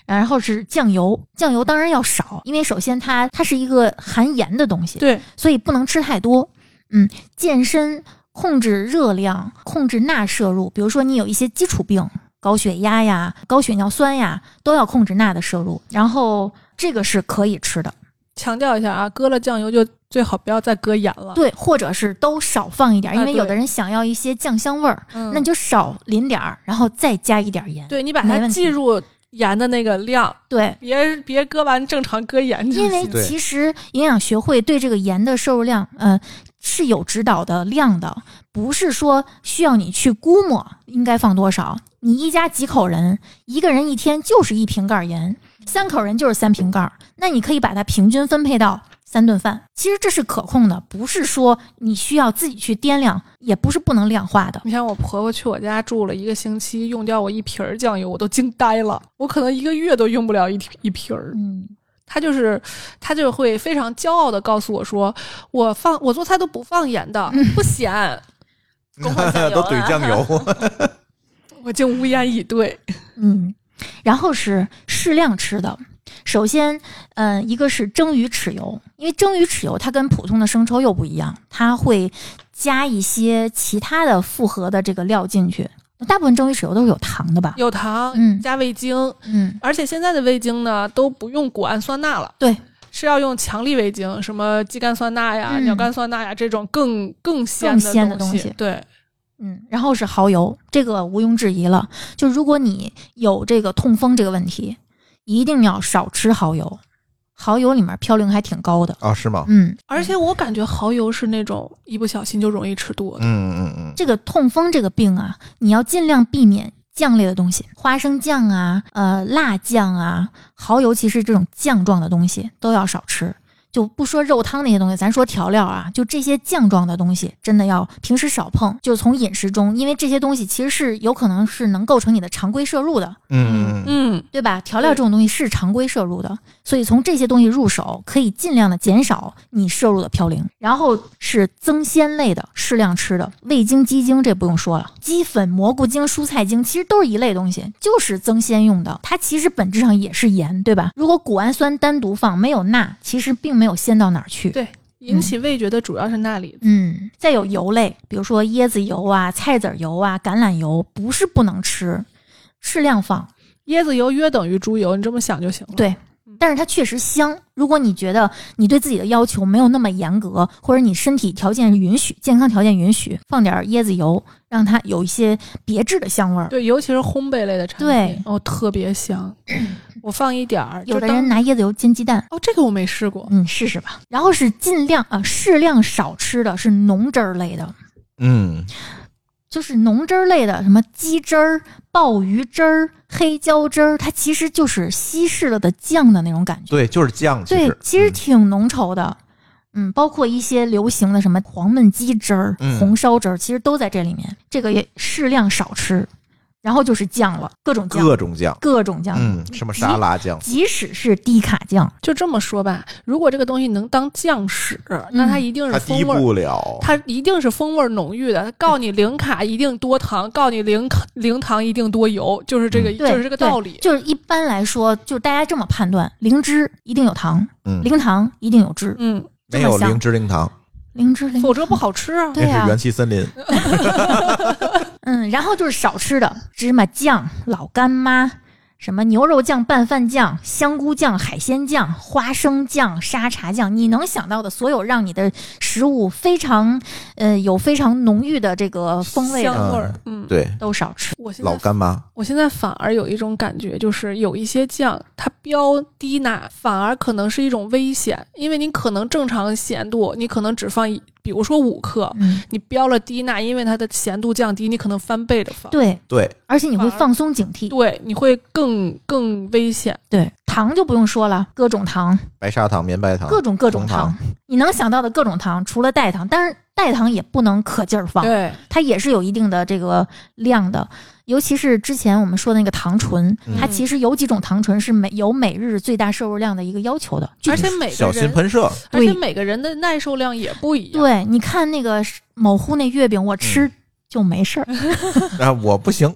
然后是酱油，酱油当然要少，因为首先它它是一个含盐的东西，对，所以不能吃太多。嗯健身控制热量、控制钠摄入，比如说你有一些基础病，高血压呀、高血尿酸呀，都要控制钠的摄入。然后这个是可以吃的，强调一下啊，搁了酱油就最好不要再搁盐了。对，或者是都少放一点，因啊为对有的人想要一些酱香味儿，嗯那你就少淋点儿，然后再加一点盐。对你把没它问题记入盐的那个量，对，别别搁完正常搁盐就因为行。对其实营养学会对这个盐的摄入量，呃，是有指导的量的，不是说需要你去估摸应该放多少。你一家几口人，一个人一天就是一瓶盖儿盐，三口人就是三瓶盖儿，那你可以把它平均分配到三顿饭。其实这是可控的，不是说你需要自己去掂量，也不是不能量化的。你像我婆婆去我家住了一个星期，用掉我一瓶儿酱油，我都惊呆了。我可能一个月都用不了一一瓶儿。嗯，她就是，她就会非常骄傲的告诉我说：“我放我做菜都不放盐的，嗯不咸。 公会酱油啊都怼酱油。”我竟无言以对。嗯，然后是适量吃的。首先，嗯、一个是蒸鱼豉油，因为蒸鱼豉油它跟普通的生抽又不一样，它会加一些其他的复合的这个料进去。大部分蒸鱼豉油都是有糖的吧？有糖，嗯加味精，嗯，而且现在的味精呢都不用谷氨酸钠了，对，是要用强力味精，什么肌苷酸钠呀、嗯鸟苷酸钠呀这种更更鲜更鲜的东东西对，嗯，然后是蚝油，这个毋庸置疑了。就如果你有这个痛风这个问题，一定要少吃蚝油，蚝油里面嘌呤还挺高的。啊，是吗？嗯，而且我感觉蚝油是那种一不小心就容易吃多的。嗯嗯嗯，这个痛风这个病啊，你要尽量避免酱类的东西，花生酱啊、呃辣酱啊、蚝油，其实这种酱状的东西都要少吃。就不说肉汤那些东西，咱说调料啊，就这些酱状的东西，真的要平时少碰。就从饮食中，因为这些东西其实是有可能是能构成你的常规摄入的，嗯嗯嗯，嗯，对吧？调料这种东西是常规摄入的，所以从这些东西入手，可以尽量的减少你摄入的嘌呤。然后是增鲜类的，适量吃的，味精、鸡精这不用说了，鸡粉、蘑菇精、蔬菜精其实都是一类东西，就是增鲜用的。它其实本质上也是盐，对吧？如果谷氨酸单独放，没有钠，其实并没有鲜到哪儿去。对引起味觉的主要是钠离子。嗯，再有油类，比如说椰子油啊、菜籽油啊、橄榄油，不是不能吃，适量放。椰子油约等于猪油，你这么想就行了。对但是它确实香。如果你觉得你对自己的要求没有那么严格，或者你身体条件允许、健康条件允许，放点儿椰子油，让它有一些别致的香味儿。对，尤其是烘焙类的产对品，哦，特 别香。我放一点儿，有就的当人拿椰子油煎鸡蛋，哦，这个我没试过。嗯，试试吧。然后是尽量啊、适量少吃的是浓汁儿类的，嗯，就是浓汁儿类的，什么鸡汁儿、鲍鱼汁儿、黑椒汁儿，它其实就是稀释了的酱的那种感觉。对，就是酱，其对实，嗯其实挺浓稠的。嗯，包括一些流行的什么黄焖鸡汁儿、嗯红烧汁儿，其实都在这里面。这个也适量少吃，然后就是酱了，各种酱，各种酱，各种酱，嗯，什么沙拉酱，即使是低卡酱，就这么说吧，如果这个东西能当酱使，那它一定它是低风味儿不了。它一定是风味浓郁的。它告你零卡一定多糖，告你零卡零糖一定多油，就是这个，对，就是这个对道理。就是一般来说，就是大家这么判断：零脂一定有糖，嗯，零糖一定有脂，嗯，这没么有香零脂零糖，零脂零否则不好吃啊。呃对那呀、是元气森林。嗯，然后就是少吃的芝麻酱、老干妈，什么牛肉酱、拌饭酱、香菇酱、海鲜酱、花生酱、沙茶酱，你能想到的所有让你的食物非常呃有非常浓郁的这个风味的香味儿，嗯，对，都少吃。我现老在干妈，我现在反而有一种感觉，就是有一些酱它标低钠，反而可能是一种危险，因为你可能正常咸度，你可能只放一，比如说五克，嗯，你标了低钠，因为它的咸度降低，你可能翻倍的放，对，对，而且你会反而放松警惕。对，你会更更危险。对，糖就不用说了，各种糖，白砂糖、绵白糖，各种各种啊红糖糖，你能想到的各种糖，除了代糖，但是代糖也不能可劲儿放。对，它也是有一定的这个量的，尤其是之前我们说的那个糖醇，嗯它其实有几种糖醇是每有每日最大摄入量的一个要求的。而且每个小心人，喷 射。而且对每个人的耐受量也不一样。对，你看那个某乎那月饼，我吃就没事儿，啊，我不 行，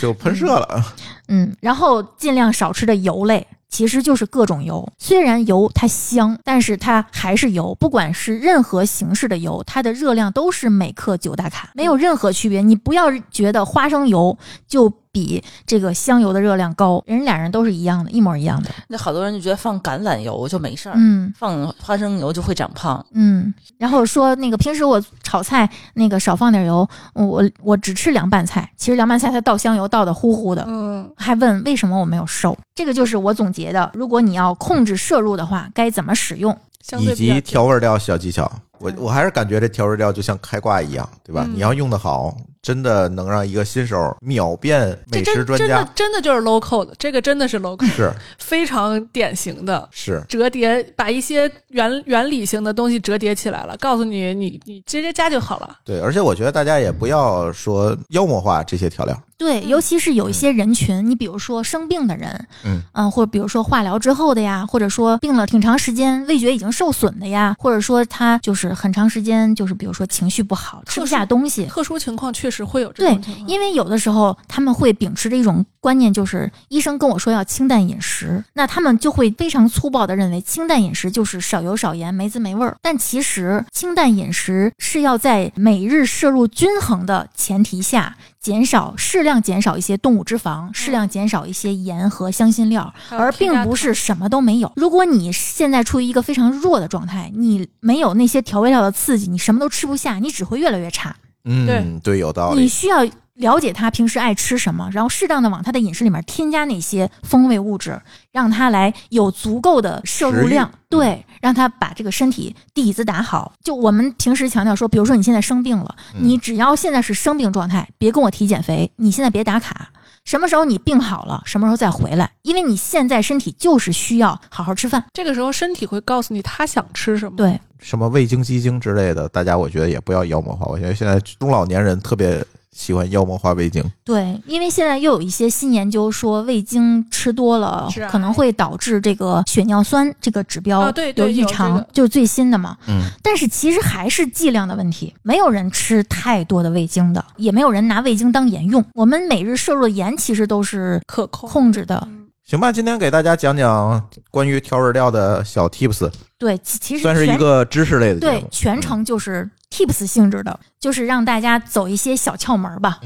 就喷射了。嗯，然后尽量少吃的油类，其实就是各种油。虽然油它香，但是它还是油，不管是任何形式的油，它的热量都是每克九大卡，没有任何区别。你不要觉得花生油就比这个香油的热量高，人俩人都是一样的，一模一样的。 那好多人就觉得放橄榄油就没事儿，嗯。放花生油就会长胖。嗯，然后说那个平时我炒菜那个少放点油，我我只吃凉拌菜，其实凉拌菜它倒香油倒的呼呼的，嗯，还问为什么我没有瘦，这个就是我总结的。如果你要控制摄入的话，该怎么使用？相以对比较及调味料小技巧。我嗯我还是感觉这调味料就像开挂一样，对吧？嗯你要用的好，真的能让一个新手秒变这美食真专真家的。真的就是 local 的，这个真的是 local， 是非常典型的。是，折叠，把一些原原理性的东西折叠起来了，告诉你，你你直接加就好了。对。而且我觉得大家也不要说妖魔化这些调料。对，尤其是有一些人群，你比如说生病的人，呃嗯或者比如说化疗之后的呀，或者说病了挺长时间，味觉已经受损的呀，或者说他就是很长时间就是比如说情绪不好，吃不下东西，特殊情况确实会有这对种情，况，因为有的时候他们会秉持着一种观念，就是医生跟我说要清淡饮食，那他们就会非常粗暴的认为清淡饮食就是少油少盐没滋没味儿。但其实清淡饮食是要在每日摄入均衡的前提下，减少适量减少一些动物脂肪，适量减少一些盐和香辛料，嗯还有而添并加不糖是什么都没有。如果你现在处于一个非常弱的状态，你没有那些调味料的刺激，你什么都吃不下，你只会越来越差。嗯，对，有道你理。需要了解他平时爱吃什么，然后适当的往他的饮食里面添加哪些风味物质，让他来有足够的摄入量食欲，嗯对，让他把这个身体底子打好。就我们平时强调说，比如说你现在生病了，嗯你只要现在是生病状态，别跟我提减肥，你现在别打卡。什么时候你病好了，什么时候再回来，因为你现在身体就是需要好好吃饭。这个时候身体会告诉你他想吃什么。对，什么味精、鸡精之类的，大家我觉得也不要妖魔化。我觉得现在中老年人特别喜欢妖魔化味精。对，因为现在又有一些新研究说，味精吃多了致癌可能会导致这个血尿酸这个指标啊对对异有这常，个就是最新的嘛。嗯，但是其实还是剂量的问题，没有人吃太多的味精的，也没有人拿味精当盐用。我们每日摄入的盐其实都是可控控制的，嗯行吧，今天给大家讲讲关于调味料的小 tips，对，其其实算是全一个嗯知识类的节对目。全程就是 tips 性质的，就是让大家走一些小窍门儿吧。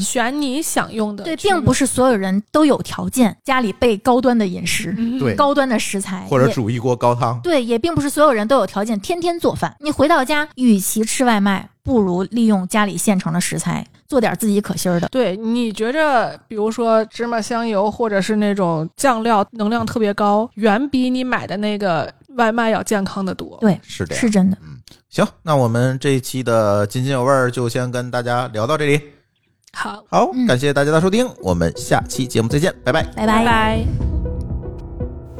选你想用的，对，并不是是所有人都有条件家里备高端的饮嗯食、 对高端的食材，或者也煮一锅高汤。对，也并不是所有人都有条件天天做饭。你回到家，与其吃外卖，不如利用家里现成的食材，做点自己可心儿的。对，你觉着，比如说芝麻香油或者是那种酱料，能量特别高，远比你买的那个外卖要健康的多。对，是这样是真的。行，那我们这一期的津津有味儿就先跟大家聊到这里。好，好，嗯感谢大家的收听，我们下期节目再见，拜拜。拜拜。拜。